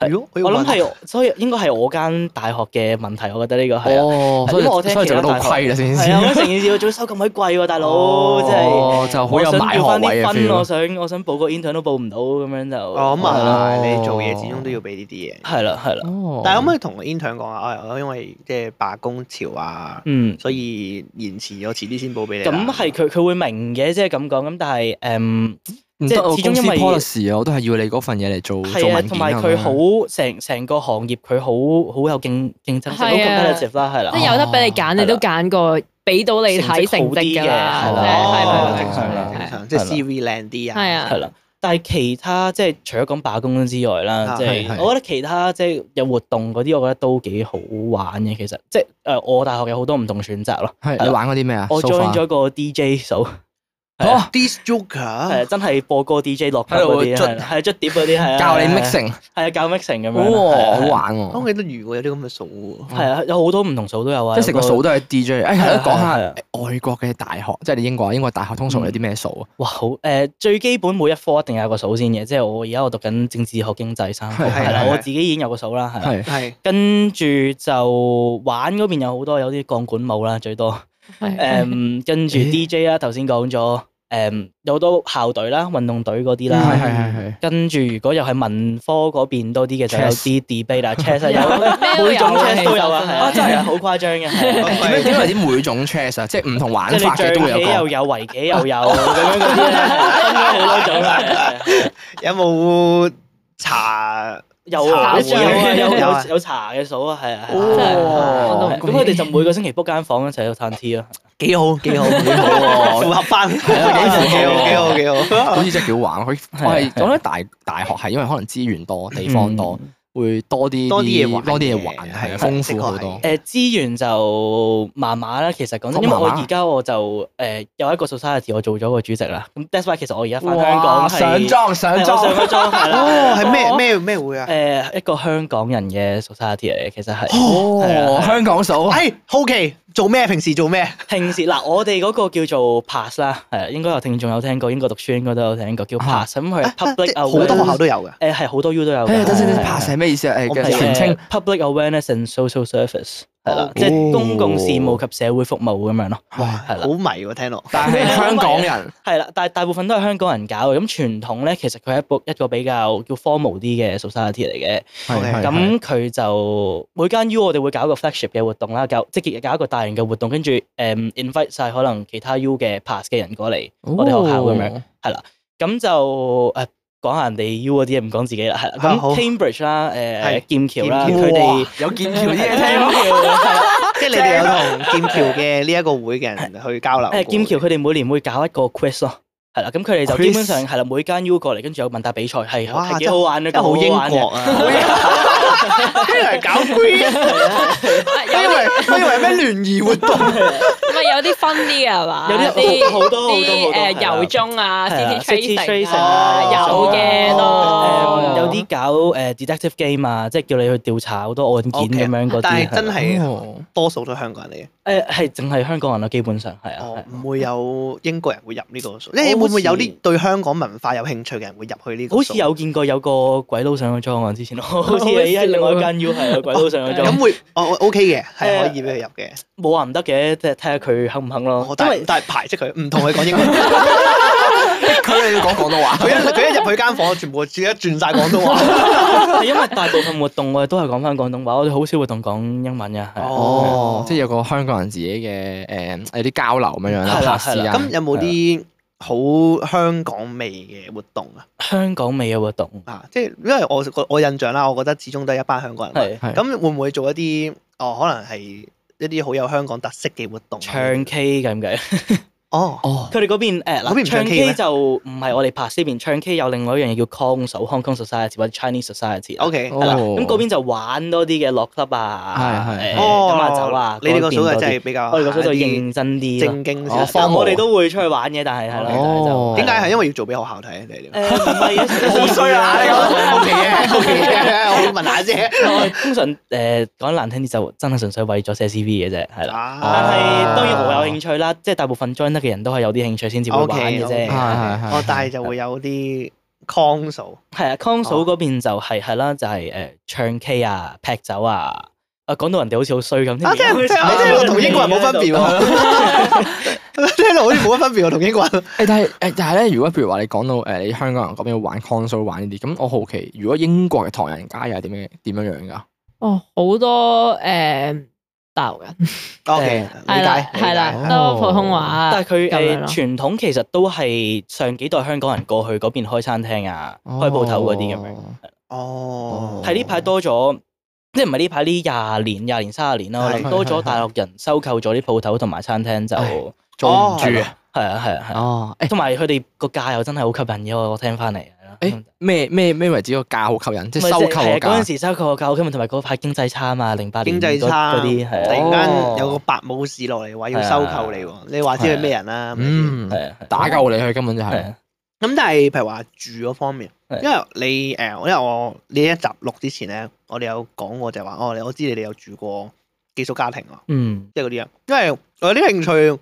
Speaker 2: 係
Speaker 3: 如果
Speaker 2: 我諗係，所以應該係我間大學嘅問題，我覺得呢個係啊。
Speaker 4: 哦，所以
Speaker 2: 因為我聽
Speaker 4: 所以
Speaker 2: 其
Speaker 4: 就
Speaker 2: 他
Speaker 4: 覺得
Speaker 2: 大
Speaker 4: 好
Speaker 2: 學
Speaker 4: 虧啦先
Speaker 2: 係啊，我覺
Speaker 4: 先。
Speaker 2: 得成件事我早收咁鬼貴喎，大佬，
Speaker 3: 哦
Speaker 2: 真係。
Speaker 4: 哦，就好有
Speaker 2: 我想
Speaker 4: 買
Speaker 2: 要翻
Speaker 4: 學
Speaker 2: 啲
Speaker 4: 位嘅
Speaker 2: 分，我
Speaker 4: feel。
Speaker 2: 想我想報個 intern 都報唔到，咁樣就。
Speaker 3: 哦咁
Speaker 4: 係
Speaker 3: 啊，
Speaker 4: 啦
Speaker 3: 你做嘢始終都要俾呢啲嘢。
Speaker 2: 係啦，係啦，
Speaker 4: 哦
Speaker 3: 但係可唔可以同 intern 講啊？哎我因為即係罷工潮啊，
Speaker 2: 嗯。
Speaker 3: 所以延遲咗，遲啲先報俾你啦。
Speaker 2: 咁係佢佢會明嘅，即係咁講。咁但係嗯誒，
Speaker 4: 唔
Speaker 2: 即
Speaker 4: 得，
Speaker 2: 係
Speaker 4: 我
Speaker 2: 始終
Speaker 4: 公司
Speaker 2: 因為
Speaker 4: policy 啊，我都係要你嗰份嘢嚟做做
Speaker 2: 係啊，
Speaker 4: 文件
Speaker 2: 同埋
Speaker 4: 啊
Speaker 2: 佢
Speaker 4: 嘛
Speaker 2: 好成成個行業佢好好有競競爭性，好
Speaker 1: 係啊
Speaker 2: competitive 啦，係啦。
Speaker 1: 即係有得俾你揀，你都揀個俾到你睇成績㗎啦，
Speaker 2: 成績好
Speaker 1: 即
Speaker 2: 啲嘅係啦
Speaker 1: 係係
Speaker 3: 哦
Speaker 1: 咪
Speaker 3: 正常
Speaker 2: 係啦
Speaker 3: 正常，即係
Speaker 2: 係啦
Speaker 3: CV 靚啲啊。
Speaker 1: 係啊
Speaker 2: 係啦。但係其他即係除咗講罷工之外啦，
Speaker 3: 啊
Speaker 2: 即
Speaker 4: 係係
Speaker 2: 係我覺得其他即係有活動嗰啲，我覺得都幾好玩嘅。其實即係誒，我大學有好多唔同選擇咯。
Speaker 4: 係你玩嗰啲咩啊？
Speaker 2: 我
Speaker 4: so
Speaker 2: join
Speaker 4: far？
Speaker 2: 咗個 DJ 組，係啊
Speaker 4: 嚇
Speaker 3: d i s
Speaker 2: 係
Speaker 3: Joker
Speaker 2: 真係啊播歌 DJ 落
Speaker 4: 喺
Speaker 2: 嗰
Speaker 4: 度
Speaker 2: 啲，
Speaker 4: 捽
Speaker 2: 係啦係捽碟嗰啲，係啊
Speaker 4: 教你
Speaker 2: 係啊
Speaker 4: mixing，
Speaker 2: 係啊教 mixing 咁樣，係
Speaker 4: 哇，
Speaker 2: 啊
Speaker 4: 好
Speaker 2: 係啊
Speaker 4: 玩
Speaker 3: 我
Speaker 4: 喎！
Speaker 3: 記得如果有啲咁嘅數喎。
Speaker 2: 係啊，有好多唔同數都有啊，
Speaker 4: 即係成個
Speaker 2: 有
Speaker 4: 數都係 DJ。誒，
Speaker 2: 係啊
Speaker 4: 講下
Speaker 2: 係啊
Speaker 4: 外國嘅大學，即係你英國啊，英國大學通常有啲咩數啊？
Speaker 2: 哇好誒、呃最基本每一科一定有個數先嘅，即係我而家我讀緊政治學經濟三科，
Speaker 4: 係
Speaker 2: 係
Speaker 3: 係
Speaker 2: 啦，
Speaker 3: 係
Speaker 2: 我自己已經有個數啦，係啦。
Speaker 4: 係
Speaker 3: 係
Speaker 2: 跟住就玩嗰邊有好多，有啲鋼管舞啦最多，
Speaker 1: 係
Speaker 2: 誒、
Speaker 1: 係
Speaker 2: 跟住
Speaker 4: 咦
Speaker 2: DJ 啦，頭先講咗，誒、嗯有好多校隊啦、運動隊嗰啲
Speaker 4: 嗯係
Speaker 2: 啦。
Speaker 4: 係係係。
Speaker 2: 跟住如果又係文科嗰邊多啲嘅，就有
Speaker 4: Chess
Speaker 2: 啲 debate 啦，chess 啊
Speaker 1: 咩都有
Speaker 2: 有每種
Speaker 1: 啊
Speaker 2: chess 都有啊，
Speaker 1: 其實真係
Speaker 2: 係啊，真係啊好誇張嘅，係啊
Speaker 4: 點樣點為啲每種 chess 啊？即係唔同 玩
Speaker 2: 即係
Speaker 4: 法
Speaker 2: 你
Speaker 4: 嘅
Speaker 2: 象
Speaker 4: 都會有
Speaker 2: 棋又
Speaker 4: 個。
Speaker 2: 有，圍棋又有咁樣嗰啲咧，分咗好多種啊啦。
Speaker 3: 有冇查？
Speaker 2: 有啊，
Speaker 1: 茶會
Speaker 2: 有有
Speaker 3: 有
Speaker 2: 有
Speaker 3: 啊
Speaker 2: 有茶嘅數啊，係啊，係
Speaker 1: 真係
Speaker 2: 啊
Speaker 1: 我
Speaker 2: 咁佢哋就每個星期 book 間房一齊去嘆 tea 咯。
Speaker 3: 幾好幾好
Speaker 4: 喎
Speaker 3: 符合翻，幾
Speaker 4: 哦啊哦
Speaker 3: 好幾好幾好幾好
Speaker 4: 好。似真係幾好玩。佢我係講咧大大學係因為可能資源多、地方多，
Speaker 2: 嗯
Speaker 4: 會多啲
Speaker 3: 多啲嘢玩嘅
Speaker 4: 多啲嘢玩
Speaker 2: 啊
Speaker 4: 係
Speaker 3: 係
Speaker 4: 豐富好
Speaker 3: 的確
Speaker 4: 多
Speaker 3: 係。
Speaker 2: 誒資源就麻麻啦，其實講真，因為
Speaker 4: 麻麻
Speaker 2: 我而家我就誒有一個 society 我做咗個主席啦。咁 that's why 其實我而家翻
Speaker 4: 哇
Speaker 2: 香港係
Speaker 4: 上裝
Speaker 2: 係
Speaker 4: 上
Speaker 2: 我
Speaker 4: 裝
Speaker 2: 上咗裝係
Speaker 3: 哦，
Speaker 2: 啦。
Speaker 3: 係咩咩咩會啊？
Speaker 2: 誒一個香港人嘅 society 嚟嘅，其實 係係
Speaker 4: 哦
Speaker 2: 啊，係啊
Speaker 4: 香港數
Speaker 3: 哎，好奇做咩？平時做咩？
Speaker 2: 平時嗱，我哋嗰個叫做 pass 啦，係啊應該有聽眾有聽過，英國讀書應該都有聽過叫 pass。咁佢係 public
Speaker 3: 即係好多學校都有
Speaker 2: 誒
Speaker 3: 嘅。
Speaker 2: 係好多 U 都有嘅。
Speaker 4: 哎誒等
Speaker 2: 係
Speaker 4: 陣先
Speaker 2: 係
Speaker 4: ，pass 係咩意思啊？誒
Speaker 3: 我唔
Speaker 4: 嘅
Speaker 3: 知
Speaker 4: 全稱
Speaker 2: 誒 public awareness and social service 係啦
Speaker 3: 呃哦，
Speaker 2: 即係公共事務及社會服務咁樣咯。
Speaker 4: 哇，
Speaker 2: 係
Speaker 3: 好
Speaker 2: 啦，
Speaker 3: 迷喎，聽落。
Speaker 4: 但 係香港人
Speaker 2: 係啦，但係大部分都係香港人搞嘅。咁傳統咧，其實佢係一個一個比較叫 formal 啲嘅 society 嚟嘅。
Speaker 3: 係係
Speaker 4: 哦
Speaker 2: 咁佢就每間 U 我哋會搞一個 flagship 嘅活動啦，搞即係搞一個大型嘅活動，跟住誒 invite 晒可能其他 U 嘅 pass 嘅人過嚟
Speaker 3: 哦
Speaker 2: 我哋學校咁樣。
Speaker 4: 樣
Speaker 2: 咁就誒講下人哋 U 嗰啲嘢，唔講自己啦。係啦，
Speaker 3: 啊
Speaker 2: 咁
Speaker 3: 好
Speaker 2: Cambridge 啦，誒
Speaker 3: 係
Speaker 2: 劍橋啦，
Speaker 3: 劍橋
Speaker 2: 佢哋
Speaker 3: 哇
Speaker 4: 有劍橋 啲嘢
Speaker 2: 劍
Speaker 4: 聽。
Speaker 2: 橋。
Speaker 3: 即係你哋有同劍橋嘅呢一個會嘅人去交流過。
Speaker 2: 誒劍橋佢哋每年會搞一個 quiz 咯，係啦，咁佢哋就
Speaker 4: Quiz
Speaker 2: 基本上係啦，每間 U 過嚟，跟住有問答比賽，係
Speaker 3: 哇
Speaker 2: 係幾好玩嘅，
Speaker 3: 真係好英國
Speaker 2: 國。
Speaker 3: 啊！ 啲人搞 green，
Speaker 1: 有啲
Speaker 4: 我以為咩聯誼活動？
Speaker 1: 唔係有啲分啲啊係嘛？
Speaker 2: 有啲好多好多好
Speaker 1: 啲
Speaker 2: 多
Speaker 1: 誒
Speaker 2: 係啦
Speaker 1: 油中啊
Speaker 2: 係啦
Speaker 1: c t
Speaker 2: City
Speaker 1: tracing
Speaker 2: tracing
Speaker 1: 啊，
Speaker 2: 啊
Speaker 1: 有嘅
Speaker 2: 誒
Speaker 3: 哦
Speaker 1: 咯，
Speaker 2: 有啲搞誒 detective game 啊，即係叫你去調查好多案件
Speaker 3: 哦 OK，
Speaker 2: 咁樣嗰啲。
Speaker 3: 但係真
Speaker 2: 啦
Speaker 3: 係
Speaker 4: 哦
Speaker 3: 多數都係香港人嚟嘅。
Speaker 2: 誒係淨係香港人咯，基本上係啊。係
Speaker 3: 哦
Speaker 2: 啊，
Speaker 3: 唔會有英國人會入呢個數，即係會唔會有啲對香港文化有興趣嘅人會入去呢個數？
Speaker 2: 好似有見過有個鬼佬上咗裝案之 前，好似
Speaker 1: 好笑
Speaker 2: 喺另外一間 U 係有鬼佬上咗裝
Speaker 3: 咁
Speaker 2: 案，
Speaker 3: 會哦 OK 嘅，係
Speaker 2: 誒
Speaker 3: 可以俾佢入嘅。
Speaker 2: 冇話唔得嘅，即係睇下佢肯唔肯
Speaker 3: 我
Speaker 2: 咯。因
Speaker 3: 哦但
Speaker 2: 為
Speaker 3: 係但係排斥佢，唔同佢講英文。
Speaker 4: 佢哋要講廣東話
Speaker 3: 佢。一佢一入佢間房，全部轉一轉晒廣東話。
Speaker 2: 係因為大部分活動我哋都係講翻廣東話，我哋好少活動講英文嘅。係啊
Speaker 4: 哦，即係有個香港人自己嘅誒有啲交流咁樣樣啦，
Speaker 2: 係啦
Speaker 4: 拍
Speaker 2: 係
Speaker 4: 攝
Speaker 2: 啦
Speaker 4: 啊
Speaker 3: 咁有冇啲好香港味嘅活動啊？
Speaker 2: 香港味嘅活動，
Speaker 3: 啊，即係因為我我印象啦，我覺得始終都係一班香港人。
Speaker 2: 係
Speaker 4: 係
Speaker 3: 咁會唔會做一啲哦？可能係一啲好有香港特色嘅活動啊？
Speaker 2: 唱 K 咁計。
Speaker 3: 哦，
Speaker 4: 哦，
Speaker 2: 佢哋嗰邊誒嗱，
Speaker 3: 嗰邊
Speaker 2: 唱
Speaker 3: 唔唱 K 嘅
Speaker 2: K
Speaker 3: 咩
Speaker 2: 就唔係我哋拍呢邊，唱 K 有另外一樣嘢叫 Console，Hong Kong Society 或者 Chinese Society 啦。
Speaker 3: OK，
Speaker 4: 哦
Speaker 2: 係啦，咁嗰邊就玩多啲嘅落 club 啊，
Speaker 4: 係
Speaker 2: 誒
Speaker 4: 係係
Speaker 3: 哦，
Speaker 2: 飲下酒啊，
Speaker 3: 你哋個數
Speaker 2: 嗰邊
Speaker 3: 就
Speaker 2: 多
Speaker 3: 真係
Speaker 2: 啲
Speaker 3: 比較
Speaker 2: 我哋個數就
Speaker 3: 一啲
Speaker 2: 認真啲咯
Speaker 3: 正經
Speaker 4: 哦
Speaker 3: 少
Speaker 4: 荒
Speaker 3: 少。
Speaker 4: 謬
Speaker 2: 我哋都會出去玩嘅，但係係啦，啊
Speaker 4: 哦
Speaker 2: 就
Speaker 3: 點解係因為要做俾學校睇啊你哋？
Speaker 2: 誒唔 係嘅啊
Speaker 3: 啊 O K 嘅，O K 嘅，我問下啫。
Speaker 2: 我通常誒講難聽啲就真係純粹為咗寫 CV 嘅啫，係啦。
Speaker 3: 啊
Speaker 2: 但係當然我有興趣啦，即係大部分 join 得嘅人都係有啲興趣先至會玩嘅
Speaker 3: OK，OK
Speaker 2: 啫。
Speaker 4: 係係
Speaker 3: 哦，但係就會有啲 console
Speaker 2: 係啊 c o n s o l 嗰邊就係係啦，就係誒唱 K 啊、劈酒啊。啊，講到人哋好似好衰咁。
Speaker 3: 啊， 即係即係即係我同英國人冇分別喎。聽落好似冇乜分別喎，同英 國人。
Speaker 4: 誒，但係誒，但係咧，如果譬如話你講到誒，你香港人嗰邊玩 console 玩呢啲，咁我好奇，如果英國嘅唐人街又係點樣點樣樣㗎？
Speaker 1: 哦，好多诶大陸人
Speaker 3: O K，
Speaker 1: 系
Speaker 3: 理
Speaker 1: 啦
Speaker 3: 解
Speaker 1: 系啦
Speaker 4: 哦，
Speaker 1: 多普通話，啊
Speaker 2: 但係佢
Speaker 1: 咁樣
Speaker 2: 誒
Speaker 1: 咯
Speaker 2: 傳統其實都係上幾代香港人過去嗰邊開餐廳啊、
Speaker 4: 哦
Speaker 2: 開鋪頭嗰啲咁樣。
Speaker 3: 哦，
Speaker 2: 係呢排多咗，即係唔係呢排呢廿年、廿年、三十年啦，我
Speaker 3: 係
Speaker 2: 諗
Speaker 4: 係
Speaker 2: 多咗
Speaker 4: 係
Speaker 2: 大陸人收購咗啲鋪頭同埋餐廳就
Speaker 4: 係
Speaker 2: 係
Speaker 4: 做唔住啊！
Speaker 2: 啊係啊係啊，
Speaker 4: 哦，誒
Speaker 2: 同埋佢哋個價又真係好吸引嘅，我我聽翻嚟。係啦
Speaker 4: 誒咩咩咩為止個價好吸引，即係收
Speaker 2: 嗯
Speaker 4: 購
Speaker 2: 唔係
Speaker 4: 個
Speaker 2: 係嗰陣
Speaker 4: 價。
Speaker 2: 時收購個價，今日同埋嗰排經濟差嘛，零八年
Speaker 3: 經濟差
Speaker 2: 嗰嗰啲
Speaker 3: 突
Speaker 2: 係啊啊
Speaker 3: 然間有個白武士落嚟話要收購你喎，你話知佢咩人啦？係咪先
Speaker 4: 嗯，
Speaker 2: 係啊係啊
Speaker 4: 打救你佢根本就
Speaker 2: 係
Speaker 4: 係
Speaker 2: 啊。
Speaker 3: 咁但係譬如話住嗰方面，
Speaker 2: 係
Speaker 3: 因為你誒，因為我呢一集錄之前咧，我哋有講過就係話，哦，你我知你哋有住過寄宿家庭喎，
Speaker 2: 嗯
Speaker 3: 即係嗰啲啊。因為我有啲興趣，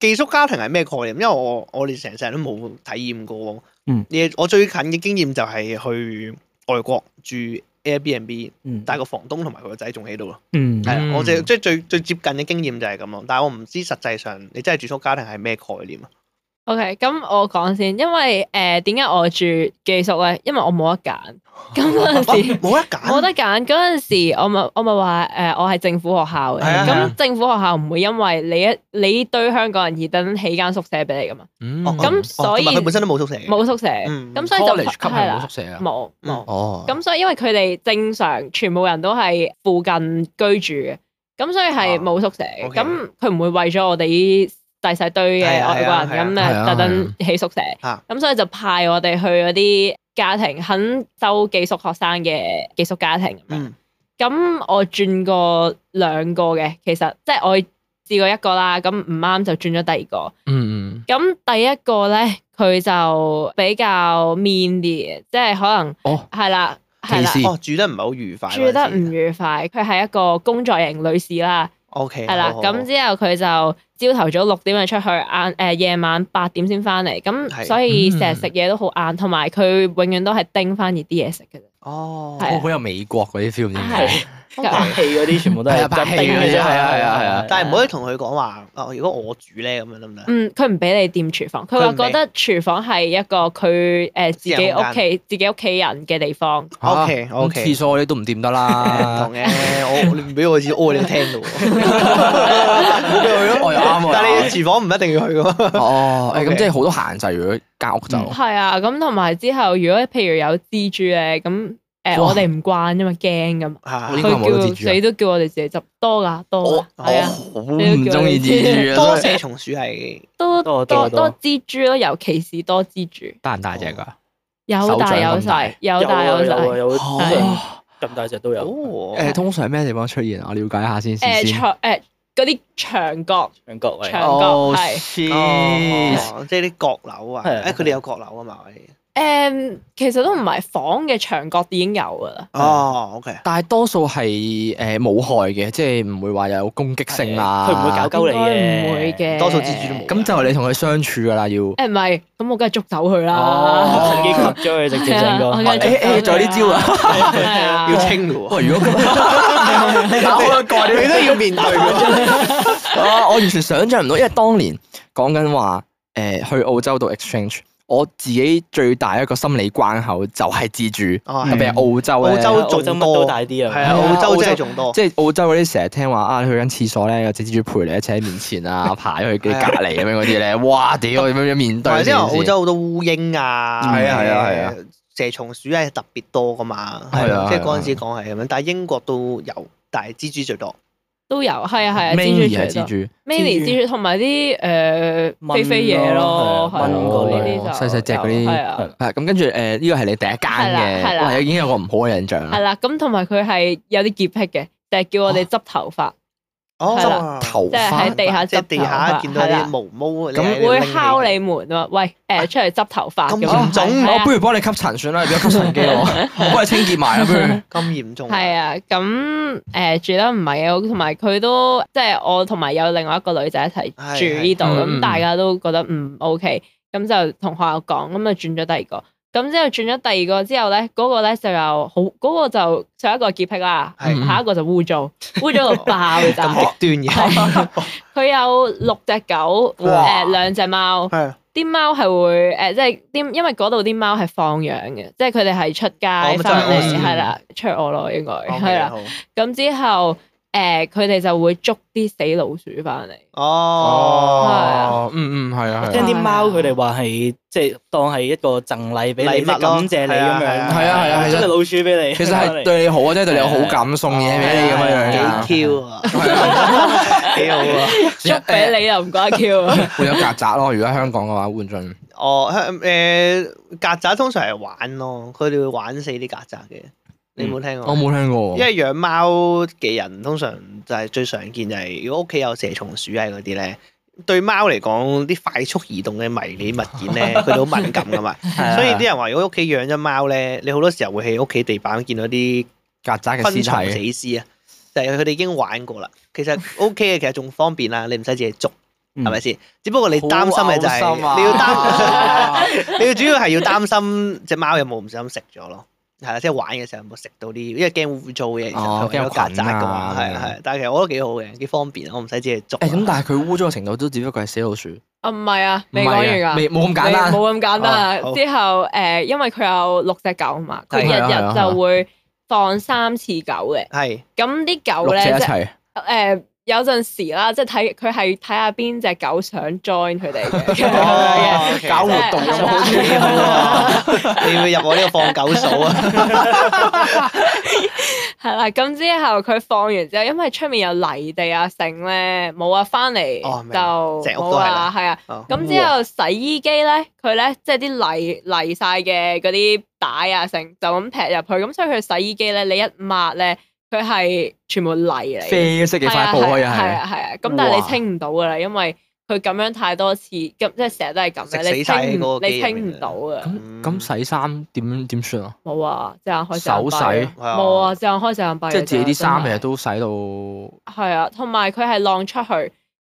Speaker 3: 寄宿家庭係咩概念？因為我我哋成世人都冇體驗過。
Speaker 2: 嗯，
Speaker 3: 你我最近嘅經驗就係去外國住 Airbnb，
Speaker 2: 嗯，
Speaker 3: 但係個房東同埋佢個仔仲喺度咯。
Speaker 2: 嗯
Speaker 3: 係
Speaker 4: 嗯
Speaker 3: 啊，我即即係最最接近嘅經驗就係咁咯。但係我唔知實際上你真係住宿家庭係咩概念啊？
Speaker 1: OK，咁我講先，因為誒點解我住寄宿咧？因為我冇 得揀。咁嗰
Speaker 3: 哇
Speaker 1: 陣時
Speaker 3: 哦冇得揀
Speaker 1: 冇得揀嗰陣時，我咪我咪話誒，我係政府學校嘅。
Speaker 3: 係啊係啊
Speaker 1: 咁政府學校唔會因為你一你堆香港人而等起間宿舍俾你噶嘛，
Speaker 4: 嗯
Speaker 3: 哦
Speaker 1: 咁所以
Speaker 3: 同埋佢本身都冇宿舍嘅。
Speaker 1: 冇宿舍。
Speaker 3: 嗯
Speaker 1: 咁所以就
Speaker 4: college 級
Speaker 1: 係
Speaker 4: 係冇
Speaker 1: 啦
Speaker 4: 宿，舍啊。
Speaker 1: 冇
Speaker 3: 嗯
Speaker 1: 冇。
Speaker 4: 哦，
Speaker 1: 咁所以因為佢哋正常全部人都係附近居住嘅，咁所以係冇宿舍嘅。
Speaker 3: 啊，OK
Speaker 1: 咁佢唔會為咗我哋啲細細堆嘅
Speaker 3: 係啊
Speaker 1: 外
Speaker 3: 係啊
Speaker 1: 國人
Speaker 4: 係啊係
Speaker 1: 咁誒
Speaker 4: 啊
Speaker 1: 特登起宿舍，
Speaker 3: 啊
Speaker 1: 咁所以就派我哋去嗰啲家庭肯收寄宿學生嘅寄宿家庭咁樣。
Speaker 3: 嗯，
Speaker 1: 咁我轉過兩個嘅，其實即係我試過一個啦，咁唔啱就轉咗第二個。
Speaker 4: 嗯嗯，
Speaker 1: 咁第一個咧，佢就比較 mean 啲嘅，即係可能
Speaker 4: 哦，
Speaker 1: 係啊啦，係
Speaker 4: 歧
Speaker 1: 啦，
Speaker 4: 視
Speaker 3: 哦，住得唔係好愉快嗰陣時，
Speaker 1: 住得唔愉快。佢係一個工作型女士啦，
Speaker 3: O K，
Speaker 1: 係啦。咁之後佢就朝頭早六點就出去，晏誒夜晚八點先翻嚟，
Speaker 3: 係
Speaker 1: 咁所以
Speaker 4: 嗯
Speaker 1: 成日食嘢都好晏，同埋佢永遠都係叮翻熱啲嘢食嘅啫。
Speaker 3: 哦，
Speaker 1: 係啊
Speaker 4: 好有美國嗰啲 feel
Speaker 1: 係
Speaker 4: 啫。
Speaker 2: 係拍戲嗰啲全部都
Speaker 4: 係
Speaker 2: 係
Speaker 4: 啊拍戲
Speaker 2: 真丁
Speaker 4: 嗰啲
Speaker 2: 嘅啫
Speaker 4: 係啊係啊係啊
Speaker 3: 但係唔可以同佢講話，啊，如果我煮咧咁樣得唔得？
Speaker 1: 嗯，佢唔俾你掂廚房，佢
Speaker 3: 佢
Speaker 1: 話
Speaker 3: 唔俾
Speaker 1: 覺得廚房係一個佢誒、呃自己屋
Speaker 3: 私
Speaker 1: 企自己屋企人嘅地方。
Speaker 3: OK，OK
Speaker 4: 啊咁廁所你都唔掂得
Speaker 3: 唔
Speaker 4: 啦
Speaker 3: 同。嘅，我你唔俾我似屙你都聽到喎，冇俾佢
Speaker 4: 我
Speaker 3: 咯。
Speaker 4: 又啱喎
Speaker 3: 但係你嘅廚房唔一定要去噶 嘛。
Speaker 4: 哦，誒
Speaker 3: OK
Speaker 4: 咁即係好多限制，如果間屋就
Speaker 2: 嗯
Speaker 1: 係啊，咁同埋之後，如果譬如有蜘蛛咧，咁誒、呃
Speaker 4: 哇
Speaker 1: 我哋唔慣啫嘛，驚咁。
Speaker 3: 啊
Speaker 4: 應該冇得
Speaker 1: 佢
Speaker 4: 蜘蛛啊
Speaker 1: 叫你都叫我哋自己執多㗎，多㗎，係啊，
Speaker 4: 好唔中意蜘蛛
Speaker 3: 哦多
Speaker 4: 啊所以！
Speaker 3: 蛇蟲鼠係
Speaker 1: 多
Speaker 2: 多
Speaker 1: 多
Speaker 2: 多多
Speaker 1: 多蜘蛛咯，尤其是多蜘蛛，
Speaker 4: 大唔大隻㗎？
Speaker 1: 有
Speaker 4: 手掌
Speaker 1: 大有
Speaker 4: 咁大
Speaker 1: 細，有大有細。
Speaker 2: 有啊
Speaker 1: 係
Speaker 2: 咁大隻都有，
Speaker 3: 哦，
Speaker 4: 誒，通常咩地方出現？我啊了解下先事
Speaker 1: 誒
Speaker 4: 先。
Speaker 1: 長誒嗰啲長角，
Speaker 2: 長角位
Speaker 1: 長角係
Speaker 4: 哦係。
Speaker 3: 哦哦即係啲閣樓啊，
Speaker 2: 係
Speaker 3: 誒佢哋有閣樓啊嘛，我哋
Speaker 1: 誒其實都唔係房嘅長角已經有㗎啦。
Speaker 4: 啊
Speaker 3: 哦，OK，
Speaker 4: 但係多數係誒冇害嘅，即係唔會話有攻擊性啊。
Speaker 2: 佢唔會搞鳩你
Speaker 1: 應
Speaker 2: 嘅，
Speaker 1: 該唔會嘅
Speaker 3: 多數蜘蛛都冇
Speaker 4: 咁就你同佢相處㗎啦，要。
Speaker 1: 啊誒唔係，咁我梗係捉走佢啦。
Speaker 2: 哦，趁機吸咗佢直接上
Speaker 1: 係啊我
Speaker 2: 個
Speaker 1: 梗
Speaker 2: 係
Speaker 1: 係
Speaker 4: 誒誒，仲有呢招啊！
Speaker 1: 係啊
Speaker 3: 要清嘅喎，
Speaker 4: 喂，如果咁，打開個蓋，
Speaker 3: 你都要面對嘅。
Speaker 4: 啊！我完全想象唔到，因為當年講緊話誒去澳洲度 exchange，我自己最大一個心理關口就係蜘蛛，
Speaker 3: 哦
Speaker 4: 特別係澳洲
Speaker 3: 澳
Speaker 4: 咧
Speaker 3: 洲
Speaker 2: 澳洲乜都大啲
Speaker 3: 係
Speaker 2: 啊，
Speaker 3: 啊，
Speaker 4: 係啊
Speaker 3: 澳洲真
Speaker 4: 澳洲
Speaker 3: 係仲多。
Speaker 4: 即係澳洲嗰啲成日聽話啊，去緊廁所咧有隻蜘蛛陪你一齊喺面前啊，爬咗去佢隔離咁樣嗰啲咧，哇！屌點樣面對
Speaker 3: 同
Speaker 4: 呢
Speaker 3: 埋即係
Speaker 4: 件
Speaker 3: 澳
Speaker 4: 事？
Speaker 3: 洲好多烏蠅啊，
Speaker 4: 係啊係啊係啊，
Speaker 3: 蛇蟲鼠係特別多噶嘛，
Speaker 4: 係啊
Speaker 3: 即係
Speaker 4: 係啊
Speaker 3: 嗰陣時講係咁樣，但係英國都有，但係蜘蛛最多。
Speaker 1: 都有，係啊係啊，
Speaker 4: Main
Speaker 1: 蜘蛛
Speaker 4: 係
Speaker 1: 除
Speaker 4: 蜘
Speaker 1: 咗
Speaker 4: 蛛，
Speaker 1: mini 蜘蛛同埋啲誒
Speaker 2: 蚊
Speaker 1: 飛飛嘢咯，
Speaker 2: 咯
Speaker 1: 係啊
Speaker 2: 蚊嗰啲
Speaker 1: 呢啲就
Speaker 4: 細細隻嗰啲
Speaker 1: 係啊。
Speaker 4: 係咁跟住誒呢個係你第一間
Speaker 1: 係啦係
Speaker 4: 嘅，
Speaker 1: 啦
Speaker 4: 哇已經有個唔好嘅印象
Speaker 1: 係
Speaker 4: 啦。
Speaker 1: 啦，咁同埋佢係有啲潔癖嘅，就係叫我哋執頭髮，係
Speaker 3: 哦
Speaker 1: 啦，
Speaker 4: 頭
Speaker 1: 即係
Speaker 4: 髮
Speaker 1: 喺地下
Speaker 3: 即
Speaker 1: 執
Speaker 3: 係
Speaker 1: 頭
Speaker 3: 地下
Speaker 1: 髮，
Speaker 3: 見到
Speaker 1: 係
Speaker 3: 啲
Speaker 1: 啦，
Speaker 3: 毛毛，
Speaker 4: 咁
Speaker 3: 你
Speaker 1: 會
Speaker 3: 拎起
Speaker 1: 敲你門啊，喂，誒出嚟執頭髮
Speaker 3: 咁
Speaker 1: 咁
Speaker 4: 嚴
Speaker 1: 樣
Speaker 3: 重
Speaker 1: 係
Speaker 4: 我
Speaker 1: 啊
Speaker 4: 哦不如幫你吸塵算啦，你變咗吸塵機喎，我幫你清潔埋啦，不如。
Speaker 3: 咁嚴重啊，
Speaker 1: 係啊，咁誒住得唔係嘅，同埋佢都即係我同埋有另外一個女仔一齊
Speaker 3: 係
Speaker 1: 住呢度，
Speaker 4: 係嗯
Speaker 1: 咁大家都覺得唔 OK，咁就同學校講，咁就轉咗第二個。咁之後轉咗第二個之後咧，嗰個咧就有好，嗰個就上一個潔癖啦，
Speaker 3: 係
Speaker 1: 啊
Speaker 4: 嗯
Speaker 1: 下一個就污糟，污糟到爆嘅咋。
Speaker 3: 嗯 咁極端嘅，
Speaker 1: 佢有六隻狗，
Speaker 3: 哇
Speaker 1: 誒兩隻貓，
Speaker 3: 係
Speaker 1: 啲貓係會誒即係啲，因為嗰度啲貓係放養嘅，即係佢哋係出
Speaker 3: 哦
Speaker 1: 街翻
Speaker 3: 咁真係
Speaker 1: 嚟
Speaker 3: 屙
Speaker 1: 係啦，出我咯應該係啦。
Speaker 3: 好
Speaker 1: 咁之後誒佢哋就會捉啲死老鼠翻嚟，
Speaker 3: 哦，
Speaker 4: 哦，嗯嗯，係啊，係
Speaker 2: 即係
Speaker 4: 啊，
Speaker 2: 啲貓佢哋話係即係當係一個贈禮俾你，
Speaker 3: 禮
Speaker 2: 即係
Speaker 3: 物咯
Speaker 2: 感謝你
Speaker 3: 係啊
Speaker 2: 咁
Speaker 3: 係
Speaker 2: 樣。
Speaker 3: 啊
Speaker 4: 係啊係啊係啊
Speaker 2: 即係老鼠俾你。
Speaker 4: 其實係對你好啊，即係對你有好感，送嘢俾你咁樣樣㗎
Speaker 3: 幾 Q 啊，幾好啊！
Speaker 1: 捉俾你又唔關 Q 啊，
Speaker 4: 會有曱甴咯。如果香港嘅話，換進
Speaker 3: 哦，香誒曱甴通常係玩咯，佢哋會玩死啲曱甴嘅，你有冇聽過？
Speaker 4: 我冇聽過
Speaker 3: 哦因為養貓嘅人通常就係最常見就係，如果屋企有蛇蟲鼠蟻嗰啲咧，對貓嚟講啲快速移動嘅迷你物件咧， 佢哋好敏感噶嘛，
Speaker 4: 啊
Speaker 3: 所以啲人話如果屋企養咗貓咧，你好多時候會喺屋企地板見到啲
Speaker 4: 啊曱甴嘅
Speaker 3: 昆蟲 死
Speaker 4: 屍體，
Speaker 3: 屍啊，就係佢哋已經玩過啦。其實 O K 嘅，其實仲方便啦，你唔使自己捉，
Speaker 2: 嗯
Speaker 3: 係咪先？只不過你擔心嘅就係、
Speaker 4: 好嘔心啊
Speaker 3: 你要 擔，你要主要係要擔心 只貓有冇唔小心食咗咯。係啦，即係玩嘅時候有冇食到啲，因為驚污糟嘅，其實
Speaker 4: 哦
Speaker 3: 佢有
Speaker 4: 驚
Speaker 3: 曱甴
Speaker 4: 菌
Speaker 3: 嘅話，
Speaker 4: 啊
Speaker 3: 係啊係啊。但係其實我覺得幾好嘅，幾方便，我唔使自己捉。啊
Speaker 4: 誒咁，但係佢污糟嘅程度都只不過係死老鼠，唔
Speaker 1: 啊唔係啊，未講
Speaker 4: 係
Speaker 1: 完
Speaker 4: 嘅
Speaker 1: 啊。
Speaker 4: 未冇咁簡
Speaker 1: 你
Speaker 4: 單。
Speaker 1: 冇咁簡單啊！
Speaker 3: 哦好
Speaker 1: 之後誒、呃因為佢有六隻狗嘛，佢
Speaker 3: 係
Speaker 1: 日
Speaker 4: 係啊
Speaker 1: 日
Speaker 4: 係啊
Speaker 1: 就會放三次狗嘅。
Speaker 3: 係
Speaker 1: 咁啲狗
Speaker 4: 六
Speaker 1: 咧，
Speaker 4: 隻一
Speaker 1: 即係
Speaker 4: 齊，
Speaker 1: 誒有陣時啦，即係睇佢係睇下邊只狗想 join 佢哋 嘅咁樣嘅。
Speaker 3: 哦 OK，
Speaker 4: 搞活
Speaker 1: 動咁好似
Speaker 3: 啊你會入我呢個放狗數啊？
Speaker 1: 係啦，咁之後佢放完之後，因為出面有泥地啊、剩咧，冇啊，翻嚟
Speaker 3: 哦明
Speaker 1: 就
Speaker 3: 成屋
Speaker 1: 冇
Speaker 3: 都係
Speaker 1: 啊
Speaker 3: 啦，
Speaker 1: 係啊。
Speaker 3: 哦
Speaker 1: 咁之後洗衣機咧，佢咧即係啲泥泥晒嘅嗰啲帶啊，剩就咁劈入去，咁所以佢洗衣機咧，你一抹咧，佢係全部泥嚟嘅。
Speaker 4: 啡色嘅
Speaker 1: 係
Speaker 4: 塊
Speaker 1: 啊
Speaker 4: 布可以
Speaker 1: 係
Speaker 4: 係。
Speaker 1: 啊係啊，咁但係你
Speaker 4: 哇
Speaker 1: 清唔到噶啦，因為佢咁樣太多次，咁即係成日都係咁
Speaker 3: 食
Speaker 1: 嘅，
Speaker 3: 死
Speaker 1: 你
Speaker 3: 晒
Speaker 1: 清
Speaker 3: 嗰
Speaker 1: 唔
Speaker 3: 個
Speaker 1: 你
Speaker 3: 機入
Speaker 1: 清
Speaker 3: 面
Speaker 1: 唔到啊！
Speaker 4: 咁咁洗衫點點算啊？
Speaker 1: 冇啊，隻眼開隻
Speaker 4: 手
Speaker 1: 眼
Speaker 4: 洗
Speaker 1: 閉啊
Speaker 3: 係啊
Speaker 1: 冇啊，隻眼開隻眼閉啊。
Speaker 4: 即係自己啲衫其
Speaker 1: 真
Speaker 4: 實
Speaker 1: 係
Speaker 4: 都洗到
Speaker 1: 係啊，同埋佢係晾出去，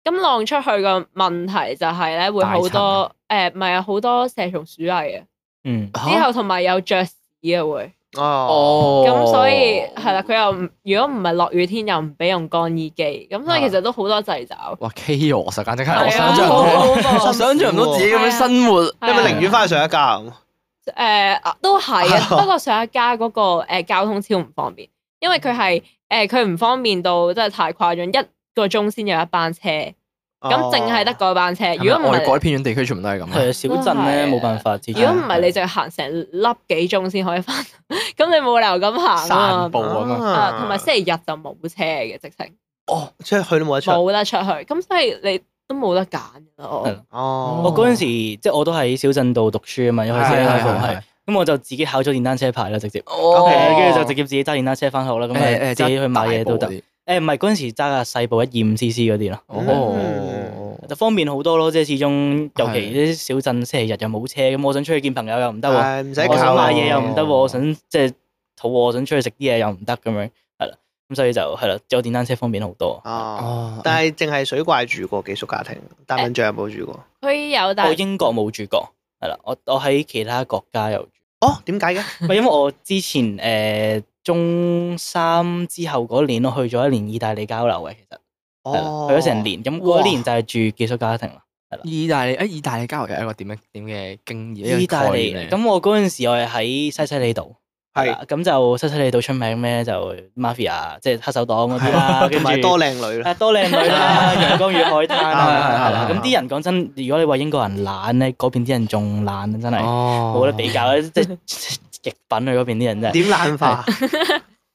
Speaker 1: 咁晾出去個問題就係咧會好
Speaker 4: 大塵
Speaker 1: 多誒，唔係啊，好多蛇蟲鼠蟻啊，
Speaker 2: 嗯，
Speaker 1: 之後同埋有雀屎啊會，
Speaker 3: 哦，
Speaker 4: 哦
Speaker 1: 咁所以係啦，佢又唔如果唔係落雨天又唔俾用乾衣機，咁所以其實都好多掣肘。
Speaker 4: 哇 chaos 啊，簡直係
Speaker 1: 係
Speaker 4: 我
Speaker 1: 啊，
Speaker 4: 想象
Speaker 1: 好
Speaker 4: 唔到，
Speaker 1: 恐怖
Speaker 4: 我想象唔到自己咁樣生活。
Speaker 1: 係
Speaker 3: 你咪
Speaker 1: 啊
Speaker 3: 寧願翻去上一家啊
Speaker 1: 誒、啊都係啊，不過上一家嗰、個、誒交通超唔方便，因為佢係誒佢唔方便到真係太誇張，一個鐘先有一班車，咁
Speaker 3: 哦
Speaker 1: 淨係得嗰班車。
Speaker 4: 係咪
Speaker 1: 如果唔
Speaker 4: 外
Speaker 1: 係，
Speaker 4: 改偏遠地區全部都係咁啊。
Speaker 2: 係啊小鎮咧
Speaker 1: 都係
Speaker 2: 冇辦法之
Speaker 1: 如果唔係你就要行成粒幾鐘先可以翻， 咁你冇理由咁行啊
Speaker 4: 散步
Speaker 1: 嘛。
Speaker 4: 咁啊，
Speaker 1: 啊，同埋星期日就冇車嘅，直情
Speaker 3: 哦，出去都冇得出。
Speaker 1: 冇得出去，咁所以你都冇得揀㗎啦。我
Speaker 2: 係
Speaker 3: 哦，
Speaker 2: 我嗰陣時即係我都喺小鎮度讀書啊嘛，因為
Speaker 4: 係
Speaker 2: 先
Speaker 4: 係啊
Speaker 2: 開
Speaker 4: 係
Speaker 2: 係
Speaker 4: 係。
Speaker 2: 咁我就自己考咗電單車牌啦，直接，
Speaker 4: 哦
Speaker 2: 誒跟住就直接自己揸電單車翻學啦，咁
Speaker 4: 誒
Speaker 2: 啊
Speaker 4: 誒
Speaker 2: 自己去買嘢都得
Speaker 4: 揸大。哦部
Speaker 2: 誒唔係嗰陣時揸架細部一二五 cc 嗰啲啦，
Speaker 4: 嗰啲
Speaker 3: 嗯
Speaker 4: 哦，
Speaker 2: 就方便好多咯。即係始終尤
Speaker 4: 係
Speaker 2: 其啲小鎮星期日又冇車，咁我想出去見朋友又唔得喎。
Speaker 3: 係唔使
Speaker 2: 我想
Speaker 3: 靠
Speaker 2: 買
Speaker 3: 啊
Speaker 2: 嘢又唔得喎，
Speaker 4: 哦
Speaker 2: 我想即係肚餓，我想出去食啲嘢又唔得咁樣，係啦，咁所以就係啦，有電單車方便好多。
Speaker 3: 哦，
Speaker 4: 哦，
Speaker 3: 但係淨係水怪住過寄宿家庭，大笨象有冇住過？
Speaker 1: 佢有但
Speaker 2: 我
Speaker 1: 係
Speaker 2: 英國冇住過，係啦，我我喺其他國家有住，
Speaker 3: 哦，點解嘅？
Speaker 2: 唔係因為我之前誒、呃中三之後嗰年，我去咗一年意大利交流嘅，其實係啦
Speaker 3: 哦，
Speaker 2: 去咗成。年，咁
Speaker 4: 哇
Speaker 2: 嗰一年就係住寄宿家庭啦。
Speaker 4: 意大利誒，意大利交流又係一個點嘅點嘅經驗？
Speaker 2: 意大利
Speaker 4: 咁
Speaker 2: 咁我嗰陣時我係喺西西里島。係
Speaker 3: 係
Speaker 2: 啦，咁就西西里島出名咩？就 mafia，即係黑手黨嗰啲啦，跟
Speaker 3: 同埋
Speaker 2: 住
Speaker 3: 多靚 女啦。
Speaker 2: 啊，多靚女啦，陽光與海灘啊
Speaker 4: 係係係
Speaker 2: 啦，
Speaker 4: 係
Speaker 2: 咁啲人講真，如果你話英國人懶咧，嗰邊啲人仲懶，真係
Speaker 4: 哦
Speaker 2: 冇得比較啦，即係極品啊！嗰邊啲人真係。
Speaker 3: 點爛化？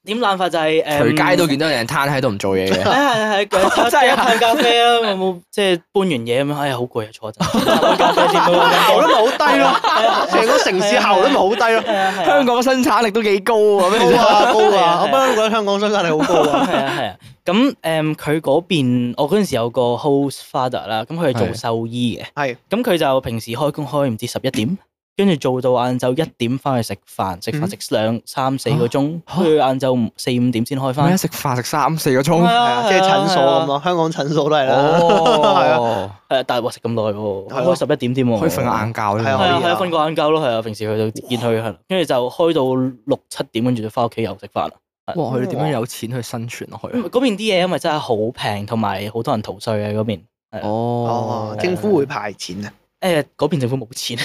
Speaker 2: 點懶法就係呃誒，
Speaker 4: 隨街都見到有人攤喺度唔做嘢 嘅。
Speaker 2: 係係係，真係嘆咖啡啦，有冇即係搬完嘢咁？哎呀，好攰啊，坐一陣，飲咖啡先咯。
Speaker 3: 效率咪好低咯， 成個城市效率咪好低咯。
Speaker 2: 係啊係啊
Speaker 4: 香港嘅生產力都幾高啊！咩
Speaker 3: 高啊高
Speaker 2: 係
Speaker 3: 啊！
Speaker 2: 啊
Speaker 3: 我不嬲都覺得香港生產力好高啊。
Speaker 2: 係啊係啊，咁誒佢嗰邊，我嗰陣時有個 host father 啦，咁 佢係做
Speaker 4: 係
Speaker 2: 獸醫嘅，
Speaker 3: 係
Speaker 2: 咁佢就平時開工開唔知十一點，跟住做到晏晝一點翻去食飯，食
Speaker 3: 嗯
Speaker 2: 飯食兩三四個鐘，跟住晏晝五四五點先開
Speaker 4: 咩
Speaker 2: 翻。
Speaker 4: 食飯食三四個
Speaker 2: 係
Speaker 4: 鐘？
Speaker 3: 係
Speaker 2: 啊
Speaker 3: 啊，即係診所咁。
Speaker 2: 係啊
Speaker 3: 咯，香港診所都係啦。
Speaker 4: 哦，
Speaker 2: 係啊，但係哇食咁耐喎，
Speaker 3: 係啊
Speaker 2: 開十一點添喎，
Speaker 4: 可以瞓下晏覺
Speaker 3: 係
Speaker 2: 係
Speaker 3: 啊
Speaker 2: 啊
Speaker 4: 咧。
Speaker 2: 係啊，瞓個晏覺咯，係啊，平時去到見佢係啦，跟住就開到六七點，跟住就翻屋企又食飯啦。
Speaker 4: 哇！佢哋
Speaker 2: 啊
Speaker 4: 點樣有錢去生存落去
Speaker 2: 咁
Speaker 4: 啊？
Speaker 2: 嗰邊啲嘢因為真係好平，同埋好多人逃税嘅嗰邊。
Speaker 3: 哦
Speaker 4: 哦，，
Speaker 3: 政府會派錢啊！
Speaker 2: 誒嗰邊政府冇錢，
Speaker 4: 啊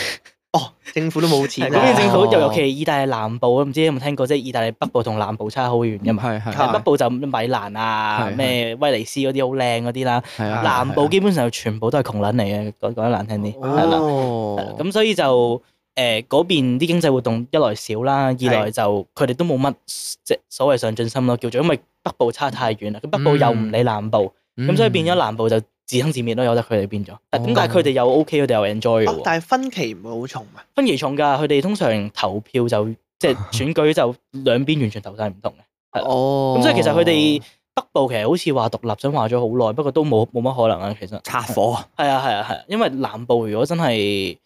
Speaker 3: 哦，政府都冇
Speaker 2: 嗰
Speaker 3: 錢
Speaker 4: 係
Speaker 2: 邊
Speaker 3: 啊！
Speaker 2: 政府
Speaker 4: 哦
Speaker 2: 又尤其係意大利南部，唔知你有冇聽過？即係意大利北部同南部差好遠㗎嘛。
Speaker 4: 係嗯係啊
Speaker 3: 係
Speaker 2: 北部就米蘭啊，
Speaker 4: 係係
Speaker 2: 咩威尼斯嗰啲好靚嗰啲啦，
Speaker 4: 係哦啊，
Speaker 2: 南部基本上全部都係窮撚嚟嘅，講講得難聽啲，係啦。係啦
Speaker 4: 哦，
Speaker 2: 咁所以就誒嗰邊啲經濟活動一來少啦，二來就佢哋都冇乜即係所謂上進心咯，叫做因為北部差太遠啦，咁北部又
Speaker 3: 嗯
Speaker 2: 唔理南部，
Speaker 4: 嗯
Speaker 2: 咁所以變咗南部就自生自滅咯，由得佢哋變咗。咁但係佢哋又 OK，佢哋又 enjoy
Speaker 3: 哦
Speaker 2: 嘅喎。
Speaker 3: 但係分歧唔會好重啊！
Speaker 2: 分歧重㗎，佢哋通常投票就 即係選舉就兩邊完全投晒唔同嘅。
Speaker 4: 哦，
Speaker 2: 咁所以其實佢哋北部其實好似話獨立想話咗好耐，不過都冇冇乜可能啊，其實。
Speaker 4: 拆火
Speaker 2: 係啊係啊係啊，因為南部如果真係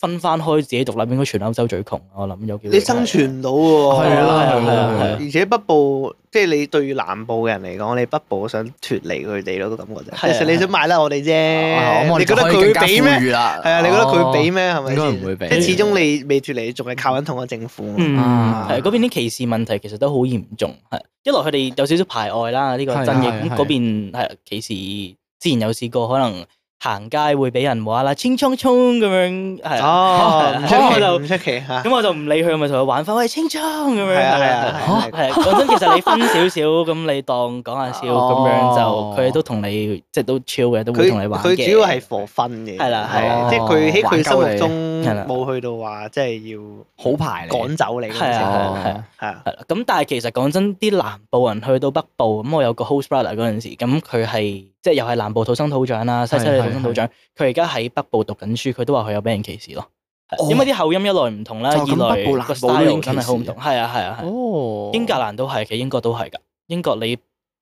Speaker 2: 分翻開自己獨立，應該全歐洲最窮。我諗有幾
Speaker 3: 你生存唔到喎，哦
Speaker 4: 係
Speaker 2: 啊係啊係啊係啊
Speaker 3: 而且北部即係你對南部嘅人嚟講，你北部想脱離佢哋咯，個感覺
Speaker 2: 係
Speaker 3: 就
Speaker 2: 啊
Speaker 3: 係其實你想買甩我哋
Speaker 4: 哦
Speaker 3: 啫，
Speaker 4: 咁
Speaker 3: 你覺得
Speaker 4: 我
Speaker 3: 佢
Speaker 4: 哋就可以
Speaker 3: 會
Speaker 4: 更加
Speaker 3: 俾咩
Speaker 4: 富？裕啦哦
Speaker 3: 係啊，你覺得佢會俾咩？係咪
Speaker 2: 哦
Speaker 4: 應該
Speaker 3: 先
Speaker 4: 唔會俾
Speaker 3: 即係始終你未脱離，你仲係靠緊同一個政府。
Speaker 2: 嗯
Speaker 4: 啊
Speaker 2: 係嗰邊啲歧視問題其實都好嚴重，係一來佢哋有少少排外啦，呢、個
Speaker 4: 係啊
Speaker 2: 真嘅。
Speaker 4: 係啊
Speaker 2: 咁
Speaker 4: 係啊
Speaker 2: 嗰邊係歧視，之前有試過可能行街會俾人話啦，清沖沖咁樣係啊。
Speaker 3: 哦，唔出奇
Speaker 2: 係啊
Speaker 3: 唔出奇嚇。
Speaker 2: 咁我就唔理佢，咪同佢玩翻，喂清沖咁樣
Speaker 3: 係啊係啊
Speaker 2: 係啊係啊講真，其實你分少少咁，你當講下笑咁樣
Speaker 4: 哦
Speaker 2: 就，佢哋都同你即係都超嘅，都會
Speaker 3: 佢
Speaker 2: 同你玩嘅
Speaker 3: 佢主要係 for fun 嘅，
Speaker 2: 係啦係哦
Speaker 4: 啦
Speaker 3: 即係佢喺佢心目
Speaker 2: 係啦
Speaker 3: 中冇去到話即係
Speaker 4: 好排
Speaker 3: 要
Speaker 4: 嚟
Speaker 3: 趕走你嗰
Speaker 2: 係啊
Speaker 3: 陣
Speaker 4: 哦
Speaker 2: 係啊
Speaker 3: 係啊，
Speaker 2: 係啦，咁但係其實講真，啲南部人去到北部，咁我有個 host brother 嗰陣時，咁佢係即係又係南部土生土長啦，西西里土生土長，佢而家喺北部讀緊書，佢都話佢有俾人歧視咯，係
Speaker 4: 哦
Speaker 2: 因為啲口音一來唔同啦，
Speaker 4: 就咁
Speaker 2: 二來
Speaker 4: 北部南
Speaker 2: 個
Speaker 4: 部都已
Speaker 2: style
Speaker 4: 經
Speaker 2: 真係好唔
Speaker 4: 歧視
Speaker 2: 同，係啊係啊係啊，
Speaker 4: 哦
Speaker 2: 英格蘭都係嘅，英國都係㗎，英國你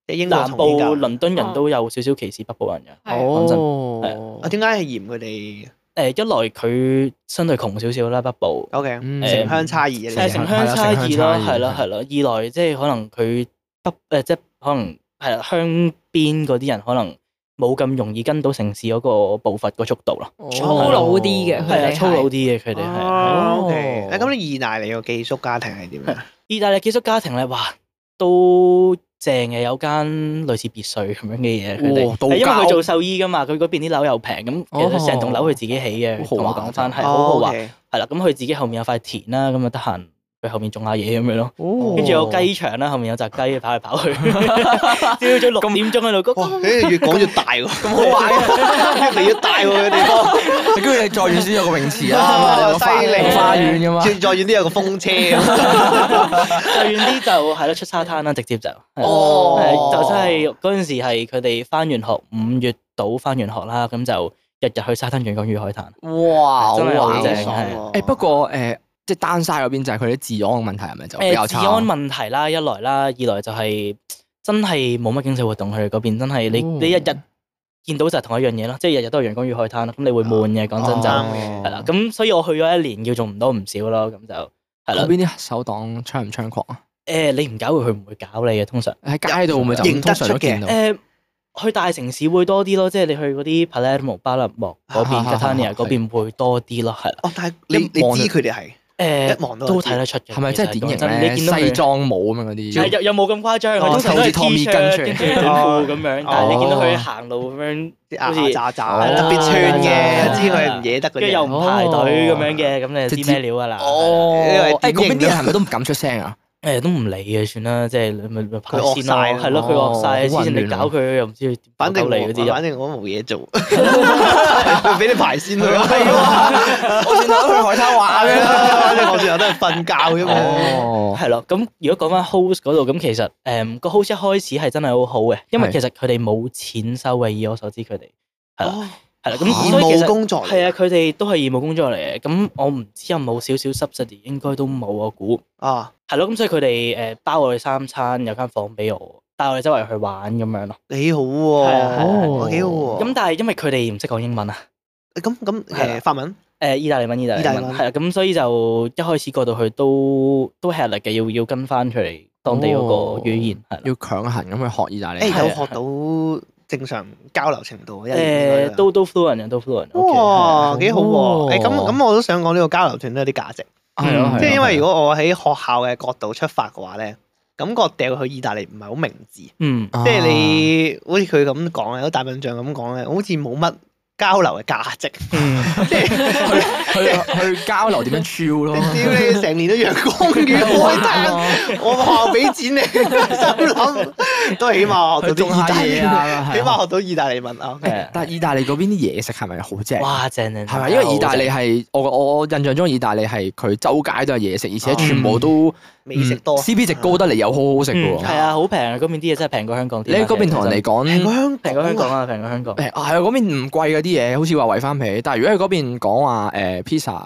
Speaker 3: 即係英國
Speaker 2: 南
Speaker 3: 同
Speaker 2: 部
Speaker 3: 英格蘭
Speaker 2: 倫敦
Speaker 4: 啊
Speaker 2: 人都有少少歧視北部人嘅。
Speaker 1: 係啊
Speaker 2: 講真
Speaker 4: 哦
Speaker 3: 啊，點解係嫌佢哋
Speaker 2: 誒一來佢相對窮少少啦，北部
Speaker 3: ？O K，
Speaker 4: 嗯
Speaker 3: 城鄉差異
Speaker 2: 誒
Speaker 4: 係
Speaker 2: 城
Speaker 3: 啊，
Speaker 2: 鄉差異咯，係咯
Speaker 4: 係啦
Speaker 2: 係
Speaker 4: 城
Speaker 2: 咯。二來即係可能佢北誒呃即係可能係啦，鄉邊嗰啲人可能冇咁容易跟到城市嗰個步伐個速度咯。
Speaker 4: 哦
Speaker 1: 粗魯啲嘅佢
Speaker 2: 係啊，
Speaker 1: 哋
Speaker 2: 粗魯啲嘅佢哋
Speaker 3: 你哋
Speaker 2: 係啊。
Speaker 3: 係
Speaker 4: 哦
Speaker 3: O K。誒咁你意大利個寄宿家庭係點啊樣？
Speaker 2: 意大利寄宿家庭咧，哇，都正嘅，有間類似別墅咁樣嘅嘢。佢哋
Speaker 4: 哇
Speaker 2: 係
Speaker 4: 哦道
Speaker 2: 因為佢
Speaker 4: 教
Speaker 2: 做獸醫噶嘛，佢嗰邊啲樓又平，咁其實成棟樓佢自己起
Speaker 4: 哦
Speaker 2: 嘅。
Speaker 4: 好
Speaker 2: 同我
Speaker 4: 豪華
Speaker 2: 講翻係好豪
Speaker 3: 哦
Speaker 2: 華，
Speaker 3: ，OK，
Speaker 2: 係啦。咁佢自己後面有塊田啦，咁啊得閒佢後面種下嘢咁樣咯。
Speaker 4: 哦
Speaker 2: 跟住有雞場啦，後面有隻雞跑嚟跑 去，朝早六點鐘喺度
Speaker 3: 哇
Speaker 2: 嗰，
Speaker 3: 你越講越大喎，咁
Speaker 4: 好 玩
Speaker 3: 越嚟越大喎嘅地方，
Speaker 4: 跟住你再遠先有個泳池
Speaker 3: 哇
Speaker 4: 啦，有個花
Speaker 3: 犀利
Speaker 4: 花園啊噶嘛。
Speaker 3: 再再遠啲有個風車咁，
Speaker 2: 再遠啲就係啦，出沙灘啦，直接就
Speaker 3: 哦
Speaker 2: 係就真係嗰陣時係佢哋翻完學五月到翻完學啦，咁就日日去沙灘、陽光與海灘。
Speaker 4: 哇，
Speaker 2: 真係好
Speaker 4: 玩
Speaker 2: 正
Speaker 4: 喎
Speaker 2: 係
Speaker 3: 哎
Speaker 4: 誒不過誒，即係丹沙嗰邊就係佢啲治安嘅問題係咪就比較
Speaker 2: 誒治
Speaker 4: 差？
Speaker 2: 安問題啦，一來啦，二來就係真係冇乜經濟活動，佢哋嗰邊真係你
Speaker 4: 哦
Speaker 2: 你一日見到就係同一樣嘢咯，即係日日都係陽光與海灘啦，咁你會悶嘅，講真就
Speaker 3: 哦
Speaker 2: 係
Speaker 3: 啱
Speaker 2: 啦。咁所以我去咗一年，叫做唔多唔少咯，咁就係啦
Speaker 4: 嗰。邊啲手黨猖唔猖狂啊？
Speaker 2: 誒、你唔搞佢，佢唔會搞你嘅。通常
Speaker 4: 喺街度會唔會就咁
Speaker 3: 認得
Speaker 4: 通
Speaker 3: 出
Speaker 4: 常都見
Speaker 2: 誒、
Speaker 4: 到？
Speaker 2: 呃去大城市會多啲咯，即係你去嗰啲 Palermo、巴勒莫嗰邊、
Speaker 4: 啊啊啊
Speaker 2: Catania
Speaker 4: 係
Speaker 2: 嗰邊會多啲咯，係啦。
Speaker 3: 哦，但係你你
Speaker 4: 一望就
Speaker 3: 知佢哋係。
Speaker 2: 誒、
Speaker 3: 一望都
Speaker 2: 都
Speaker 3: 知
Speaker 2: 睇得出嘅。
Speaker 4: 係咪真係
Speaker 2: 其實
Speaker 4: 典
Speaker 2: 講真你見
Speaker 4: 型
Speaker 2: 到
Speaker 4: 咧？西
Speaker 2: 佢
Speaker 4: 裝帽咁樣嗰
Speaker 2: 係
Speaker 4: 啲，
Speaker 2: 有有冇咁誇張？佢
Speaker 4: 哦
Speaker 2: 通常都係
Speaker 4: 就好似
Speaker 2: T 恤
Speaker 4: Tommy
Speaker 2: 跟
Speaker 4: 跟
Speaker 2: 住
Speaker 4: 住
Speaker 2: 短褲咁樣，但係你見到佢行路咁樣，
Speaker 3: 啲
Speaker 2: 好似
Speaker 3: 牙啊牙渣
Speaker 4: 哦
Speaker 3: 渣，特別串
Speaker 2: 係
Speaker 3: 嘅，
Speaker 2: 啊
Speaker 3: 知佢係唔惹得嗰
Speaker 2: 跟住
Speaker 3: 啲
Speaker 2: 又
Speaker 3: 人。
Speaker 2: 唔排隊咁樣嘅，咁你就知咩料㗎啦。
Speaker 4: 哦
Speaker 3: 因為
Speaker 4: 誒
Speaker 3: 點
Speaker 4: 嗰邊
Speaker 2: 哎
Speaker 3: 型
Speaker 4: 啲
Speaker 3: 都
Speaker 4: 人係咪都唔敢出聲啊？
Speaker 2: 誒都唔理嘅，算啦，即係你咪咪拍
Speaker 3: 佢惡
Speaker 2: 先咯，
Speaker 3: 晒啦
Speaker 2: 係咯，佢
Speaker 4: 哦
Speaker 2: 惡晒，
Speaker 4: 好
Speaker 2: 之
Speaker 4: 混
Speaker 2: 前你
Speaker 4: 亂啊
Speaker 2: 搞佢又唔知佢點
Speaker 3: 反正
Speaker 2: 搞你嗰啲
Speaker 3: 我
Speaker 2: 人
Speaker 3: 反。正我冇 嘢做， 佢俾你排先佢。係啊，
Speaker 4: 我算啦，去海灘玩
Speaker 3: 反 正我最後都係瞓覺啫嘛。
Speaker 4: 哦，
Speaker 2: 係咯，咁如果講翻 host 嗰度，咁其實誒個 host 一開始係真係好好嘅，因為
Speaker 4: 係
Speaker 2: 其實佢哋冇錢收嘅，以我所知佢哋係啦
Speaker 3: 哦
Speaker 2: 係啦，咁
Speaker 3: 義
Speaker 2: 所以其
Speaker 3: 務
Speaker 2: 實
Speaker 3: 工作嚟
Speaker 2: 係啊，佢哋都係義務工作嚟嘅，咁我唔知有冇少少 subsidy，應該都冇我估。
Speaker 3: 啊！
Speaker 2: 係咯，咁所以佢哋誒包我哋三餐，有間房俾我，帶我哋周圍去玩咁樣咯。
Speaker 3: 幾好
Speaker 2: 係啊係啊係
Speaker 3: 喎，
Speaker 2: 啊
Speaker 3: 我幾好喎。
Speaker 2: 咁但係因為佢哋唔識講英文啊，
Speaker 3: 咁咁
Speaker 2: 係啦
Speaker 3: 誒法文
Speaker 2: 誒意大利文意大利
Speaker 3: 意大
Speaker 2: 文
Speaker 3: 利文
Speaker 2: 係啦，咁所以就一開始過到去都都吃力嘅，要要跟翻佢哋當地嗰
Speaker 3: 哦
Speaker 2: 個語言係啦。
Speaker 4: 要強行咁去學意大利
Speaker 3: 誒
Speaker 4: 文，
Speaker 2: 係啊
Speaker 3: 有學到正常交流程度一年啊應
Speaker 2: 誒
Speaker 3: 該
Speaker 2: 都都 fluent 嘅，都 fluent。啊
Speaker 3: 哇，幾好
Speaker 4: 哦
Speaker 3: 啊喎！誒咁咁，我都想講呢個交流團都有啲價值，
Speaker 4: 係啊
Speaker 2: 嗯
Speaker 4: 咯，
Speaker 3: 即係因為如
Speaker 4: 果
Speaker 3: 果我喺學校嘅角度出發嘅話咧，感覺掉去意大利唔係好明智，即
Speaker 2: 嗯，
Speaker 4: 啊
Speaker 3: 係你好似佢咁講咧，好似大笨象咁講咧，好似冇乜交流嘅價值，即係
Speaker 4: 去去交流點樣 chill 咯，
Speaker 3: 屌你成年都陽光與 海灘，我學校俾錢你，心諗都起碼學
Speaker 4: 去
Speaker 3: 到
Speaker 4: 種
Speaker 3: 啲意大
Speaker 4: 下
Speaker 3: 利
Speaker 4: 嘢
Speaker 3: 文，
Speaker 4: 啊，
Speaker 3: 起
Speaker 4: 係啊
Speaker 3: 碼學到意大利文啊。OK
Speaker 2: 誒
Speaker 4: 但係意大利嗰邊啲嘢食係咪好正？
Speaker 2: 哇正正，
Speaker 4: 係咪？因為意大利係我我我印象中意大利係佢周街都有嘢食，而且
Speaker 2: 嗯
Speaker 4: 全部都嗯
Speaker 3: 美食多
Speaker 4: ，C P 值高得嚟又好好食嘅
Speaker 2: 係
Speaker 4: 喎。
Speaker 2: 啊，好平啊！嗰邊啲嘢真係平過香港啲
Speaker 4: 你
Speaker 2: 啊。
Speaker 4: 喺嗰邊同人哋
Speaker 3: 平過
Speaker 4: 講。
Speaker 3: 香
Speaker 2: 平
Speaker 3: 平
Speaker 2: 過香港
Speaker 3: 啊！
Speaker 2: 啊，平過香港。
Speaker 4: 誒係啊，嗰邊唔貴嗰啲嘢，好似話圍翻皮。但係如果喺嗰邊講話誒 pizza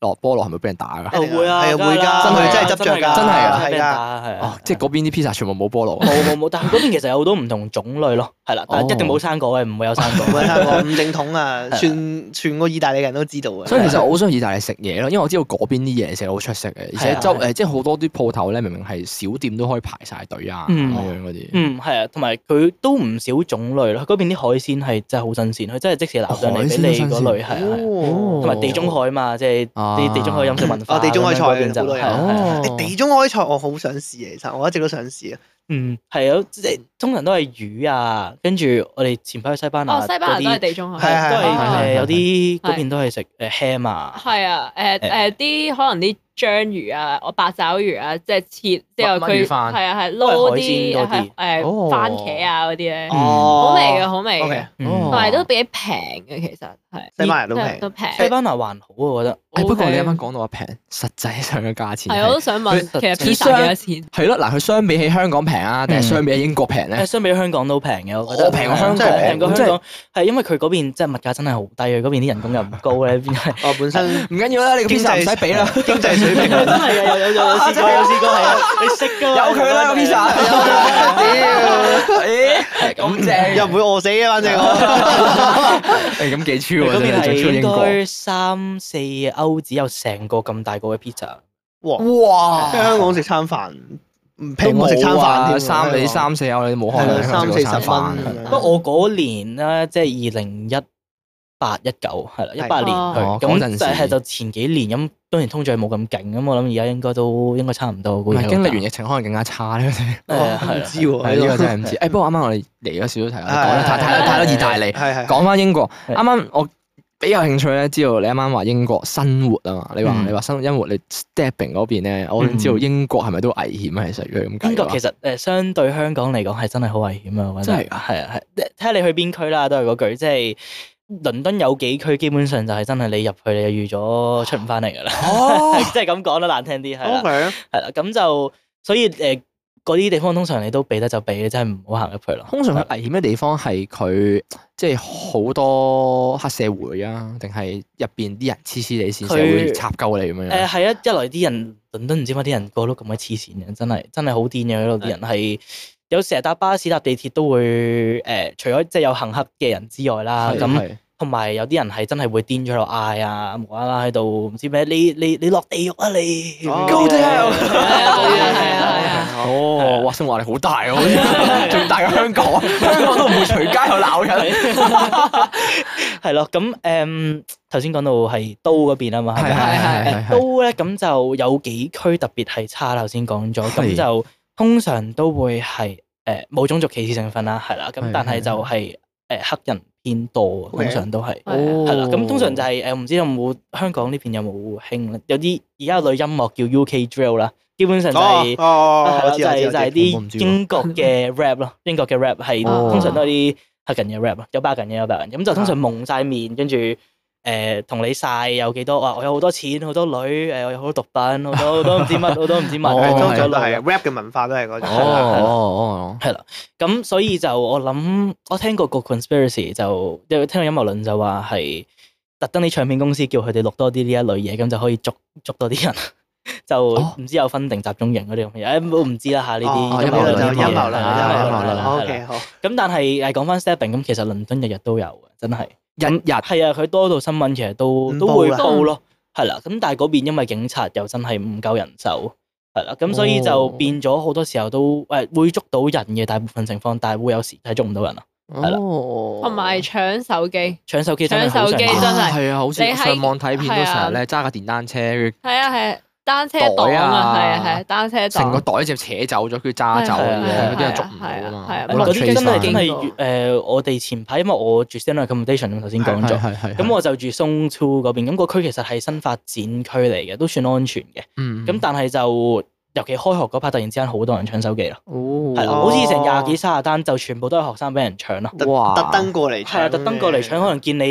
Speaker 4: 落菠蘿，係咪俾人打㗎？
Speaker 2: 哦會啊，
Speaker 3: 係啊
Speaker 2: 梗係
Speaker 3: 會㗎
Speaker 2: 啦
Speaker 4: 真係真係
Speaker 3: 執着㗎
Speaker 4: 真係啊
Speaker 2: 真係俾
Speaker 3: 係
Speaker 2: 人
Speaker 3: 㗎
Speaker 2: 打係
Speaker 4: 哦
Speaker 2: 啊，，
Speaker 4: 即係嗰邊啲 pizza 全部冇菠蘿。
Speaker 2: 冇冇冇，但係嗰邊其實有好多唔同種類咯，係
Speaker 4: 哦
Speaker 2: 啦，但係一定冇生果嘅，唔會有生 果。
Speaker 3: 唔係香港唔正統啊，
Speaker 2: 係
Speaker 3: 全全個意大利人都知道啊。
Speaker 4: 所以其實我好想去意大利食嘢咯，因為我知道嗰邊啲嘢食好出色嘅，而
Speaker 2: 係
Speaker 4: 且
Speaker 2: 啊
Speaker 4: 周
Speaker 2: 係啊
Speaker 4: 誒即係好多啲鋪頭咧，明明係小店都可以排晒隊啊咁
Speaker 2: 嗯
Speaker 4: 樣嗰啲。
Speaker 2: 嗯，係啊，同埋佢都唔少種類咯。嗰邊啲海鮮係真係好新鮮，佢真係即時撈上嚟俾你嗰類係啊。
Speaker 3: 哦
Speaker 2: 同埋地中海嘛，即係啲地中海飲食文化，
Speaker 3: 哦地中海菜
Speaker 2: 咁樣嗰邊就
Speaker 3: 好多嘢
Speaker 2: 係啊係啊
Speaker 4: 哦
Speaker 3: 誒地中海菜我好想試啊，其實我一直都想試啊。
Speaker 2: 嗯，係啊，即係通常都係魚啊，跟住我哋前排去西班牙
Speaker 1: 哦，西班牙都係
Speaker 2: 嗰啲，
Speaker 1: 地中
Speaker 3: 係
Speaker 1: 海，
Speaker 2: 係都
Speaker 1: 啊係係
Speaker 2: 係誒
Speaker 4: 係
Speaker 2: 有
Speaker 1: 係
Speaker 2: 啲嗰邊都係食誒 ham 啊，
Speaker 1: 係啊，誒誒啲可能啲章魚啊，我八爪魚啊，即係切之後
Speaker 4: 乜乜魚
Speaker 1: 佢
Speaker 4: 飯
Speaker 1: 係啊係
Speaker 2: 都係
Speaker 1: 撈
Speaker 2: 海鮮多
Speaker 1: 啲
Speaker 2: 啲
Speaker 1: 係誒
Speaker 4: 哦
Speaker 1: 番茄啊嗰啲咧，
Speaker 2: 嗯
Speaker 1: 好味嘅，好味
Speaker 3: 哦
Speaker 1: 啊
Speaker 3: OK，
Speaker 1: 嘅，
Speaker 2: 嗯
Speaker 1: 同
Speaker 4: 哦
Speaker 1: 埋都幾平嘅其實係，
Speaker 3: 西班牙都
Speaker 1: 真係
Speaker 3: 平
Speaker 1: 都平。
Speaker 2: 西班牙還好啊，我覺得。
Speaker 4: 誒不過你啱
Speaker 1: OK
Speaker 4: 啱講到話平，實際上嘅價錢
Speaker 1: 係啊
Speaker 3: 啊
Speaker 1: 我
Speaker 4: 係
Speaker 1: 都想問，其實
Speaker 4: 佢佢
Speaker 1: pizza 幾多
Speaker 4: 係咯，嗱佢相比起香港平啊，定係
Speaker 2: 嗯
Speaker 4: 相比起英國平
Speaker 2: 誒，
Speaker 4: 咧？
Speaker 2: 相比香港都平嘅，我覺得
Speaker 4: 我平過香港
Speaker 2: 真係平過
Speaker 4: 即係
Speaker 2: 香港係因為佢嗰邊即係物價真係好低啊，嗰邊啲人工又唔高啊咧，邊係
Speaker 3: 我哦本身
Speaker 4: 唔緊要啦，你個
Speaker 3: 經
Speaker 4: pizza
Speaker 3: 濟
Speaker 4: 唔使俾啦，
Speaker 3: 經濟水 平，
Speaker 2: 真係啊有有有有試過有試過係啊，你識噶
Speaker 4: 有佢啦個 pizza。誒 咁正
Speaker 3: 又唔會餓死啊嘅，反正我。
Speaker 4: 誒咁幾超
Speaker 2: 嗰
Speaker 4: 喎，真
Speaker 2: 邊
Speaker 4: 係仲超
Speaker 2: 係
Speaker 4: 英
Speaker 2: 應
Speaker 4: 國。
Speaker 2: 該三四歐只有成個咁大個嘅 pizza，
Speaker 3: 哇！
Speaker 4: 哇
Speaker 3: 即係香港食餐飯唔
Speaker 4: 都
Speaker 3: 平我食餐飯添，
Speaker 4: 啊三
Speaker 3: 香
Speaker 4: 你
Speaker 3: 港
Speaker 4: 三四歐你都冇可
Speaker 3: 係
Speaker 4: 能
Speaker 3: 啦，三四
Speaker 4: 食到餐
Speaker 3: 十
Speaker 4: 飯
Speaker 3: 蚊。
Speaker 2: 不過我嗰年咧，即係二零一八一九係啦，一八年
Speaker 4: 哦
Speaker 2: 去
Speaker 4: 嗰
Speaker 2: 咁
Speaker 4: 陣時
Speaker 2: 就係就前幾年咁，當然通脹冇咁勁咁，我諗而哎家應該都應該差唔多。估
Speaker 4: 唔
Speaker 2: 計
Speaker 4: 係經歷完疫情可能更加差咧，係
Speaker 2: 誒
Speaker 3: 哦
Speaker 2: 係
Speaker 3: 唔
Speaker 2: 啊
Speaker 3: 知喎，
Speaker 4: 呢個真係唔知。誒不過啱啱我哋嚟咗少少題，我哋
Speaker 3: 啊
Speaker 4: 講得太太多太多意大利，
Speaker 3: 係係
Speaker 4: 講翻英國。
Speaker 2: 係
Speaker 4: 啱啱我比較興趣咧，知道你啱啱話英國生活啊嘛，你話
Speaker 2: 嗯
Speaker 4: 你話生活生活你 stepping 嗰邊咧，我想知道
Speaker 2: 嗯
Speaker 4: 英國係咪都危險啊？其實如果咁計
Speaker 2: 英
Speaker 4: 嘅
Speaker 2: 國
Speaker 4: 話，
Speaker 2: 其實誒相對香港嚟講係真係好危險啊！我覺得
Speaker 4: 真係㗎
Speaker 2: 係啊係，睇下你去邊區啦，都係嗰句，即係倫敦有幾區基本上就係真係你入去你就預咗出唔翻嚟㗎啦，
Speaker 4: 哦，
Speaker 2: 即係咁講得難聽啲係啦啊
Speaker 3: O，K，
Speaker 2: 係啦，咁就所以誒嗰啲地方通常你都避得就避，你真係唔好行入去咯。
Speaker 4: 通常佢危險嘅地方係佢即係好多黑社會啊，定係入邊啲人黐黐地線，社會
Speaker 2: 佢
Speaker 4: 插鳩你咁樣
Speaker 2: 誒。係啊，一來啲人倫敦唔知點解啲人個個都咁鬼黐線嘅，真係真係好癲嘅嗰度啲人係。有成日搭巴士搭地鐵都會誒、呃除咗即係有行乞嘅人之外啦，
Speaker 4: 係
Speaker 2: 咁
Speaker 4: 係
Speaker 2: 同埋有啲人係真係會癲咗喺度嗌啊，無啦啦喺度唔知咩，你你你落地獄啊你
Speaker 3: 哦
Speaker 4: Go to hell！
Speaker 2: 係啊
Speaker 1: 係啊係啊係啊
Speaker 2: 係啊
Speaker 4: 哦，哇！生活壓力好大啊，好似仲大過香港，香港都唔會隨街去鬧人。
Speaker 2: 係咯，咁誒頭先講到係刀嗰邊啊嘛，係咪
Speaker 1: 係
Speaker 2: 啊？
Speaker 1: 係
Speaker 2: 誒刀咧咁就有幾區特別係差啦，頭先講咗，
Speaker 4: 係
Speaker 2: 咁呃就通常都會係誒冇種族歧視成分啦，係啦，咁
Speaker 4: 係
Speaker 2: 但
Speaker 4: 係
Speaker 2: 係就係誒黑人偏多啊，
Speaker 3: OK
Speaker 2: 通常都係。
Speaker 1: 係啊
Speaker 2: 係啦，咁通常就係誒，呃唔知有冇香港呢邊有冇興咧？有啲而家有類音樂叫 UK drill 啦，基本上就係
Speaker 3: 哦哦，
Speaker 2: 係
Speaker 3: 我
Speaker 2: 啦，
Speaker 3: 知
Speaker 2: 就
Speaker 3: 我知
Speaker 2: 係
Speaker 3: 我
Speaker 2: 就係
Speaker 3: 知。
Speaker 4: 我唔知
Speaker 2: 啲
Speaker 4: 喎
Speaker 2: 英國 嘅 rap 咯，英國嘅 rap 係
Speaker 1: 哦
Speaker 2: 通常都係啲黑人嘅 rap 啊，有白人嘅有白人，咁就通
Speaker 3: 啊
Speaker 2: 常蒙晒面，跟住誒同你晒有幾多啊？我有好多錢，好多女，呃誒我有好多毒品，好多好多唔知乜，好多唔知乜，
Speaker 4: 哦
Speaker 2: 裝
Speaker 3: 通
Speaker 2: 咗
Speaker 3: 常都
Speaker 2: 路
Speaker 3: 係 rap 嘅文化都係嗰種。
Speaker 4: 哦哦哦，
Speaker 2: 咁所以就我諗，我聽過個 conspiracy 就因為聽到陰謀論就話係特登啲唱片公司叫佢哋錄多啲呢一類嘢，咁就可以捉捉多啲人， 就
Speaker 4: 哦
Speaker 2: 唔知有分定集中營嗰啲咁嘅嘢，誒我唔知啦嚇呢啲
Speaker 4: 哦
Speaker 2: 陰
Speaker 4: 陰謀
Speaker 2: 謀論
Speaker 4: 論陰謀論
Speaker 3: 就陰謀論，
Speaker 4: 啊
Speaker 3: 陰
Speaker 4: 陰謀
Speaker 3: 謀論。
Speaker 4: 論
Speaker 2: 係啦
Speaker 3: OK，好。
Speaker 2: 咁但係誒講翻 stepping，咁其實倫敦日日都有嘅，真係
Speaker 4: 日日
Speaker 2: 係啊，佢多到新聞其實都
Speaker 3: 唔
Speaker 2: 都會
Speaker 3: 報啦
Speaker 2: 報咯，係啦。咁但係嗰邊因為警察又真係唔夠人手，係啦，咁所以就
Speaker 4: 哦
Speaker 2: 變咗好多時候都誒會捉到人嘅大部分情況，但係會有時係捉唔到人啊。係啦
Speaker 4: 哦，
Speaker 1: 同埋搶手機，
Speaker 2: 搶手機真係
Speaker 1: 搶手
Speaker 2: 好常
Speaker 1: 機
Speaker 2: 見
Speaker 1: 真係
Speaker 4: 啊係啊，好似
Speaker 1: 你喺
Speaker 4: 上網睇片
Speaker 1: 係
Speaker 4: 都
Speaker 1: 啊
Speaker 4: 成日咧揸架電單車，
Speaker 1: 係啊係啊單車黨
Speaker 4: 袋
Speaker 1: 啊，
Speaker 4: 啊
Speaker 1: 係啊係啊單車
Speaker 4: 成個
Speaker 1: 黨，
Speaker 4: 袋就扯走咗，佢揸走
Speaker 2: 係
Speaker 4: 嘅，
Speaker 2: 啊
Speaker 4: 嗰啲
Speaker 2: 係啊
Speaker 4: 人捉唔到噶
Speaker 1: 係
Speaker 4: 嘛
Speaker 1: 啊係啊，
Speaker 4: 好難
Speaker 2: 嗰啲真
Speaker 4: trace
Speaker 2: 係
Speaker 4: 返
Speaker 2: 真
Speaker 1: 係
Speaker 2: 係誒，我哋前排因為我住 standard accommodation 咁頭先講咗，
Speaker 4: 係係
Speaker 2: 咁我就住 Song Two 嗰邊，咁個區其實係新發展區嚟嘅，都算安全嘅。
Speaker 4: 嗯
Speaker 2: 咁但係就尤其開學嗰 part 突然之間好多人搶手機啦，
Speaker 4: 哦
Speaker 2: 係啦，
Speaker 3: 哦
Speaker 2: 好似成廿幾卅單就全部都係學生俾人搶啦。
Speaker 3: 特
Speaker 4: 哇
Speaker 3: 特登過嚟搶，
Speaker 2: 係啊，特登過嚟搶，可能見你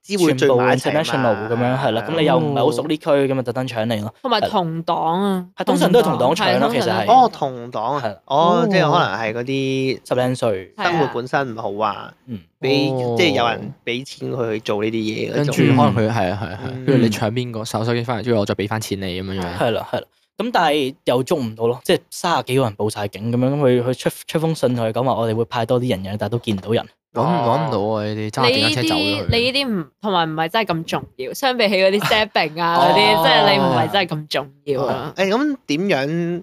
Speaker 2: 即
Speaker 3: 知會
Speaker 2: 係全
Speaker 3: 聚
Speaker 2: 部
Speaker 3: 埋一齊嘛嗯哦
Speaker 2: international 咁樣，係啦，咁你又唔係好熟呢區，咁啊特登搶你咯。
Speaker 1: 同埋同黨啊
Speaker 2: 係，通常都係同黨搶咯
Speaker 1: 係
Speaker 2: 其實係
Speaker 3: 哦，同黨
Speaker 2: 係啦
Speaker 3: 啊，哦
Speaker 4: 哦，
Speaker 3: 即係可能係嗰啲
Speaker 2: 十零歲，
Speaker 1: 係啊
Speaker 3: 生活本身唔好啊，
Speaker 2: 嗯，
Speaker 3: 俾
Speaker 4: 哦
Speaker 3: 即係有人俾錢佢去做呢啲嘢嗰
Speaker 4: 跟
Speaker 3: 種。
Speaker 4: 住可能佢係啊係啊係啊，
Speaker 3: 嗯
Speaker 4: 跟住你搶邊個手手機翻嚟，之後我再俾翻錢你咁樣樣。
Speaker 2: 係啦係啦。咁但係又捉唔到咯，即係三十幾個人報晒警咁樣，咁佢佢出出封信同佢講話，我哋會派多啲人嘅，但係都見唔到人。
Speaker 4: 揾唔揾唔到啊！呢啲揸
Speaker 1: 你
Speaker 4: 電單
Speaker 1: 呢
Speaker 4: 車走咗
Speaker 1: 啲
Speaker 4: 佢。
Speaker 1: 你呢啲唔同埋唔係真係咁重要，相比起 嗰啲 stepping 啊嗰啲，
Speaker 4: 哦
Speaker 1: 即係你唔係真係咁重要啊。
Speaker 3: 誒咁點樣？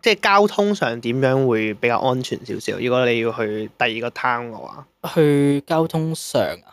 Speaker 3: 即係交通上點樣會比較安全少少？如果你要去第二個 town 嘅話，
Speaker 2: 去交通上啊？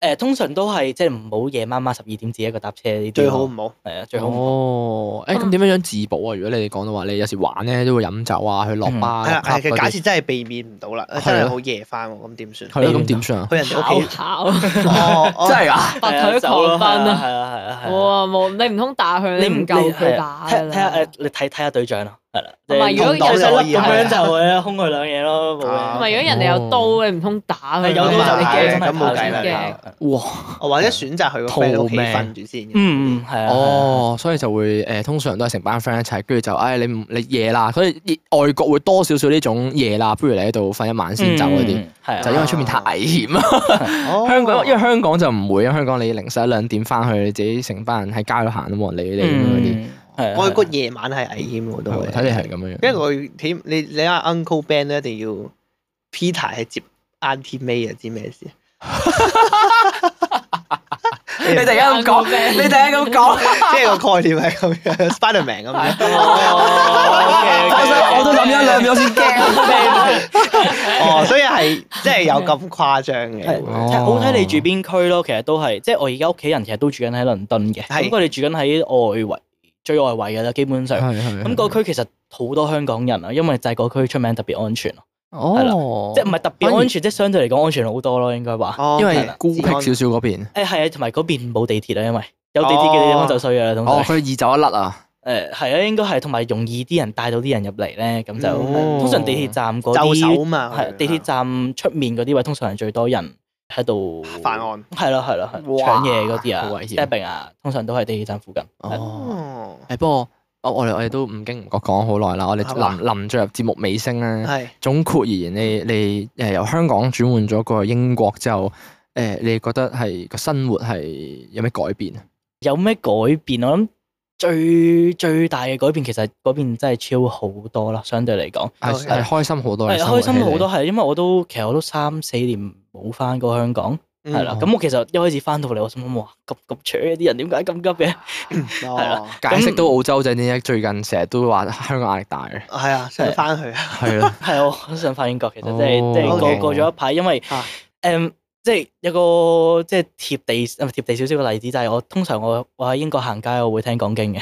Speaker 2: 誒、通常都係即係唔好夜晚晚十二點自己一個搭車呢啲咯，
Speaker 3: 最好唔好。
Speaker 2: 係啊，最好唔
Speaker 4: 哦，誒咁點樣樣自保啊？如果你哋講到話，你有時玩咧都會飲酒啊，去落巴
Speaker 3: 係
Speaker 4: 落
Speaker 3: 啦，係
Speaker 4: club
Speaker 3: 嘅。
Speaker 4: 嗰
Speaker 3: 假
Speaker 4: 啲
Speaker 3: 設真係避免唔到啦，
Speaker 4: 係啊
Speaker 3: 真係好夜翻喎，咁點算？
Speaker 4: 係咯，咁點算啊？
Speaker 3: 去人哋
Speaker 1: 跑
Speaker 3: 屋企，
Speaker 1: 跑，
Speaker 3: 哦，哦
Speaker 4: 係啊！
Speaker 1: 拔腿狂奔啊！
Speaker 2: 係啊係啊係啊！
Speaker 1: 哇，冇你唔通打佢，
Speaker 2: 你
Speaker 1: 你唔夠佢打
Speaker 2: 係啊睇
Speaker 1: 㗎啦，
Speaker 2: 睇下誒你睇睇下隊長咯，係啦。
Speaker 1: 同埋如果
Speaker 2: 有
Speaker 1: 有
Speaker 2: 細粒
Speaker 1: 有
Speaker 2: 咁樣就誒空佢兩嘢咯，冇
Speaker 1: 同
Speaker 3: 啊
Speaker 2: 嘅。
Speaker 1: 埋如果人哋有刀，你唔通打佢，
Speaker 2: 係有
Speaker 3: 刀
Speaker 2: 到
Speaker 3: 咁啊
Speaker 2: 就你
Speaker 3: 係
Speaker 2: 驚，真係
Speaker 3: 咁冇計
Speaker 2: 怕
Speaker 3: 啦
Speaker 2: 死
Speaker 1: 嘅。
Speaker 2: 嘅
Speaker 4: 哇！
Speaker 3: 哦或者選擇去個 friend 屋企
Speaker 4: 逃啊命
Speaker 3: 瞓住先。
Speaker 2: 嗯嗯係啊。
Speaker 4: 哦，所以就會誒，通常都係成班 friend 一齊，跟住就唉，你唔你夜啦，所以外國會多少少呢種夜啦，不如你喺度瞓一晚先走嗰啲，
Speaker 2: 嗯，係啊
Speaker 4: 就因為出面太危險啊！
Speaker 3: 哦
Speaker 4: 香港因為香港就唔會啊，香港你凌晨一兩點翻去，你自己成班人喺街度行都冇人理你咁樣嗰啲。
Speaker 2: 嗯係啊
Speaker 3: 外國夜晚係危險喎，都
Speaker 4: 係
Speaker 3: 係
Speaker 4: 喎睇你係咁樣樣。
Speaker 3: 因為佢點你你阿 Uncle Ben 咧，一定要 Peter 係接 Auntie May 啊，知咩事？你
Speaker 4: 你突然間咁講，你突然間咁講，
Speaker 3: 即係個概念係咁樣，Spiderman 咁樣。
Speaker 2: 哦
Speaker 4: 我想我都諗咗兩秒先驚。
Speaker 3: 哦，所以係即係有咁誇張嘅。
Speaker 4: 哦
Speaker 2: 係好睇你住邊區咯，其實都係，即係我而家屋企人其實都住緊喺倫敦嘅，
Speaker 3: 係
Speaker 2: 咁佢哋住緊喺外圍最外圍嘅啦，基本上。
Speaker 4: 係係
Speaker 2: 咁嗰區其實好多香港人啊，因為就係嗰區出名特別安全咯，
Speaker 4: 哦，
Speaker 2: 即係唔係特別安全，即係相對嚟講安全好多咯，應該話。
Speaker 3: 哦
Speaker 4: 因
Speaker 3: 係
Speaker 4: 為
Speaker 3: 啦
Speaker 4: 孤僻
Speaker 3: 治安
Speaker 4: 少少嗰邊。
Speaker 2: 誒係啊，同埋嗰邊冇地鐵啊，因為有地鐵嘅地方就衰㗎啦，通
Speaker 4: 哦，
Speaker 2: 常。
Speaker 4: 佢易走一甩啊！
Speaker 2: 誒係啊，應該係同埋容易啲人帶到啲人入嚟咧，咁就
Speaker 4: 嗯
Speaker 3: 哦
Speaker 2: 通常地鐵站嗰
Speaker 3: 就手
Speaker 2: 啲
Speaker 3: 嘛，
Speaker 4: 啊
Speaker 3: 啊
Speaker 2: 係啊地鐵站出面嗰啲位，通常係最多人喺度
Speaker 3: 犯案。
Speaker 2: 係咯係咯係
Speaker 4: 哇
Speaker 2: 搶嘢嗰啲
Speaker 4: 好
Speaker 2: 啊
Speaker 4: 危險
Speaker 2: ，stabbing 啊，通常都係地鐵站附近。係
Speaker 4: 哦，
Speaker 3: 哦，
Speaker 4: 誒不過我我哋我哋都唔經唔覺講好耐啦，我哋
Speaker 3: 係嘛
Speaker 4: 臨臨進入節目尾聲咧，
Speaker 3: 係
Speaker 4: 總括而言，你你誒由香港轉換咗過去英國之後，誒你覺得係個生活係有咩改變啊？
Speaker 2: 有咩改變？啊我諗最最大嘅改變其實嗰邊真係超好多啦，相對嚟講
Speaker 4: 係
Speaker 3: Okay
Speaker 4: 係開心好多，
Speaker 2: 哦係
Speaker 4: 你生活
Speaker 2: 開
Speaker 4: 起
Speaker 2: 心
Speaker 4: 嚟
Speaker 2: 好多，係因為我都其實我都三四年冇翻過香港，係啦。
Speaker 4: 嗯
Speaker 2: 咁我其實一開始翻到嚟，我心諗哇咁咁搶啲人點解咁急
Speaker 4: 啊
Speaker 2: 嘅？
Speaker 3: 哦
Speaker 2: 係
Speaker 3: 啦，
Speaker 4: 解釋到澳洲仔點解最近成日都話香港壓力大嘅，
Speaker 3: 係啊，想翻去啊，
Speaker 4: 係咯，
Speaker 2: 係我好想翻英國，其實
Speaker 4: 哦
Speaker 2: 即係即係
Speaker 3: OK
Speaker 2: 過過咗一排，因為
Speaker 3: 啊
Speaker 2: 誒即係有個即係貼地唔係貼地少少嘅例子，就係我通常我我喺英國行街，我會聽講經嘅。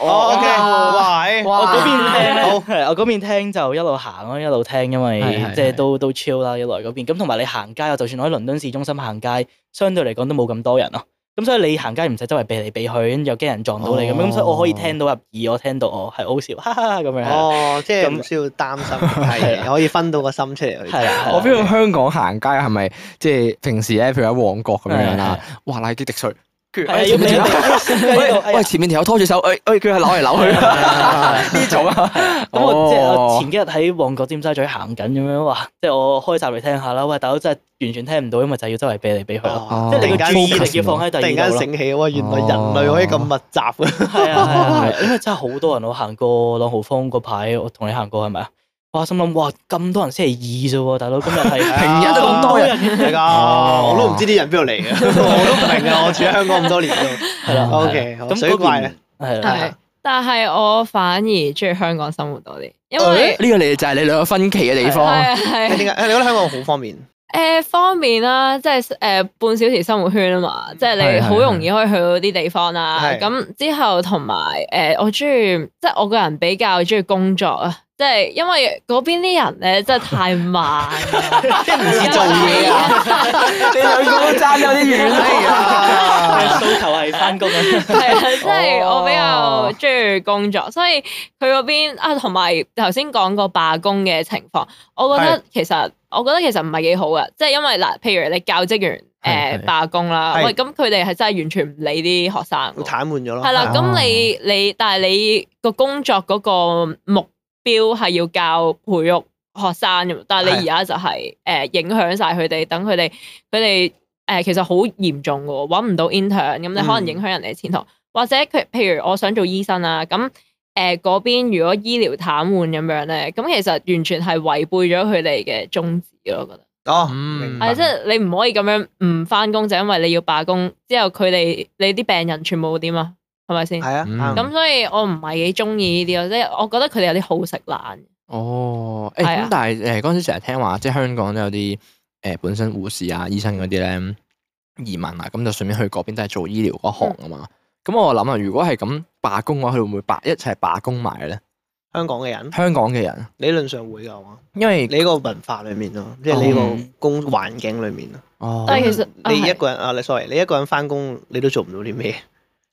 Speaker 3: 哦，OK，哇，
Speaker 1: 哦
Speaker 3: 哎
Speaker 2: 我
Speaker 3: 誒
Speaker 2: 嗰邊聽
Speaker 3: 好
Speaker 2: 係我嗰邊聽就一路行咯，一路聽，因為
Speaker 4: 係係
Speaker 2: 即係
Speaker 4: 係
Speaker 2: 都都 chill 啦，一來嗰邊咁，同埋你行街，啊就算我喺倫敦市中心行街，相對嚟講都冇咁多人咯。咁所以你行街唔使周圍避嚟避去，跟住又驚人撞到你咁，咁、所以我可以聽到入耳，我聽到我係好笑，哈哈哈咁樣。
Speaker 3: 哦，即係
Speaker 2: 咁
Speaker 3: 唔需要擔心， 係啊可以分到個心出嚟去。
Speaker 2: 係啊係啊
Speaker 4: 我邊度香港行街係咪即係平時咧，譬如喺旺角咁樣啦，哇拉啲滴水，跟住
Speaker 2: 係啊
Speaker 4: 哎
Speaker 2: 要
Speaker 4: 前
Speaker 2: 避
Speaker 4: 面
Speaker 2: 避
Speaker 4: 條友
Speaker 2: 避
Speaker 4: 喂喂前面條友拖住手，誒誒佢係扭嚟扭去 呢種啊，
Speaker 2: 咁我即係我前
Speaker 4: 哦
Speaker 2: 幾日喺旺角尖沙咀行緊咁樣，哇！即係我開閘嚟聽下啦，喂，大佬真係完全聽唔到，因為就係要周圍避嚟避去咯。
Speaker 3: 哦
Speaker 2: 即係你
Speaker 3: 突
Speaker 2: 個
Speaker 3: 然
Speaker 2: 注
Speaker 3: 間
Speaker 2: 意力要放喺
Speaker 3: 突然
Speaker 2: 第二
Speaker 3: 間
Speaker 2: 度咯。
Speaker 3: 醒起，哇！哦原來人類可以咁密集嘅，
Speaker 2: 係啊係啊係啊，因為真係好多人，我行過朗豪坊嗰排，我同你行過係咪啊？哇！心諗哇咁多人星期二啫喎，大佬今日 係啊
Speaker 3: 平
Speaker 4: 日都咁多人
Speaker 3: 啊係啊㗎，
Speaker 4: 哦
Speaker 3: 我都唔知啲人邊度嚟嘅，我都唔明啊！我住喺香港咁多年都哦
Speaker 2: 係啦。
Speaker 3: OK，好
Speaker 2: 咁
Speaker 3: 水
Speaker 2: 嗰
Speaker 3: 怪啊咧
Speaker 2: 邊，係啊啦，
Speaker 1: 係，但係我反而中意香港生活多啲，因
Speaker 4: 誒
Speaker 1: 為
Speaker 4: 呢個你哦就係你兩個分歧嘅地
Speaker 1: 係
Speaker 4: 方，
Speaker 1: 啊係
Speaker 3: 你
Speaker 1: 啊
Speaker 3: 點解？你覺得香港好方便？
Speaker 1: 誒、呃方便啦，即係誒、半小時生活圈啊
Speaker 3: 嗯
Speaker 1: 嘛，即係
Speaker 4: 係
Speaker 1: 你
Speaker 4: 係
Speaker 1: 好容易可以去到啲地方啦。
Speaker 3: 係
Speaker 1: 咁之後同埋誒，我中意即係我個人比較中意工作啊，即係因為嗰邊啲人咧真係太 慢啊啦，
Speaker 3: 即係唔似做嘢啊！
Speaker 4: 你兩個都爭有啲 遠
Speaker 3: 係啊！
Speaker 2: 訴求係翻工啊。
Speaker 1: 係啊，即係我比較
Speaker 4: 哦
Speaker 1: 中意工作，所以佢嗰邊啊，同埋頭先講過罷工嘅情況，我覺得其實我覺得其實唔係幾好嘅，即係因為嗱，譬如你教職員誒
Speaker 4: 係係
Speaker 1: 罷工啦，
Speaker 3: 係
Speaker 1: 喂，咁佢哋係真係完全唔理啲學生
Speaker 3: 會
Speaker 1: 喎。
Speaker 3: 癱瘓咗咯。
Speaker 1: 係啦，
Speaker 4: 哦
Speaker 1: 咁你你但係你個工作嗰個目標係要教培育學生嘅嘛，但係你而家就係、誒、影響晒佢哋，等佢哋佢哋誒其實好嚴重嘅喎，揾唔到 intern，咁你可能
Speaker 3: 嗯
Speaker 1: 影響人哋前途，或者佢譬如我想做醫生啦，咁誒嗰邊如果醫療癱瘓咁樣咧，咁其實完全係違背咗佢哋嘅宗旨咯，我覺得。
Speaker 3: 哦，
Speaker 4: 嗯
Speaker 3: 明
Speaker 1: 係
Speaker 3: 白
Speaker 1: 即係你唔可以咁樣唔翻工，就因為你要罷工，之後佢哋你啲病人全部點啊？係咪先？
Speaker 3: 係啊，
Speaker 4: 嗯
Speaker 3: 啱
Speaker 1: 咁所以我唔係幾中意呢啲咯，即係我覺得佢哋有啲好食懶。
Speaker 4: 哦，誒
Speaker 1: 係
Speaker 4: 咁
Speaker 1: 啊
Speaker 4: 但係誒嗰陣時成日聽話，即係香港都有啲誒、呃本身護士啊、醫生嗰啲咧移民啊，咁就順便去嗰邊都係做醫療嗰行啊
Speaker 1: 嗯
Speaker 4: 嘛。咁、我諗啊，如果係咁罷工嘅話，佢會唔會罷一齊罷工埋咧？
Speaker 3: 香港嘅人
Speaker 4: 香港嘅人，
Speaker 3: 理論上會㗎，係嘛
Speaker 4: 因為
Speaker 3: 你呢個文化裏面咯，即係你呢個工環境裏面咯。
Speaker 4: 哦
Speaker 1: 但係其實啊
Speaker 3: 你一
Speaker 1: 係
Speaker 3: 個人啊，你 sorry，你一個人翻工，你都做唔到啲咩？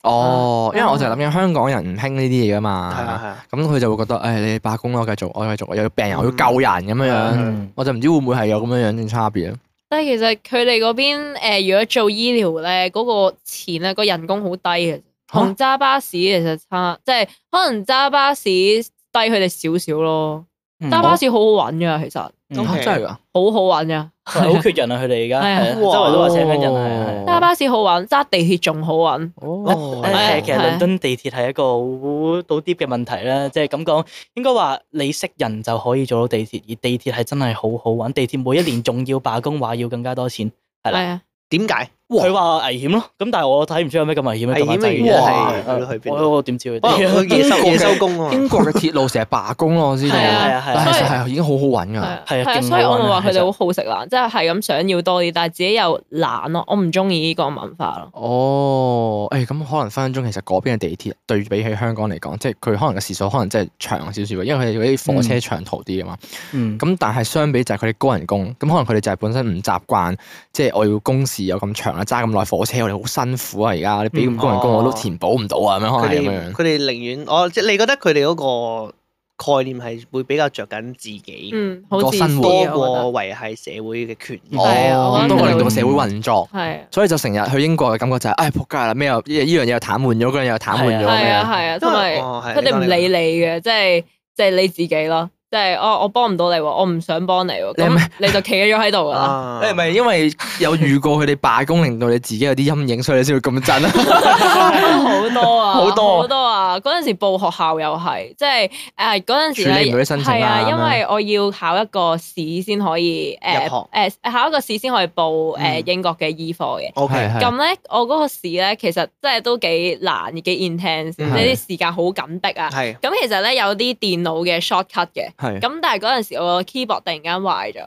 Speaker 4: 哦，因為我就係諗緊香港人唔興呢啲嘢噶
Speaker 3: 係
Speaker 4: 嘛，
Speaker 3: 啊
Speaker 4: 咁佢就會覺得誒、哎你罷工咯，我繼續，我繼續，我有病人，我要救人咁樣樣，
Speaker 2: 嗯
Speaker 4: 我就唔知會唔會係有咁樣樣嘅差別啊咧？
Speaker 1: 但係其實佢哋嗰邊誒，如果做醫療咧，嗰、個錢咧個人工好低嘅，同揸巴士其實差，即係可能揸巴士低佢哋少少咯。揸巴士好好揾㗎，其實好
Speaker 2: 嗯
Speaker 3: 咁
Speaker 4: 啊
Speaker 3: 係
Speaker 4: 真係㗎，
Speaker 1: 好玩㗎。
Speaker 2: 好缺人啊！佢哋而家
Speaker 1: 係啊
Speaker 2: 係啊周圍都話請緊人係啊係啊。
Speaker 1: 揸巴士好玩，揸地鐵仲好玩。
Speaker 4: 哦
Speaker 1: 係啊
Speaker 2: 誒，其實
Speaker 1: 係啊
Speaker 2: 倫敦地鐵係一個好倒啲嘅問題啦，即係咁講，應該話你識人就可以做到地鐵，而地鐵係真係好好玩。地鐵每一年仲要罷工，話要更加多錢，係啦
Speaker 1: 係啊，
Speaker 3: 點解？
Speaker 4: 哇
Speaker 2: 佢話危險咯。咁但係我睇唔出有咩咁危險啊！
Speaker 3: 危險嘅
Speaker 2: 嘅
Speaker 3: 原
Speaker 4: 因
Speaker 3: 係佢去邊
Speaker 2: 我我點知佢
Speaker 3: 可能
Speaker 2: 哋？
Speaker 3: 哦佢夜收夜收工啊嘛。
Speaker 4: 英國嘅鐵路成日罷工咯，我知道。
Speaker 1: 係啊
Speaker 2: 係啊係啊
Speaker 4: 但係其實係已經好好揾
Speaker 1: 係
Speaker 4: 㗎。
Speaker 1: 啊，
Speaker 2: 係啊
Speaker 1: 係啊，
Speaker 2: 勁
Speaker 1: 所以
Speaker 2: 好
Speaker 1: 我
Speaker 2: 玩
Speaker 1: 咪話
Speaker 2: 啊
Speaker 1: 佢
Speaker 2: 其
Speaker 1: 哋
Speaker 2: 實
Speaker 1: 好好食懶，即係係咁想要多啲，但係自己又懶咯。我唔中意呢個文化咯。
Speaker 4: 哦，誒、咁可能分分鐘其實嗰邊嘅地鐵對比起香港嚟講，即係佢可能嘅時數可能真係長少少嘅，因為佢哋嗰啲火車長途啲啊嘛。
Speaker 2: 嗯，
Speaker 4: 咁、但係相比就係佢哋高人工，咁可能佢哋就係本身唔習慣，即係我要工時有咁長啦，揸咁耐火車，我哋好辛苦啊！而家你俾咁高人
Speaker 3: 嗯
Speaker 4: 工，
Speaker 3: 哦
Speaker 4: 我都填補唔到啊，咁樣可
Speaker 3: 佢
Speaker 4: 能係咁
Speaker 3: 哋
Speaker 4: 樣樣。
Speaker 3: 佢哋寧願我即係你覺得佢哋嗰個概念係會比較着緊自己，
Speaker 1: 嗯，好
Speaker 4: 個
Speaker 1: 自
Speaker 4: 生
Speaker 1: 私
Speaker 4: 活
Speaker 3: 多
Speaker 1: 啊我覺得
Speaker 3: 過維係社會嘅權益。
Speaker 1: 係啊我覺
Speaker 4: 哦，
Speaker 1: 得
Speaker 4: 多過
Speaker 1: 佢哋
Speaker 4: 令到社會運作，
Speaker 1: 係啊，
Speaker 4: 所以就成日去英國嘅感覺就係、哎唉，仆街啦，咩又呢依樣嘢又癱瘓咗，嗰樣嘢又癱瘓咗
Speaker 2: 係
Speaker 4: 咁
Speaker 1: 係
Speaker 4: 樣
Speaker 1: 啊，。係啊，
Speaker 3: 因為
Speaker 1: 同埋
Speaker 3: 哦係
Speaker 1: 佢哋唔
Speaker 3: 你講
Speaker 1: 理你嘅，即係即係你自己咯，即係哦，我幫唔到你喎，我唔想幫你喎，
Speaker 4: 你係
Speaker 1: 咁你就企咗喺度噶啦。
Speaker 3: 啊
Speaker 4: 你係咪因為有遇過佢哋罷工，令到你自己有啲陰影，所以你先會咁震啊？
Speaker 1: 好多啊，
Speaker 4: 好多
Speaker 1: 好多啊！嗰陣時報學校又係，即係誒嗰陣時
Speaker 4: 處理唔到啲申請啊
Speaker 1: 係
Speaker 4: 咁
Speaker 1: 啊，
Speaker 4: 樣
Speaker 1: 因為我要考一個試先可以誒
Speaker 3: 入
Speaker 1: 誒考一個試先可以報
Speaker 3: 嗯
Speaker 1: 誒英國嘅 E 醫科嘅。
Speaker 3: ？O K，
Speaker 1: 咁咧，我嗰個試咧，其實真係都幾難，幾 intense，即
Speaker 3: 嗯
Speaker 1: 係啲時間好緊迫啊。
Speaker 3: 係
Speaker 1: 咁其實咧有啲電腦嘅 shortcut 嘅。
Speaker 4: 係
Speaker 1: 咁但係嗰陣時我個 keyboard 突然間壞咗，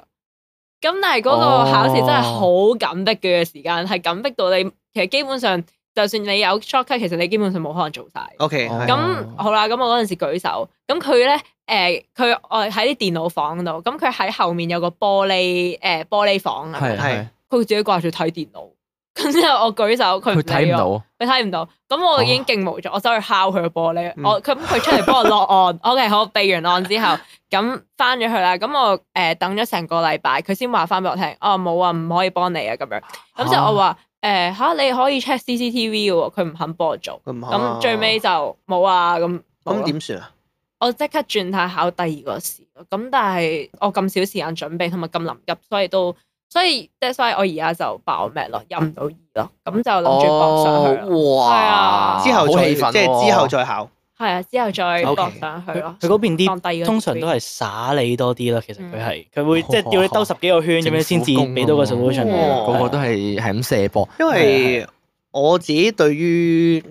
Speaker 1: 咁但係嗰個
Speaker 4: 哦
Speaker 1: 考試真係好緊迫嘅時間，係緊迫到你其實基本上就算你有 shortcut，其實你基本上冇可能做晒。
Speaker 3: O K，
Speaker 4: 哦
Speaker 3: 係
Speaker 1: 咁好啦，咁我嗰陣時舉手，咁佢咧誒，佢我喺啲電腦房度，咁佢喺後面有個玻璃誒、玻璃房啊，
Speaker 4: 係係，
Speaker 1: 佢自己掛住睇電腦，咁之後我舉手，佢
Speaker 4: 佢
Speaker 1: 唔理
Speaker 4: 睇唔
Speaker 1: 我，
Speaker 4: 到，
Speaker 1: 佢睇唔到，咁我已經勁無助，我走去敲佢個玻璃，
Speaker 3: 哦嗯
Speaker 1: 我咁佢出嚟幫我 落案，OK 好，備完案之後，咁翻咗去啦，咁我誒、呃等咗成個禮拜，佢先話翻俾我聽，哦冇啊，唔可以幫你啊咁樣，咁就我話誒嚇你可以 check CCTV 嘅喎，佢唔肯幫我做。
Speaker 3: 咁
Speaker 1: 咁最尾就冇啊咁。冇
Speaker 3: 咁
Speaker 1: 咯？
Speaker 3: 點算啊？
Speaker 1: 我即刻轉態考第二個試咯。咁但係我咁少時間準備，同埋咁臨急，所以都所以即係所以我而家就爆咩咯，入唔到二咯。咁就諗住搏上去咯。係啊
Speaker 4: 哦哇！
Speaker 3: 之後
Speaker 4: 好
Speaker 3: 再
Speaker 4: 氣
Speaker 3: 即
Speaker 4: 憤喎，
Speaker 3: 係之後再考。
Speaker 1: 係啊，之後再
Speaker 3: OK
Speaker 1: 搏上去咯。
Speaker 2: 佢嗰邊啲
Speaker 1: 當第二個
Speaker 2: 通常都
Speaker 1: degree
Speaker 2: 係耍你多啲啦，其實佢係佢會即係叫你兜十幾個圈咁樣先至
Speaker 4: 政府工
Speaker 2: 俾到個
Speaker 4: 啊
Speaker 2: solution 你。
Speaker 3: 哇
Speaker 4: 個個都係係咁射波，
Speaker 3: 因為我自己對於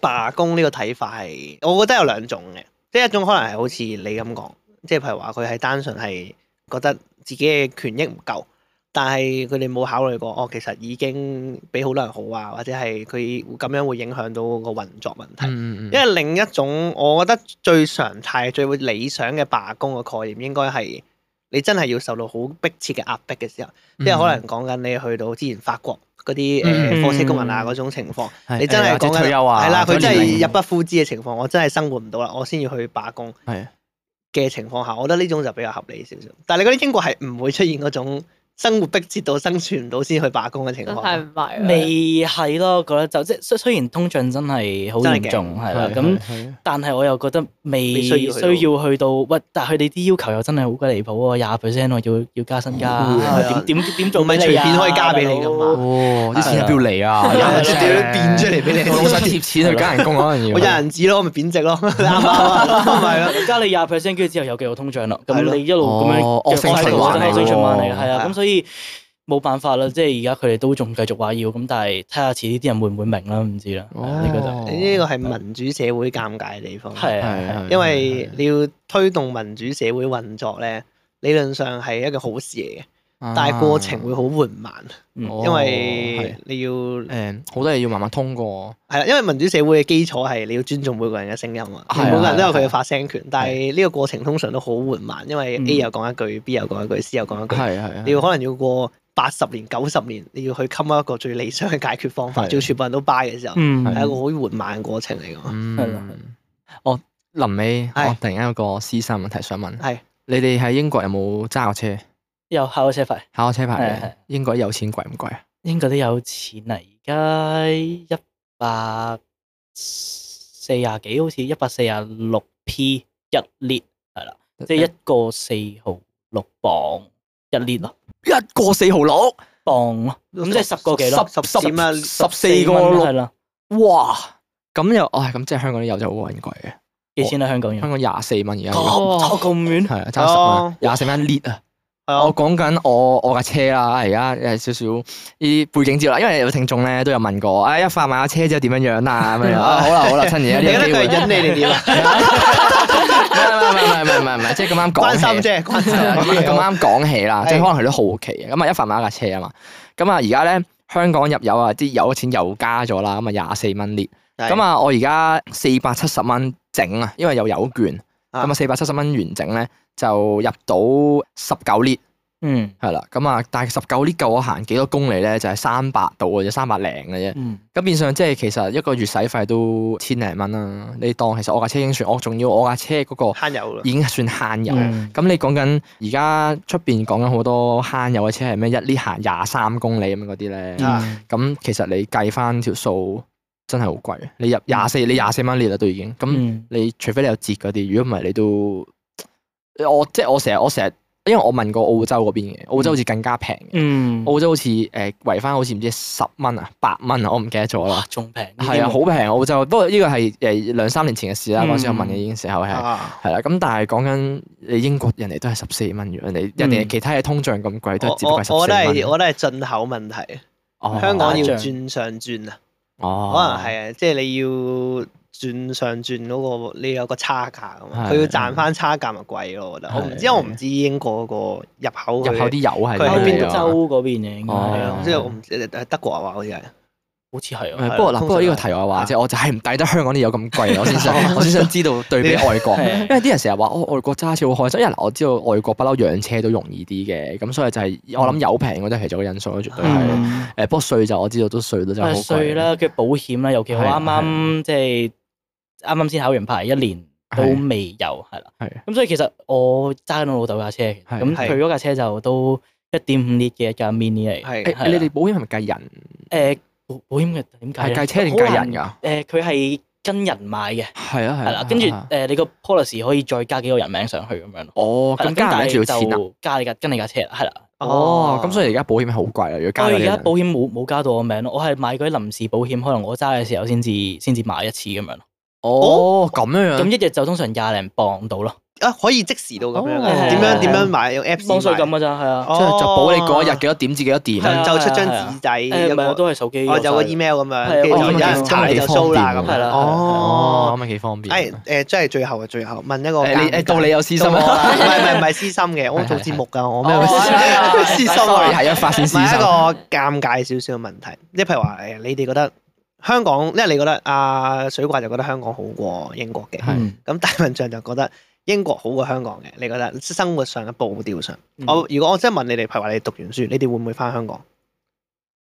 Speaker 3: 罷工呢個睇法係，我覺得有兩種嘅，即係一種可能係好似你咁講，即係譬如話佢係單純係覺得自己嘅權益唔夠，但係佢哋冇考慮過，哦，其實已經俾好多人好啊，或者係佢咁樣會影響到個運作問題。
Speaker 4: 嗯嗯
Speaker 3: 因為另一種，我覺得最常態、最會理想嘅罷工嘅概念，應該係你真係要受到好迫切嘅壓迫嘅時候。
Speaker 4: 嗯
Speaker 3: 即係可能講緊你去到之前法國嗰啲誒
Speaker 4: 嗯
Speaker 3: 貨車工人啊嗰種情況，
Speaker 4: 係
Speaker 3: 你真
Speaker 4: 誒
Speaker 3: 係
Speaker 4: 或者
Speaker 3: 講緊
Speaker 4: 退休啊，
Speaker 3: 係啦，佢真
Speaker 4: 退休
Speaker 3: 係
Speaker 4: 年
Speaker 3: 入不敷支嘅情況，我真係生活唔到啦，我先要去罷工
Speaker 4: 齡係
Speaker 3: 嘅情況下，我覺得呢種就比較合理少少。但係你嗰啲英國係唔會出現嗰種生活迫切到生存唔到先去罷工嘅情
Speaker 1: 真係
Speaker 3: 況。
Speaker 1: 唔係啊
Speaker 2: 未係咯，我覺得就即係雖雖然通脹真係好嚴重係啦，咁
Speaker 4: 咁
Speaker 2: 但係我又覺得未
Speaker 3: 未
Speaker 2: 需
Speaker 3: 需要去到
Speaker 2: 要去到喂，但係佢哋啲要求又真係好鬼離譜喎，廿 percent 我要要加薪
Speaker 4: 嗯係
Speaker 3: 啊
Speaker 2: 加，點點點做
Speaker 3: 唔係
Speaker 2: 俾你啊
Speaker 3: 隨便可以加俾你㗎嘛
Speaker 2: 大佬
Speaker 4: 哦，啲錢喺邊度嚟啊？
Speaker 3: 係啊
Speaker 4: 有隻
Speaker 3: 掉啲變出嚟俾你
Speaker 4: 我老細貼錢去加人工嗰陣要，
Speaker 3: 我有銀紙咯，我咪貶值 咯，啱唔啱啊？咪咯。
Speaker 2: 加你廿 percent，跟住之後又繼續通脹咯。
Speaker 3: 係
Speaker 2: 咁
Speaker 3: 咯
Speaker 2: 你一路咁樣
Speaker 4: 哦惡性
Speaker 3: 循環嚟
Speaker 2: 惡性循環嚟嘅，
Speaker 4: 喎
Speaker 2: 係
Speaker 3: 係啊
Speaker 2: 啊。咁所以冇辦法啦，即係而家佢哋都仲繼續話要，咁但係睇下遲啲啲人會唔會明啦，唔知啦。係啊呢個就
Speaker 4: 哦
Speaker 3: 呢個係民主社會尷尬嘅地方。
Speaker 2: 係啊係啊
Speaker 4: 係
Speaker 3: 因為你要推動民主社會運作咧，理論上係一個好事嚟嘅，
Speaker 4: 啊
Speaker 3: 但係過程會好緩慢，
Speaker 2: 嗯
Speaker 3: 因為你要
Speaker 4: 哦誒好多嘢要慢慢通過，
Speaker 3: 係啦，因為民主社會嘅基礎係你要尊重每個人嘅聲音啊，
Speaker 4: 係啊啊
Speaker 3: 每個人都有佢嘅發聲權，但係呢個過程通常都好緩慢，因為 A 又講一句，B 又講一句，C 又講一句，
Speaker 4: 嗯係係
Speaker 3: 你要可能要過八十年、九十年，你要去襟一個最理想嘅解決方法，
Speaker 4: 係
Speaker 3: 最全部人都 buy 嘅時候，
Speaker 2: 嗯
Speaker 3: 係一啊個好緩慢嘅過程嚟㗎嘛。
Speaker 2: 係啦係
Speaker 4: 嗯，我臨尾哦
Speaker 3: 係
Speaker 4: 我突然間有個私心問題想問，
Speaker 3: 係
Speaker 4: 你哋喺英國有冇揸過車
Speaker 2: 又考車費，
Speaker 4: 考過車牌
Speaker 2: 係係
Speaker 4: 嘅？英國有錢貴唔貴啊？
Speaker 2: 英國都有錢啊！而家一百四廿幾，好似一百四廿六 P 一 lit 係啦，
Speaker 4: 嗯
Speaker 2: 即係一個四毫六磅一 lit 咯，
Speaker 4: 一個四毫六，
Speaker 2: 磅咯，咁即係十個幾咯，
Speaker 3: 十十點啊，
Speaker 4: 十四個
Speaker 2: 蚊係
Speaker 4: 六，
Speaker 2: 啦，
Speaker 4: 哇！咁又，唉，咁即係香港啲油就好撚貴嘅，
Speaker 2: 幾錢啊？香港要
Speaker 4: 香港廿四蚊而家要，
Speaker 2: 咁
Speaker 1: 哇
Speaker 2: 差咁遠，
Speaker 4: 係啊，差十蚊
Speaker 3: 哦，
Speaker 4: 廿四蚊一 lit 啊！
Speaker 3: 係啊
Speaker 4: 我講緊我我架車啦，而家誒少少呢啲背景資料啦，因為有聽眾咧都有問過，啊一發買架車之後點樣樣啊咁樣樣啊，好啦好 啦，趁而家
Speaker 3: 你
Speaker 4: 呢
Speaker 3: 覺
Speaker 4: 個
Speaker 3: 得
Speaker 4: 機
Speaker 3: 佢
Speaker 4: 會，
Speaker 3: 係引你定點啊？
Speaker 4: 唔係唔係唔係唔係唔係唔係，即係咁啱講
Speaker 3: 關心
Speaker 4: 起，
Speaker 3: 啫，關心 啊
Speaker 4: 咁啊咁啱講起啦，
Speaker 3: 係
Speaker 4: 即係可能佢都好奇嘅。咁啊，一發買一架車啊嘛，咁啊而家咧香港入油啊，啲油嘅錢又加咗啦，咁啊廿四蚊列，咁
Speaker 3: 啊，
Speaker 4: 啊我而家四百七十蚊整啊，因為有油券，
Speaker 3: 啊
Speaker 4: 咁啊四百七十蚊完整咧就入到十九列。
Speaker 2: 嗯
Speaker 4: 係啦，咁啊，但係十九列夠我行幾多公里咧？就係三百度嘅啫，三百零嘅啫。
Speaker 2: 嗯，
Speaker 4: 咁變相即係其實一個月使費都千零蚊啦。你當其實我架車已經算，我仲要我架車嗰個
Speaker 3: 慳油啦，
Speaker 4: 已經算慳油。
Speaker 2: 嗯
Speaker 4: 咁你講緊而家出邊講緊好多慳油嘅車係咩？一呢行廿三公里咁樣嗰啲咧，
Speaker 3: 啊
Speaker 2: À.
Speaker 4: 咁其實你計翻條數真係好貴。啊
Speaker 3: 嗯
Speaker 4: 你入廿四，你廿四蚊列啦都已經。咁
Speaker 2: 嗯
Speaker 4: 你除非你有折嗰啲，如果唔係你都我即係我成日我成日，因為我問過澳洲嗰邊嘅，澳洲好似更加平嘅。
Speaker 2: 嗯，
Speaker 4: 澳洲好似誒圍翻好似唔知十蚊啊八蚊啊，我唔記得咗啦
Speaker 2: 哇。仲平，呢啲
Speaker 4: 係啊，好平澳洲，不過呢個係誒兩三年前嘅事啦。
Speaker 2: 嗯
Speaker 4: 嗰時我問嘅已經時候係。
Speaker 3: 啊，
Speaker 4: 係啦，咁但係講緊你英國人哋都係十四蚊，人哋人哋其他嘢通脹咁貴，都
Speaker 3: 嗯我
Speaker 4: 係只不
Speaker 3: 我
Speaker 4: 過係十
Speaker 3: 我覺得係
Speaker 4: 四蚊。
Speaker 3: 我覺得係進口問題，
Speaker 4: 哦
Speaker 3: 香港要
Speaker 2: 打仗
Speaker 3: 轉上轉啊，可能
Speaker 4: 哦，
Speaker 3: 係啊，即係你要轉上轉嗰個，你有個差價咁嘛，
Speaker 4: 係
Speaker 3: 佢要賺翻差價咪貴咯，我覺得，我唔知
Speaker 4: 係
Speaker 3: 我唔知英國嗰個入口佢
Speaker 4: 入口啲油係
Speaker 3: 佢係
Speaker 4: 點
Speaker 3: 邊
Speaker 4: 嚟
Speaker 3: 度
Speaker 4: 啊
Speaker 2: 歐洲嗰邊嘅應該
Speaker 4: 哦
Speaker 3: 係
Speaker 2: 係
Speaker 3: 啊
Speaker 2: 啊，
Speaker 3: 即係我唔知誒德國啊嘛，好似係
Speaker 2: 好似係啊，
Speaker 4: 誒不過嗱，不過呢個
Speaker 3: 通
Speaker 4: 題外話
Speaker 3: 啊
Speaker 4: 啫，我就係唔抵得香港啲油咁貴，我 先想我先想知道對比外國，
Speaker 2: 係
Speaker 4: 因為啲人成日話哦外國揸車好開心，因為嗱我知道外國不嬲養車都容易啲嘅，咁所以就係我諗油平嗰啲係其中一個因素咯，
Speaker 2: Ừ.
Speaker 4: 絕對係。
Speaker 2: 嗯
Speaker 4: 誒不過税就我知道都税都真係好
Speaker 2: 誒税
Speaker 4: 貴。
Speaker 2: 啦，跟住保險啦，尤其我
Speaker 4: 係
Speaker 2: 啱啱即係啱啱先考完牌，一年都未有，係啦。
Speaker 4: 係
Speaker 2: 咁所以其實我揸緊我老豆架車嘅，
Speaker 4: 係
Speaker 2: 咁
Speaker 3: 係
Speaker 2: 佢嗰架車就都一點五 L 嘅一架 mini 嚟嘅。
Speaker 3: 係
Speaker 2: 係
Speaker 4: 誒
Speaker 2: 啦啊
Speaker 4: 你哋保險係咪計人？
Speaker 2: 誒保保險嘅點解
Speaker 4: 係
Speaker 2: 咧？
Speaker 4: 計車定計人
Speaker 2: 誒，
Speaker 4: 㗎？
Speaker 2: 佢係跟人買嘅，
Speaker 4: 係啊
Speaker 2: 係
Speaker 4: 係啊
Speaker 2: 啦。跟住
Speaker 4: 啊
Speaker 2: 誒，你個 policy 可以再加幾個人名上去咁樣咯。
Speaker 4: 哦，
Speaker 2: 係啦
Speaker 4: 咁加埋仲要
Speaker 2: 但係
Speaker 4: 錢啊！
Speaker 2: 就加你架跟你架車啦，係啦。
Speaker 4: 哦，咁所以而家保險係好貴啊啦，如果
Speaker 2: 我
Speaker 4: 加咗
Speaker 2: 而
Speaker 4: 呢
Speaker 2: 家
Speaker 4: 樣
Speaker 2: 保險冇冇加到我名咯，我係買嗰啲臨時保險，可能我揸嘅時候先至先至買一次咁樣咯。
Speaker 4: 哦咁樣樣
Speaker 2: 咁。一日就通常廿零磅到咯，
Speaker 3: 啊可以即時到咁樣
Speaker 2: 哦
Speaker 3: 嘅，點樣
Speaker 2: 係
Speaker 3: 點樣買用 Apps
Speaker 2: 磅數
Speaker 3: 買
Speaker 2: 咁嘅咋，係啊。
Speaker 4: 即係就保你嗰一日
Speaker 3: 哦
Speaker 4: 幾多點至幾多點
Speaker 2: 係啊
Speaker 4: 咁
Speaker 3: 上晝出張
Speaker 2: 係啊
Speaker 3: 紙仔，
Speaker 2: 誒
Speaker 3: 一
Speaker 2: 唔係，我
Speaker 3: 個
Speaker 2: 都係手機。
Speaker 4: 哦
Speaker 3: 我有個 email 咁樣，
Speaker 2: 係啊
Speaker 3: 跟住就
Speaker 2: 哦
Speaker 3: 有人查你就 show 啦
Speaker 2: 係
Speaker 3: 咁
Speaker 2: 啦
Speaker 3: 樣。
Speaker 2: 係啦
Speaker 3: 哦，
Speaker 4: 咁咪幾方便。
Speaker 3: 誒誒，真係最後嘅啊最後，問一個
Speaker 4: 誒你誒到你有私心
Speaker 3: 我
Speaker 4: 啊！
Speaker 3: 啦，唔係唔係唔係私心嘅，我做節目㗎，我咩
Speaker 2: 哦
Speaker 3: 會私私心啊？
Speaker 4: 係一發
Speaker 3: 唔
Speaker 4: 先私
Speaker 3: 係一
Speaker 4: 心。
Speaker 3: 個尷尬少少嘅問題，即係譬如話誒，你哋覺得香港，因為你覺得啊水怪就覺得香港好過英國嘅，
Speaker 4: 係
Speaker 2: 嗯
Speaker 3: 咁大笨象就覺得英國好過香港嘅，你覺得生活上嘅步調上，
Speaker 2: 嗯
Speaker 3: 我如果我真係問你哋，譬如話你哋讀完書，你哋會唔會翻香港？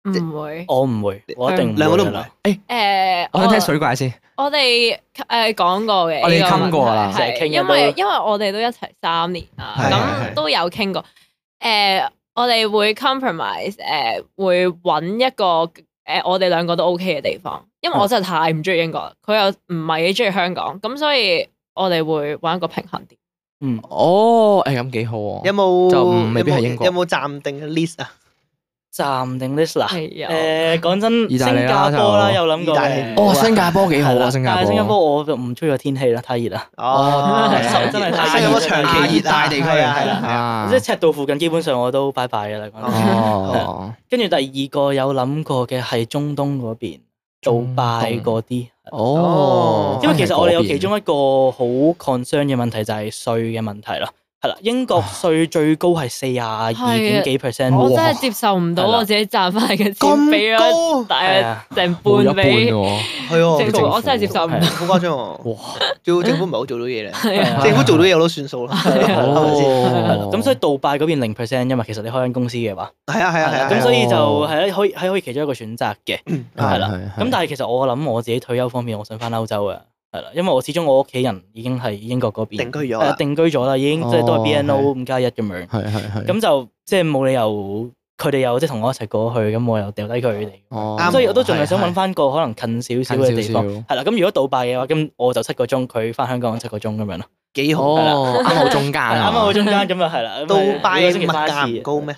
Speaker 4: 哦
Speaker 1: 唔會
Speaker 2: 我唔會，我一
Speaker 4: 嗯
Speaker 2: 定唔會
Speaker 3: 兩個都唔
Speaker 2: 㗎啦
Speaker 1: 誒，
Speaker 4: 我想聽水怪先。
Speaker 1: 我哋誒講過嘅，
Speaker 4: 我哋
Speaker 1: 呢個問題
Speaker 4: 傾過啦
Speaker 2: 成日
Speaker 1: 係
Speaker 2: 傾嘅
Speaker 1: 因為
Speaker 2: 都
Speaker 1: 因為我哋都一齊三年啦，
Speaker 4: 係
Speaker 1: 咁
Speaker 4: 係
Speaker 1: 都有傾過。誒，我哋會 compromise，誒會揾一個誒我哋兩個都 OK 嘅地方，因為我真係太唔中意英國啦，佢又唔係幾中意香港，咁所以我哋會揾一個平衡點。
Speaker 2: 嗯，
Speaker 4: 哦，誒咁幾好
Speaker 3: 有
Speaker 4: 喎。
Speaker 3: 冇
Speaker 4: 就唔未必係英國
Speaker 3: 有冇暫定嘅 list 啊？
Speaker 2: 暫定 list 啦。
Speaker 1: 係啊，
Speaker 2: 誒，講真，
Speaker 4: 意
Speaker 2: 新
Speaker 4: 大利
Speaker 2: 加
Speaker 4: 啦
Speaker 2: 坡啦，
Speaker 4: 就
Speaker 2: 有諗過
Speaker 3: 意大利
Speaker 2: 嘅。
Speaker 4: 哦，新加坡幾好
Speaker 2: 係
Speaker 4: 啊！
Speaker 2: 啦
Speaker 4: 新加
Speaker 2: 但
Speaker 4: 坡。
Speaker 2: 係新加坡我就唔中意個天氣啦，太熱啦。
Speaker 4: 啊
Speaker 3: 哦，
Speaker 2: 係係真係太
Speaker 3: 新加坡長期熱
Speaker 4: 帶
Speaker 3: 帶
Speaker 4: 地
Speaker 3: 地
Speaker 4: 區
Speaker 3: 區啊，係啦，係啊
Speaker 4: 啊
Speaker 2: 即係赤道附近，基本上我都拜拜嘅啦講真。
Speaker 4: 哦。
Speaker 2: 跟住第二個有諗過嘅係中東嗰邊，杜
Speaker 4: 中東
Speaker 2: 拜嗰啲。
Speaker 4: 哦。
Speaker 2: 因為其實我哋有其
Speaker 4: 一
Speaker 2: 中一個好 concern 嘅問題就係税嘅問題啦，係啦，英國税最高係四廿二點幾 percent，
Speaker 1: 我真
Speaker 2: 係
Speaker 1: 係接受唔到
Speaker 2: 係啦
Speaker 1: 我自己賺翻嚟嘅錢俾
Speaker 3: 咁
Speaker 1: 咗
Speaker 3: 高
Speaker 1: 大
Speaker 2: 係
Speaker 1: 約
Speaker 2: 啊
Speaker 1: 成
Speaker 4: 半
Speaker 1: 半俾
Speaker 4: 喎。
Speaker 3: 係喎，
Speaker 1: 政
Speaker 4: 政
Speaker 1: 府，
Speaker 4: 府
Speaker 1: 我真係接受唔到。
Speaker 3: 好誇張喎。
Speaker 4: 哇！
Speaker 3: 做政府唔係好做到嘢咧，
Speaker 1: 係 啊
Speaker 3: 政府做到嘢我都算數啦，係咪先？
Speaker 4: 啊哦。
Speaker 2: 咁所以杜拜嗰邊零 percent，因為其實你開緊公司嘅話，
Speaker 3: 係啊係啊
Speaker 2: 係
Speaker 3: 係啊
Speaker 2: 啦，
Speaker 3: 係
Speaker 2: 咁
Speaker 3: 啊，
Speaker 2: 所以就
Speaker 4: 哦
Speaker 2: 係啦可以係可以其中一個選擇嘅，係啦。咁但係其實我諗我自己退休方面，我想翻歐洲啊，係啦，因為我始終我屋企人已經係英國嗰邊
Speaker 3: 定居咗
Speaker 2: 係啦
Speaker 3: 啊，
Speaker 2: 定居咗啦，已經即係都
Speaker 4: 哦
Speaker 2: 係
Speaker 4: 係
Speaker 2: BNO 五加一咁樣。
Speaker 4: 係係係。
Speaker 2: 咁就即係冇理由佢哋又即係同我一齊過去，咁我又掉低佢哋。
Speaker 4: 哦
Speaker 3: 啱
Speaker 2: 所以我都盡量想揾翻個可能近少少嘅地方。
Speaker 4: 近
Speaker 2: 係
Speaker 4: 少
Speaker 2: 啦，咁如果杜拜嘅話，咁我就七個鐘，佢翻香港七個鐘咁樣咯。
Speaker 3: 幾好。
Speaker 4: 哦，啱好中間
Speaker 2: 係
Speaker 4: 啊。
Speaker 2: 啱啱好中間咁啊，係啦。咁啊
Speaker 3: 杜拜
Speaker 2: 每個
Speaker 3: 嘅
Speaker 2: 星期
Speaker 3: 物
Speaker 2: 翻一
Speaker 3: 價
Speaker 2: 次
Speaker 3: 唔高咩？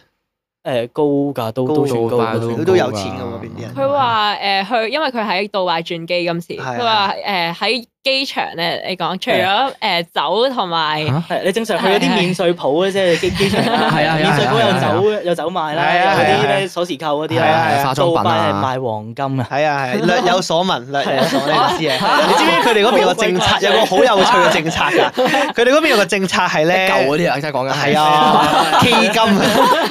Speaker 2: 誒高㗎，都都算
Speaker 4: 杜
Speaker 2: 高，
Speaker 4: 拜都
Speaker 2: 都
Speaker 3: 佢
Speaker 2: 算
Speaker 3: 都
Speaker 2: 高。
Speaker 3: 有錢㗎喎邊啲人
Speaker 1: 佢話呃誒去，因為佢喺杜拜轉機今次，
Speaker 3: 係
Speaker 1: 佢話誒喺機場咧，你講除咗誒酒同埋
Speaker 4: 嚇
Speaker 2: 係你正常去嗰啲免税鋪咧，即係機機場啦，
Speaker 4: 係啊係啊
Speaker 2: 免税
Speaker 4: 係啊係啊
Speaker 2: 鋪有酒有酒賣啦，
Speaker 3: 係啊
Speaker 2: 有
Speaker 3: 係啊
Speaker 2: 啲
Speaker 3: 係啊
Speaker 2: 咩鎖匙扣嗰啲
Speaker 4: 係
Speaker 2: 啦。
Speaker 4: 啊，化
Speaker 2: 杜
Speaker 4: 妝
Speaker 2: 拜
Speaker 4: 品
Speaker 2: 係
Speaker 4: 啊。
Speaker 2: 賣黃金啊！
Speaker 3: 係啊係，略有所聞，略有所聞你知啊！你知唔知佢哋嗰邊有個政策，有個好有趣嘅政策㗎？佢哋嗰邊有個政策係咧，
Speaker 4: 舊嗰啲啊，真係講緊
Speaker 3: 係， 啊，K 金，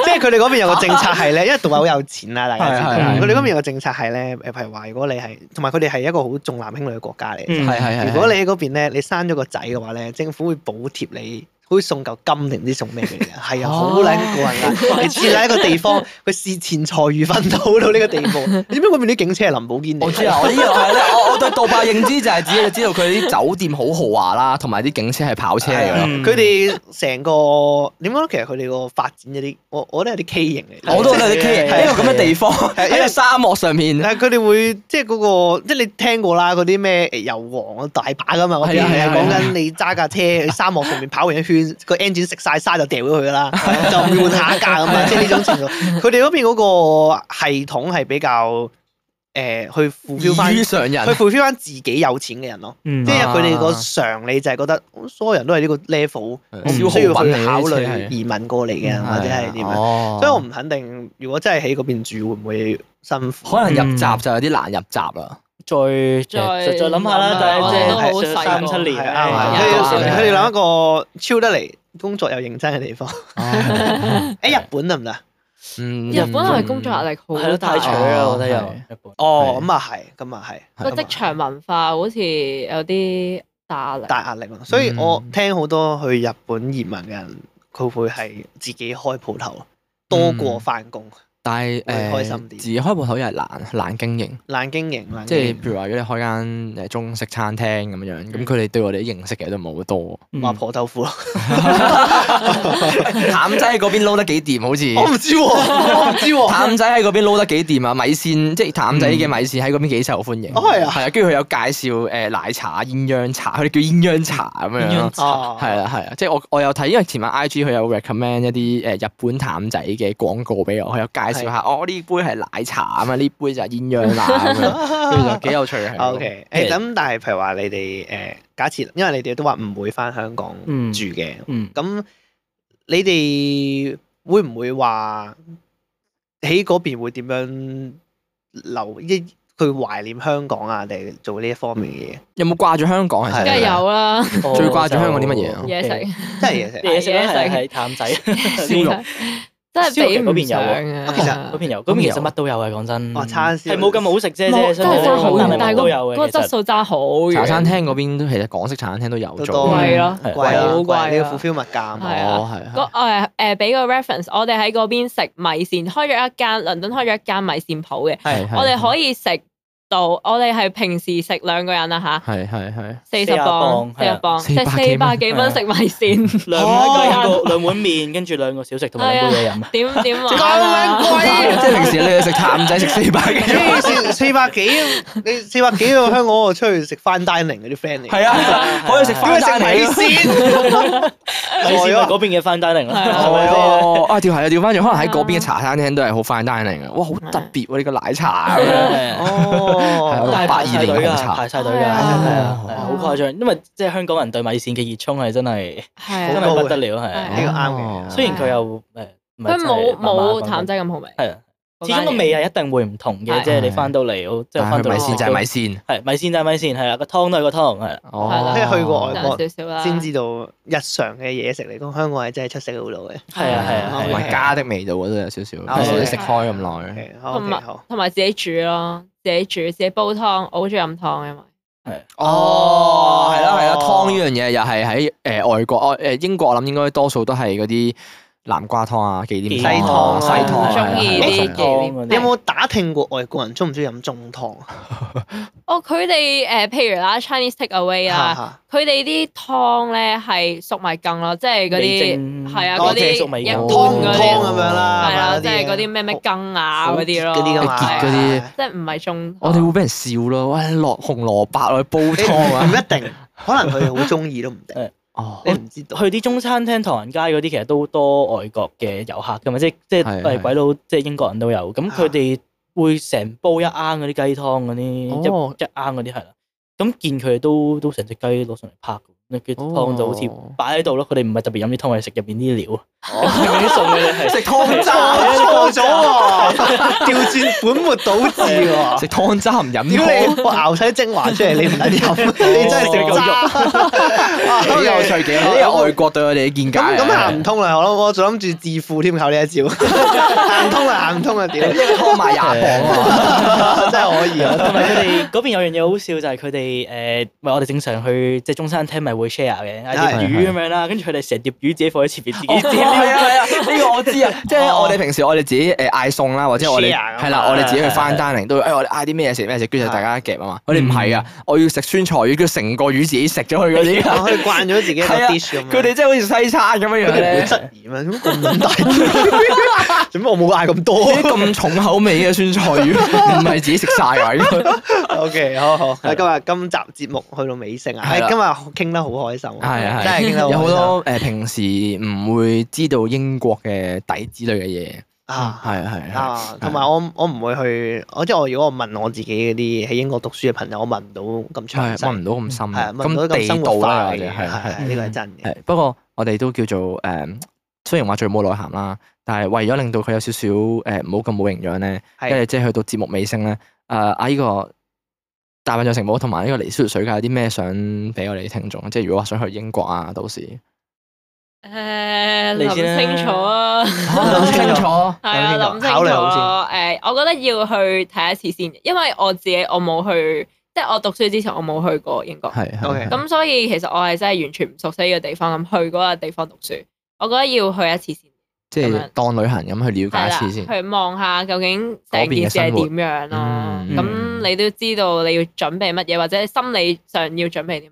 Speaker 3: 即係佢哋嗰邊有個政策係咧，因為杜拜好有錢啦，大家知
Speaker 4: 係
Speaker 2: 係係
Speaker 3: 佢哋嗰邊有個政策係咧，誒譬如話，如果你係同埋佢哋係一個好重男輕女嘅國家嚟。
Speaker 2: 嗯
Speaker 4: 係係係。
Speaker 3: 如果你喺嗰邊咧，你生咗個仔嘅話咧，政府會補貼你，好似送嚿金定唔知送咩俾你 嘅，係啊，好撚
Speaker 4: 哦
Speaker 3: 過人噶！你設喺一個地方，佢事前財如分到到呢個地步， 你知唔知嗰邊啲警車係林寶堅
Speaker 4: 我
Speaker 3: 尼？
Speaker 4: 知啊，我 呢個係咧，我我對杜拜認知就係只知道佢啲酒店好豪華啦，同埋啲警車係跑車嚟
Speaker 3: 係
Speaker 4: 㗎
Speaker 3: 啊
Speaker 4: 啦。
Speaker 2: 嗯
Speaker 3: 佢哋成個點講咧？其實佢哋個發展有啲，我我覺得有啲畸形嚟。
Speaker 4: 我都覺得有啲 K，
Speaker 2: 係啊
Speaker 4: 呢個咁嘅地方
Speaker 3: 啊
Speaker 4: 喺個沙漠上面，
Speaker 3: 但係佢啊哋會即係嗰個，即係你聽過啦，嗰啲咩誒油王大把噶嘛，嗰
Speaker 4: 係
Speaker 3: 邊
Speaker 4: 啊係
Speaker 3: 係
Speaker 4: 啊
Speaker 3: 講
Speaker 4: 係啊
Speaker 3: 緊你揸架車去沙漠上面跑完一圈，個 engine 食晒沙就掉咗佢噶啦，
Speaker 4: 啊
Speaker 3: 就唔會換下一架咁啊樣，即係呢種程度。佢哋嗰邊嗰個系統係比較誒去付標翻，
Speaker 4: 異於
Speaker 3: 去
Speaker 4: 常人。
Speaker 3: 付標翻自己有錢嘅人咯。
Speaker 2: 嗯
Speaker 3: 即係佢哋個
Speaker 4: 啊
Speaker 3: 常理就係覺得所有人都係呢個 level，
Speaker 4: 嗯
Speaker 3: 我唔需要去考
Speaker 4: 消耗品嚟嘅
Speaker 3: 慮移民過嚟嘅或者係點樣。
Speaker 4: 哦
Speaker 3: 所以我唔肯定，如果真係喺嗰邊住，會唔會辛苦？
Speaker 4: 可能入閘就有啲難入閘啦。
Speaker 2: 再再再諗下啦，但
Speaker 3: 我哋都
Speaker 2: 係
Speaker 3: 好
Speaker 2: 即係
Speaker 1: 細
Speaker 2: 三
Speaker 1: 個
Speaker 2: 七
Speaker 3: 係
Speaker 2: 年
Speaker 3: 啱啊！
Speaker 4: 係
Speaker 3: 佢哋
Speaker 4: 啱啊
Speaker 3: 佢
Speaker 4: 係啊
Speaker 3: 哋諗一個超得嚟、工作又認真嘅地方。
Speaker 4: 哦
Speaker 3: 嗯喺日本得唔得？
Speaker 4: 嗯
Speaker 1: 日本係咪工作壓力
Speaker 2: 係
Speaker 1: 好
Speaker 2: 咯，太
Speaker 1: 大
Speaker 2: 取
Speaker 4: 長
Speaker 1: 啊？
Speaker 2: 啦，我覺得又
Speaker 4: 係
Speaker 2: 日本。
Speaker 3: 哦，咁啊係，咁啊係。
Speaker 1: 個
Speaker 4: 係
Speaker 1: 職場文化好似有啲大壓力。
Speaker 3: 大壓力咯。所以
Speaker 4: 嗯
Speaker 3: 我聽好多去日本移民嘅人，佢會係自己開鋪頭，多過翻工，
Speaker 4: 但係
Speaker 3: 會
Speaker 4: 誒，
Speaker 3: 開心啲嗯
Speaker 4: 自己開鋪頭又係難難經營，
Speaker 3: 懶經營，懶
Speaker 4: 即
Speaker 3: 經
Speaker 4: 係
Speaker 3: 營。
Speaker 4: 譬如話，如果你開間誒中式餐廳咁樣樣，咁佢哋對我哋啲認識嘅都冇好 多。
Speaker 2: 嗯
Speaker 3: 話婆豆腐咯，
Speaker 4: 淡仔喺嗰邊撈得幾掂，好似
Speaker 3: 我唔知喎，我唔知喎。
Speaker 4: 淡仔喺嗰邊撈得幾掂啊！米線即係淡仔嘅米線喺嗰邊幾受歡迎。
Speaker 3: 哦係啊
Speaker 4: 係啊，跟住佢有介紹誒奶茶、鴛鴦茶，佢哋叫鴛鴦茶咁樣咯。
Speaker 3: 哦，
Speaker 4: 係啦，係啦，啊即係我我有睇，因為前晚 I G 佢有 recommend 一啲呃誒日本淡仔嘅廣告俾我，佢有介紹下，哦呢杯係奶茶啊嘛，呢杯就係鴛鴦奶咁
Speaker 3: 啊
Speaker 4: 樣， 跟住就幾有趣係咯
Speaker 3: O K，誒咁，但係譬如話你哋誒，假設因為你哋都話唔會翻香港
Speaker 2: 嗯
Speaker 3: 住嘅，
Speaker 2: 嗯，
Speaker 3: 咁你哋會唔會話喺嗰邊會點樣留一？佢懷念香港啊，定係做呢一方面嘅
Speaker 4: 有冇掛住香港啊係
Speaker 3: 係
Speaker 1: 梗係有啦，
Speaker 4: 最掛住香港啲乜嘢啊
Speaker 1: 嘢食
Speaker 3: 嘢？真係嘢 食。
Speaker 2: 嘢食咧係
Speaker 1: 嘢食
Speaker 2: 係淡 仔
Speaker 1: 燒
Speaker 2: 燒肉，
Speaker 1: 真係比
Speaker 2: 燒肉
Speaker 1: 唔
Speaker 2: 其實
Speaker 1: 上
Speaker 2: 嗰邊
Speaker 1: 啊！
Speaker 3: 其實
Speaker 2: 嗰邊有，嗰邊其實乜都有嘅，講真。
Speaker 3: 哇叉燒
Speaker 2: 係冇咁好食啫，
Speaker 1: 冇真係
Speaker 2: 啫，真
Speaker 1: 爭好
Speaker 2: 係
Speaker 1: 遠，但
Speaker 2: 乜
Speaker 1: 係
Speaker 2: 都
Speaker 1: 個
Speaker 2: 有
Speaker 1: 嗰
Speaker 2: 嘅。
Speaker 1: 個質
Speaker 2: 其實
Speaker 1: 素爭好遠。
Speaker 4: 茶餐廳嗰邊都其實港式茶餐廳都有
Speaker 3: 都
Speaker 4: 做
Speaker 3: 多，
Speaker 1: 貴咯
Speaker 2: 係
Speaker 3: 貴
Speaker 1: 好
Speaker 3: 啊，
Speaker 1: 貴啊
Speaker 3: 貴你要 fulfill 物價嘛
Speaker 1: 係啊
Speaker 4: 哦係
Speaker 1: 個
Speaker 4: 係
Speaker 1: 誒誒俾個 reference，我哋喺嗰邊食米線，開咗一間倫敦開咗一間米線鋪嘅，
Speaker 4: 係係
Speaker 1: 我哋可以食到，我哋係平時食兩個人啦吓，
Speaker 4: 係係係
Speaker 1: 四十
Speaker 2: 40
Speaker 1: 磅，
Speaker 2: 磅
Speaker 1: 四十磅，
Speaker 4: 係
Speaker 1: 即
Speaker 4: 啊
Speaker 1: 係四百幾蚊食米線，
Speaker 2: 兩
Speaker 1: 哦
Speaker 2: 兩個兩碗麵，跟住兩個小食同埋兩杯嘢飲。
Speaker 1: 點 點
Speaker 3: 咁
Speaker 1: 玩啊
Speaker 3: 撚貴，
Speaker 4: 即係平時你去食淡仔食四百幾，
Speaker 3: 黐線四百幾，你四百幾去香港我出去食 fine dining 嗰啲 friend 嚟，
Speaker 4: 係啊，可以食
Speaker 3: 點
Speaker 4: 翻
Speaker 3: 解
Speaker 4: 單嚟。啊
Speaker 3: 食米線？
Speaker 2: 米線咪嗰邊嘅 fine dining 咯，
Speaker 1: 係啊
Speaker 2: 係咪先
Speaker 4: 哦，啊調係啊調翻轉，可能喺嗰邊嘅茶餐廳都係好 fine dining 嘅，哇好特別喎呢個奶茶咁樣。
Speaker 2: 係啊
Speaker 3: 哦，
Speaker 2: 但係
Speaker 4: 八二
Speaker 2: 排晒
Speaker 4: 年
Speaker 2: 隊
Speaker 4: 紅
Speaker 2: 㗎，
Speaker 4: 茶
Speaker 2: 排晒隊㗎，
Speaker 1: 係
Speaker 2: 係
Speaker 1: 啊
Speaker 2: 啊係啊係啊，
Speaker 1: 哦
Speaker 2: 好誇張。因為即係香港人對米線嘅熱衷係真係
Speaker 1: 係
Speaker 2: 真
Speaker 1: 啊，
Speaker 2: 係不得了，係
Speaker 1: 係
Speaker 2: 啊
Speaker 1: 啊。
Speaker 3: 呢個啱嘅
Speaker 4: 哦
Speaker 2: 雖然佢又誒，唔係
Speaker 1: 佢
Speaker 2: 真係
Speaker 1: 冇
Speaker 2: 麻麻
Speaker 1: 冇
Speaker 2: 講
Speaker 1: 淡
Speaker 2: 真
Speaker 1: 仔咁好味，
Speaker 2: 係啊，
Speaker 1: 嗰
Speaker 2: 始
Speaker 1: 間
Speaker 2: 終個
Speaker 1: 嘢
Speaker 2: 味係一定會唔同
Speaker 1: 係
Speaker 2: 嘅，即係你
Speaker 4: 係
Speaker 2: 翻到嚟，好即
Speaker 4: 但
Speaker 2: 係
Speaker 4: 啊係
Speaker 2: 翻
Speaker 4: 佢
Speaker 2: 到
Speaker 4: 米
Speaker 2: 嚟
Speaker 4: 線就係米線，
Speaker 2: 係米線就係米線，係啦，個湯都係個湯，係啊啦，
Speaker 4: 哦
Speaker 1: 係啦
Speaker 3: 即係去過外
Speaker 1: 淡
Speaker 3: 國
Speaker 1: 少少啦，
Speaker 3: 先知道日常嘅嘢食嚟講，香港係真係出色好多嘅。
Speaker 2: 係啊係啊
Speaker 4: 同
Speaker 2: 係
Speaker 4: 埋
Speaker 2: 啊。
Speaker 4: 家的味道嗰度有少少，
Speaker 3: 啊
Speaker 4: 即係食開咁耐。
Speaker 3: OK，好，OK，好。
Speaker 1: 同埋自己煮咯，自己煮自己煲湯，我好中意飲湯，因為
Speaker 4: 哦，係啦係啦，湯呢樣嘢又係喺誒外國，哦誒英國我諗應該多數都係嗰啲南瓜湯啊、忌廉
Speaker 3: 西
Speaker 4: 湯
Speaker 3: 湯
Speaker 4: 啊、
Speaker 3: 啊
Speaker 4: 西
Speaker 1: 唔
Speaker 4: 湯，
Speaker 1: 中意
Speaker 4: 係
Speaker 1: 啲
Speaker 4: 啊
Speaker 2: 忌廉
Speaker 1: 忌
Speaker 3: 你有
Speaker 1: 廉。
Speaker 3: 冇打聽過外國人中唔中意飲中湯啊？
Speaker 1: 哦，佢哋誒譬如啦，Chinese takeaway 啊啦。
Speaker 3: 嚇
Speaker 1: 佢哋啲湯咧係粟米羹咯，即係嗰啲係啊嗰
Speaker 2: 啲
Speaker 1: 啲
Speaker 2: 哦粟米
Speaker 1: 一般
Speaker 2: 羹
Speaker 3: 湯
Speaker 1: 嗰
Speaker 3: 湯
Speaker 1: 啲
Speaker 3: 咁樣啦，
Speaker 1: 係啦，
Speaker 3: 嘛
Speaker 1: 即係嗰啲咩咩羹啊
Speaker 3: 好
Speaker 1: 嗰啲咯，啊
Speaker 3: 嗰啲㗎嘛
Speaker 4: 結嗰啲
Speaker 1: 即係唔係中
Speaker 4: 我哋會俾人笑咯，喂落紅蘿蔔落去煲湯
Speaker 3: 唔
Speaker 4: 啊！
Speaker 3: 一定，可能佢哋好中意都唔定，
Speaker 4: 哦
Speaker 3: 你唔知道。
Speaker 2: 去啲中餐廳、唐人街嗰啲，其實都多外國嘅遊客噶嘛，即係即
Speaker 4: 係
Speaker 2: 係誒
Speaker 4: 係
Speaker 2: 鬼佬，即係英國人都有。咁佢哋會成煲一罌嗰啲雞湯嗰啲，一一
Speaker 4: 哦
Speaker 2: 罌嗰啲係啦。咁見佢哋都都成隻雞攞上嚟拍，你嘅湯就好似
Speaker 4: 哦
Speaker 2: 擺喺度咯。佢哋唔係特別飲啲湯，係食入邊啲料啊，食啲餸嘅啫係。
Speaker 4: 食湯
Speaker 3: 炸錯咗喎， 調轉本末倒置喎。
Speaker 4: 食湯渣唔哦飲
Speaker 3: 屌
Speaker 4: 湯，
Speaker 3: 你，我熬晒啲精華出嚟，你唔撚飲， 你真係食夠 肉。
Speaker 4: 幾有趣幾有趣呢個外國對我哋嘅見解
Speaker 3: 咁
Speaker 4: 啊。
Speaker 3: 咁行唔通啦！我諗我仲諗住致富添，靠呢一 招行唔通啦，行唔通啊！屌，真
Speaker 4: 湯賣廿磅 啊！
Speaker 3: 係可以啊！
Speaker 2: 同埋佢哋嗰邊有樣嘢好笑就係佢哋誒，咪我哋正常去即係中餐廳咪會 share 嘅，嗌
Speaker 3: 係
Speaker 2: 碟魚咁樣啦，跟住佢哋成碟魚自己放喺前邊，自己自己
Speaker 4: 係
Speaker 2: 撩
Speaker 4: 啊係啊，呢個我知啊，即係
Speaker 2: 哦
Speaker 4: 我哋平時我哋自己誒嗌餸啦，或者我哋
Speaker 3: Share 啊嘛
Speaker 4: 係啦，我哋自己去
Speaker 2: 係係
Speaker 4: 翻單嚟都會，誒哎我哋嗌啲咩嘢食咩嘢食，跟住就大家夾啊嘛。我哋唔係啊，我要食酸菜魚，跟住成個魚自己食咗佢嗰啲 啊。
Speaker 3: 佢哋慣咗自己一個
Speaker 4: 係啊
Speaker 3: dish 咁樣，
Speaker 4: 佢哋真係好似西餐咁樣
Speaker 3: 佢哋唔
Speaker 4: 樣
Speaker 3: 會
Speaker 4: 咧，
Speaker 3: 質疑咩？做乜咁 大？ 做乜我冇嗌咁多
Speaker 4: 啲咁重口味嘅酸 菜魚，唔係自己食晒㗎應該。
Speaker 3: ？OK，好 好。哎今日今集節目去到尾聲啊！
Speaker 4: 係啦
Speaker 3: 誒今日傾得好開心，
Speaker 4: 係啊係
Speaker 3: 真係傾得好開心
Speaker 4: 有好多誒平時唔會知道英國嘅底之類嘅嘢，
Speaker 3: 啊！
Speaker 4: 係啊係啊，
Speaker 3: 啊，同埋我我唔會去，我即係我如果我問我自己嗰啲喺英國讀書嘅朋友，我問唔到咁詳細
Speaker 4: 係問，唔到咁深，
Speaker 3: 係啊問唔到
Speaker 4: 咁
Speaker 3: 咁生
Speaker 4: 地
Speaker 3: 活
Speaker 4: 道啦，
Speaker 3: 化
Speaker 4: 或
Speaker 3: 嘅
Speaker 4: 者
Speaker 3: 嘢，
Speaker 4: 係嗯
Speaker 3: 係
Speaker 4: 係。
Speaker 3: 係呢個係真嘅。
Speaker 4: 誒，不過我哋都叫做誒、雖然話最冇內涵啦，但係為咗令到佢有少少誒唔好咁冇營養咧，
Speaker 3: 係
Speaker 4: 跟住即係去到節目尾聲咧，誒、啊呢、個大笨象城堡同埋呢個尼斯湖水界有啲咩想俾我哋聽眾？即係如果話想去英國啊，到時
Speaker 1: 诶，
Speaker 2: 你
Speaker 1: 諗
Speaker 2: 先啦
Speaker 1: 清楚啊，
Speaker 4: 諗哦清楚。
Speaker 1: 係啊，
Speaker 3: 諗
Speaker 1: 諗
Speaker 3: 清
Speaker 1: 清
Speaker 3: 楚考慮
Speaker 1: 楚
Speaker 3: 好。
Speaker 1: 诶，我覺得要去睇一次先，因為我自己我冇去，即係我讀書之前我冇去過英國。
Speaker 4: 係係
Speaker 3: OK
Speaker 4: 係
Speaker 1: 咁所以其實我係真係完全唔熟悉呢個地方，咁去嗰個地方讀書，我覺得要去一次先，
Speaker 4: 即
Speaker 1: 咁
Speaker 4: 係
Speaker 1: 樣
Speaker 4: 當旅行咁去
Speaker 1: 係
Speaker 4: 了解
Speaker 1: 啦，
Speaker 4: 一次先。
Speaker 1: 去望下究竟成件事係點樣咯。
Speaker 4: 嗯
Speaker 1: 咁、
Speaker 2: 嗯
Speaker 1: 你都知道你要準備乜嘢，或者心理上要準備啲乜嘢。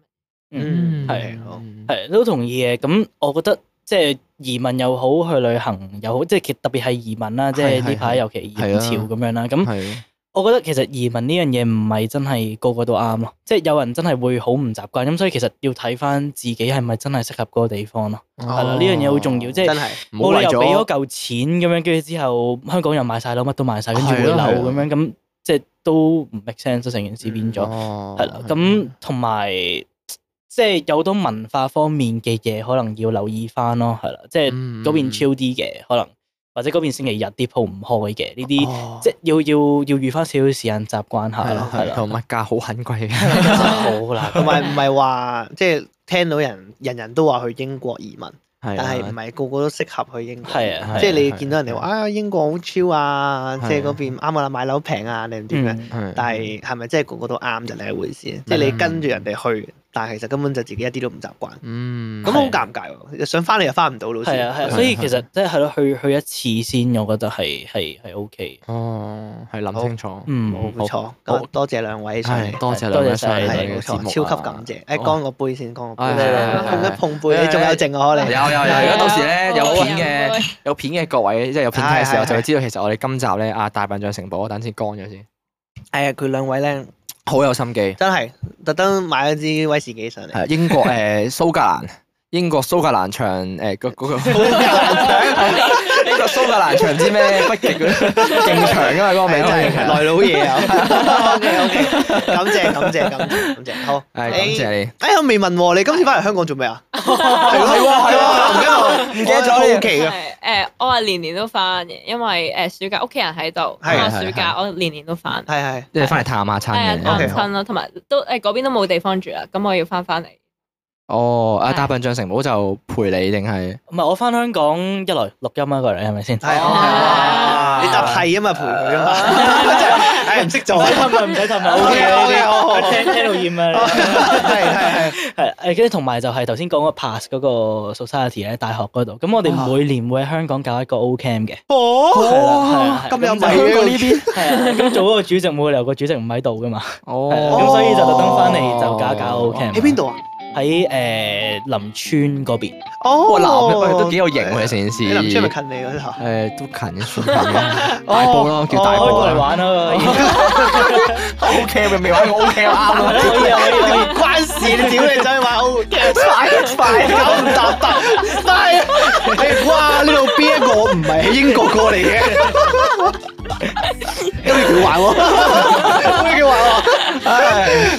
Speaker 3: 嗯
Speaker 2: 係
Speaker 3: 好
Speaker 2: 係都同意嘅。咁我覺得即係移民又好，去旅行又好，即係其特別係移民啦，即係
Speaker 4: 係係
Speaker 2: 呢排
Speaker 4: 係
Speaker 2: 尤其移
Speaker 4: 係
Speaker 2: 民
Speaker 4: 啊
Speaker 2: 潮咁樣啦。咁
Speaker 4: 係
Speaker 2: 我覺得其實移民呢樣嘢唔係真係個個都啱咯，即係有人真係會好唔習慣，咁所以其實要睇翻自己係咪真係適合嗰個地方咯。
Speaker 4: 嗯
Speaker 2: 係啦，呢樣嘢好重要，即
Speaker 3: 真
Speaker 2: 係
Speaker 3: 係
Speaker 4: 哦唔好
Speaker 2: 冇
Speaker 4: 為
Speaker 2: 理由俾咗
Speaker 4: 咗
Speaker 2: 嚿錢咁樣，跟住之後香港又賣晒樓，乜都賣晒，跟住
Speaker 4: 係
Speaker 2: 回
Speaker 4: 咯
Speaker 2: 流
Speaker 4: 係啊咯
Speaker 2: 咁樣，咁即係都唔 make sense 咯成件事變咗。
Speaker 4: 咗
Speaker 2: 係啦，咁同埋即係有好多文化方面嘅嘢，可能要留意翻咯，係啦，即係
Speaker 4: 嗯
Speaker 2: 嗰邊 chill 啲嘅，可能或者嗰邊星期日啲鋪唔開嘅呢
Speaker 3: 哦
Speaker 2: 啲。
Speaker 4: 啲
Speaker 2: 即係要要要預翻少少時間習慣下
Speaker 4: 係
Speaker 2: 咯
Speaker 4: 啦，，
Speaker 2: 係
Speaker 4: 係啦，
Speaker 2: 啦，
Speaker 4: 同物價好很貴 嘅。
Speaker 2: 好啦，
Speaker 3: 同埋唔係話即係聽到人人人都話去英國移民，
Speaker 4: 係
Speaker 3: 但係
Speaker 4: 啊
Speaker 3: 唔係個個都適合去英國。
Speaker 2: 係啊，
Speaker 3: 即係你
Speaker 4: 係
Speaker 3: 見到人哋話啊英國好超啊，即係嗰邊啱啊買樓平啊，定唔知咩？
Speaker 2: 嗯
Speaker 4: 係
Speaker 3: 但係係咪真係個個都啱就另一回事。即係你跟住人哋去，但係其實根本就自己一啲都唔習慣，
Speaker 4: 嗯
Speaker 3: 咁好尷尬喎！想翻嚟又翻唔到，老師。
Speaker 2: 係啊係啊，
Speaker 4: 係
Speaker 2: 所以
Speaker 4: 係
Speaker 2: 其實即係係咯，去去一次先，我覺得係係係 OK 嘅。
Speaker 4: 哦，係
Speaker 3: 好
Speaker 4: 諗清楚。
Speaker 2: 嗯，
Speaker 3: 冇錯，
Speaker 4: 好
Speaker 3: 咁啊多謝兩位上嚟
Speaker 4: 係，。多謝
Speaker 2: 多
Speaker 4: 兩
Speaker 2: 謝晒
Speaker 4: 位上嚟
Speaker 2: 你
Speaker 3: 係冇
Speaker 4: 嘅節
Speaker 3: 錯，
Speaker 4: 目啊
Speaker 3: 超級感謝。誒，
Speaker 4: 好
Speaker 3: 乾個杯先，乾個杯
Speaker 4: 係
Speaker 2: 係係。
Speaker 3: 碰一碰杯，你仲有剩啊可能。
Speaker 4: 有有有，如果到時咧有片嘅。
Speaker 1: 嘅，
Speaker 4: 有片嘅各位，即係有片睇嘅時
Speaker 3: 啊係係
Speaker 4: 候，
Speaker 3: 係
Speaker 4: 就會知道其實我哋今集咧啊大笨象城堡，我等先乾咗先，
Speaker 3: 誒，啊佢兩位咧
Speaker 4: 好有心機。
Speaker 3: 真係特登買咗支威士忌上嚟。
Speaker 4: 係英國誒蘇格蘭，英國蘇格蘭場誒嗰嗰個英國蘇格蘭場知咩北極嗰啲勁長噶嘛嗰個名
Speaker 3: 係真係
Speaker 4: 係
Speaker 3: 來佬嘢啊！OK OK，感謝感謝感謝感謝，好。
Speaker 4: 感謝你。
Speaker 3: 哎，我未問喎，你今次翻嚟香港做咩啊？係
Speaker 4: 係喎係喎
Speaker 3: 喎，唔哦記得
Speaker 4: 我
Speaker 3: 咗，好奇啊！
Speaker 1: 係誒，我係年年都翻嘅，因為誒暑假屋企人喺度，咁
Speaker 3: 係
Speaker 1: 我
Speaker 4: 係啊
Speaker 1: 暑假我年年都翻，
Speaker 3: 係係。
Speaker 4: 即係啊翻嚟探下親
Speaker 1: 誒
Speaker 3: 好
Speaker 1: 啊探
Speaker 4: 嘅。
Speaker 1: 親咯，同埋都誒嗰邊都冇地方住啦，啊咁我要翻翻嚟。
Speaker 4: 哦，啊
Speaker 1: 係
Speaker 4: 大笨象城堡就陪你定係？
Speaker 2: 唔係我翻香港一來錄音啊，過嚟係咪先？
Speaker 3: 係，
Speaker 1: 哦
Speaker 3: 你答係啊嘛，陪佢啊嘛，真係，唉唔識做
Speaker 2: 唔
Speaker 3: 啊，
Speaker 2: 使氹啊，唔使氹啊
Speaker 3: OK，OK，好好好
Speaker 2: 聽聽到厭啊
Speaker 3: 係。係係，
Speaker 2: 係誒，跟住同埋就係頭先講個 pass 嗰個 society 咧，大學嗰度。咁我哋每年會喺香港搞一個 O Camp 嘅，係啦係
Speaker 3: 啊哦
Speaker 2: 啦，
Speaker 3: 咁有米
Speaker 2: 咁就
Speaker 3: 嘅呢邊，
Speaker 2: 係啊。咁做嗰個主席冇理由個主席唔喺度噶嘛，
Speaker 4: 哦
Speaker 2: 係啊咁所以就特登翻嚟就搞一搞 O Camp。
Speaker 3: 喺邊？度啊？
Speaker 2: 喺誒林村嗰邊。
Speaker 3: 哦
Speaker 4: 哇，男嘅都幾有型喎，成件事。
Speaker 3: 你林村咪近你嗰頭？
Speaker 4: 誒都近算近嘅，大埔咯，叫大
Speaker 3: 哦
Speaker 2: 可
Speaker 4: 埔
Speaker 2: 以過嚟
Speaker 4: 啊。
Speaker 2: 玩 啊！
Speaker 4: O K，咪未玩過 O K 啱
Speaker 2: 可以可以可以。
Speaker 3: 關事你屌你走去玩 O K，快快九唔搭八，快！你哇呢度邊一個唔係喺英國過嚟嘅？咁你幾玩喎？咁你幾玩喎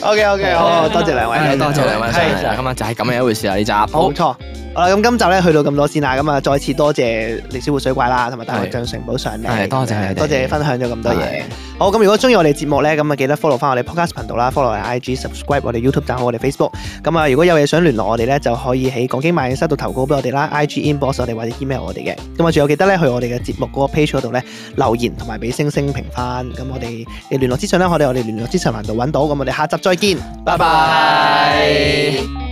Speaker 3: ？O K O K，好多謝兩位，
Speaker 4: 多謝兩位上嚟啦，
Speaker 2: 係
Speaker 4: 咁啊就係咁樣一回事啦呢集。好
Speaker 3: 冇，錯。好啦，咁今集咧去到咁多先啦，咁啊再次多謝歷史活水怪啦，同埋大學將城堡上嚟，啊
Speaker 4: 係多謝你哋
Speaker 3: 多謝你分享咗咁多嘢
Speaker 4: 係。
Speaker 3: 好，咁如果中意我哋節目咧，咁啊記得 follow 翻我哋 podcast 頻道啦，follow 我哋 IG，subscribe 我哋 YouTube 账號，我哋 Facebook。咁啊，如果有嘢想聯絡我哋咧，就可以喺講經萬應室度投稿俾我哋啦，IG inbox 我哋或者 email 我哋嘅。咁啊，仲有記得咧去我哋嘅節目嗰個 page 嗰度咧留言同埋俾星星評分。咁我哋嘅聯絡資訊咧，我哋我哋聯絡資訊欄度揾到。咁我哋下集再見，拜拜。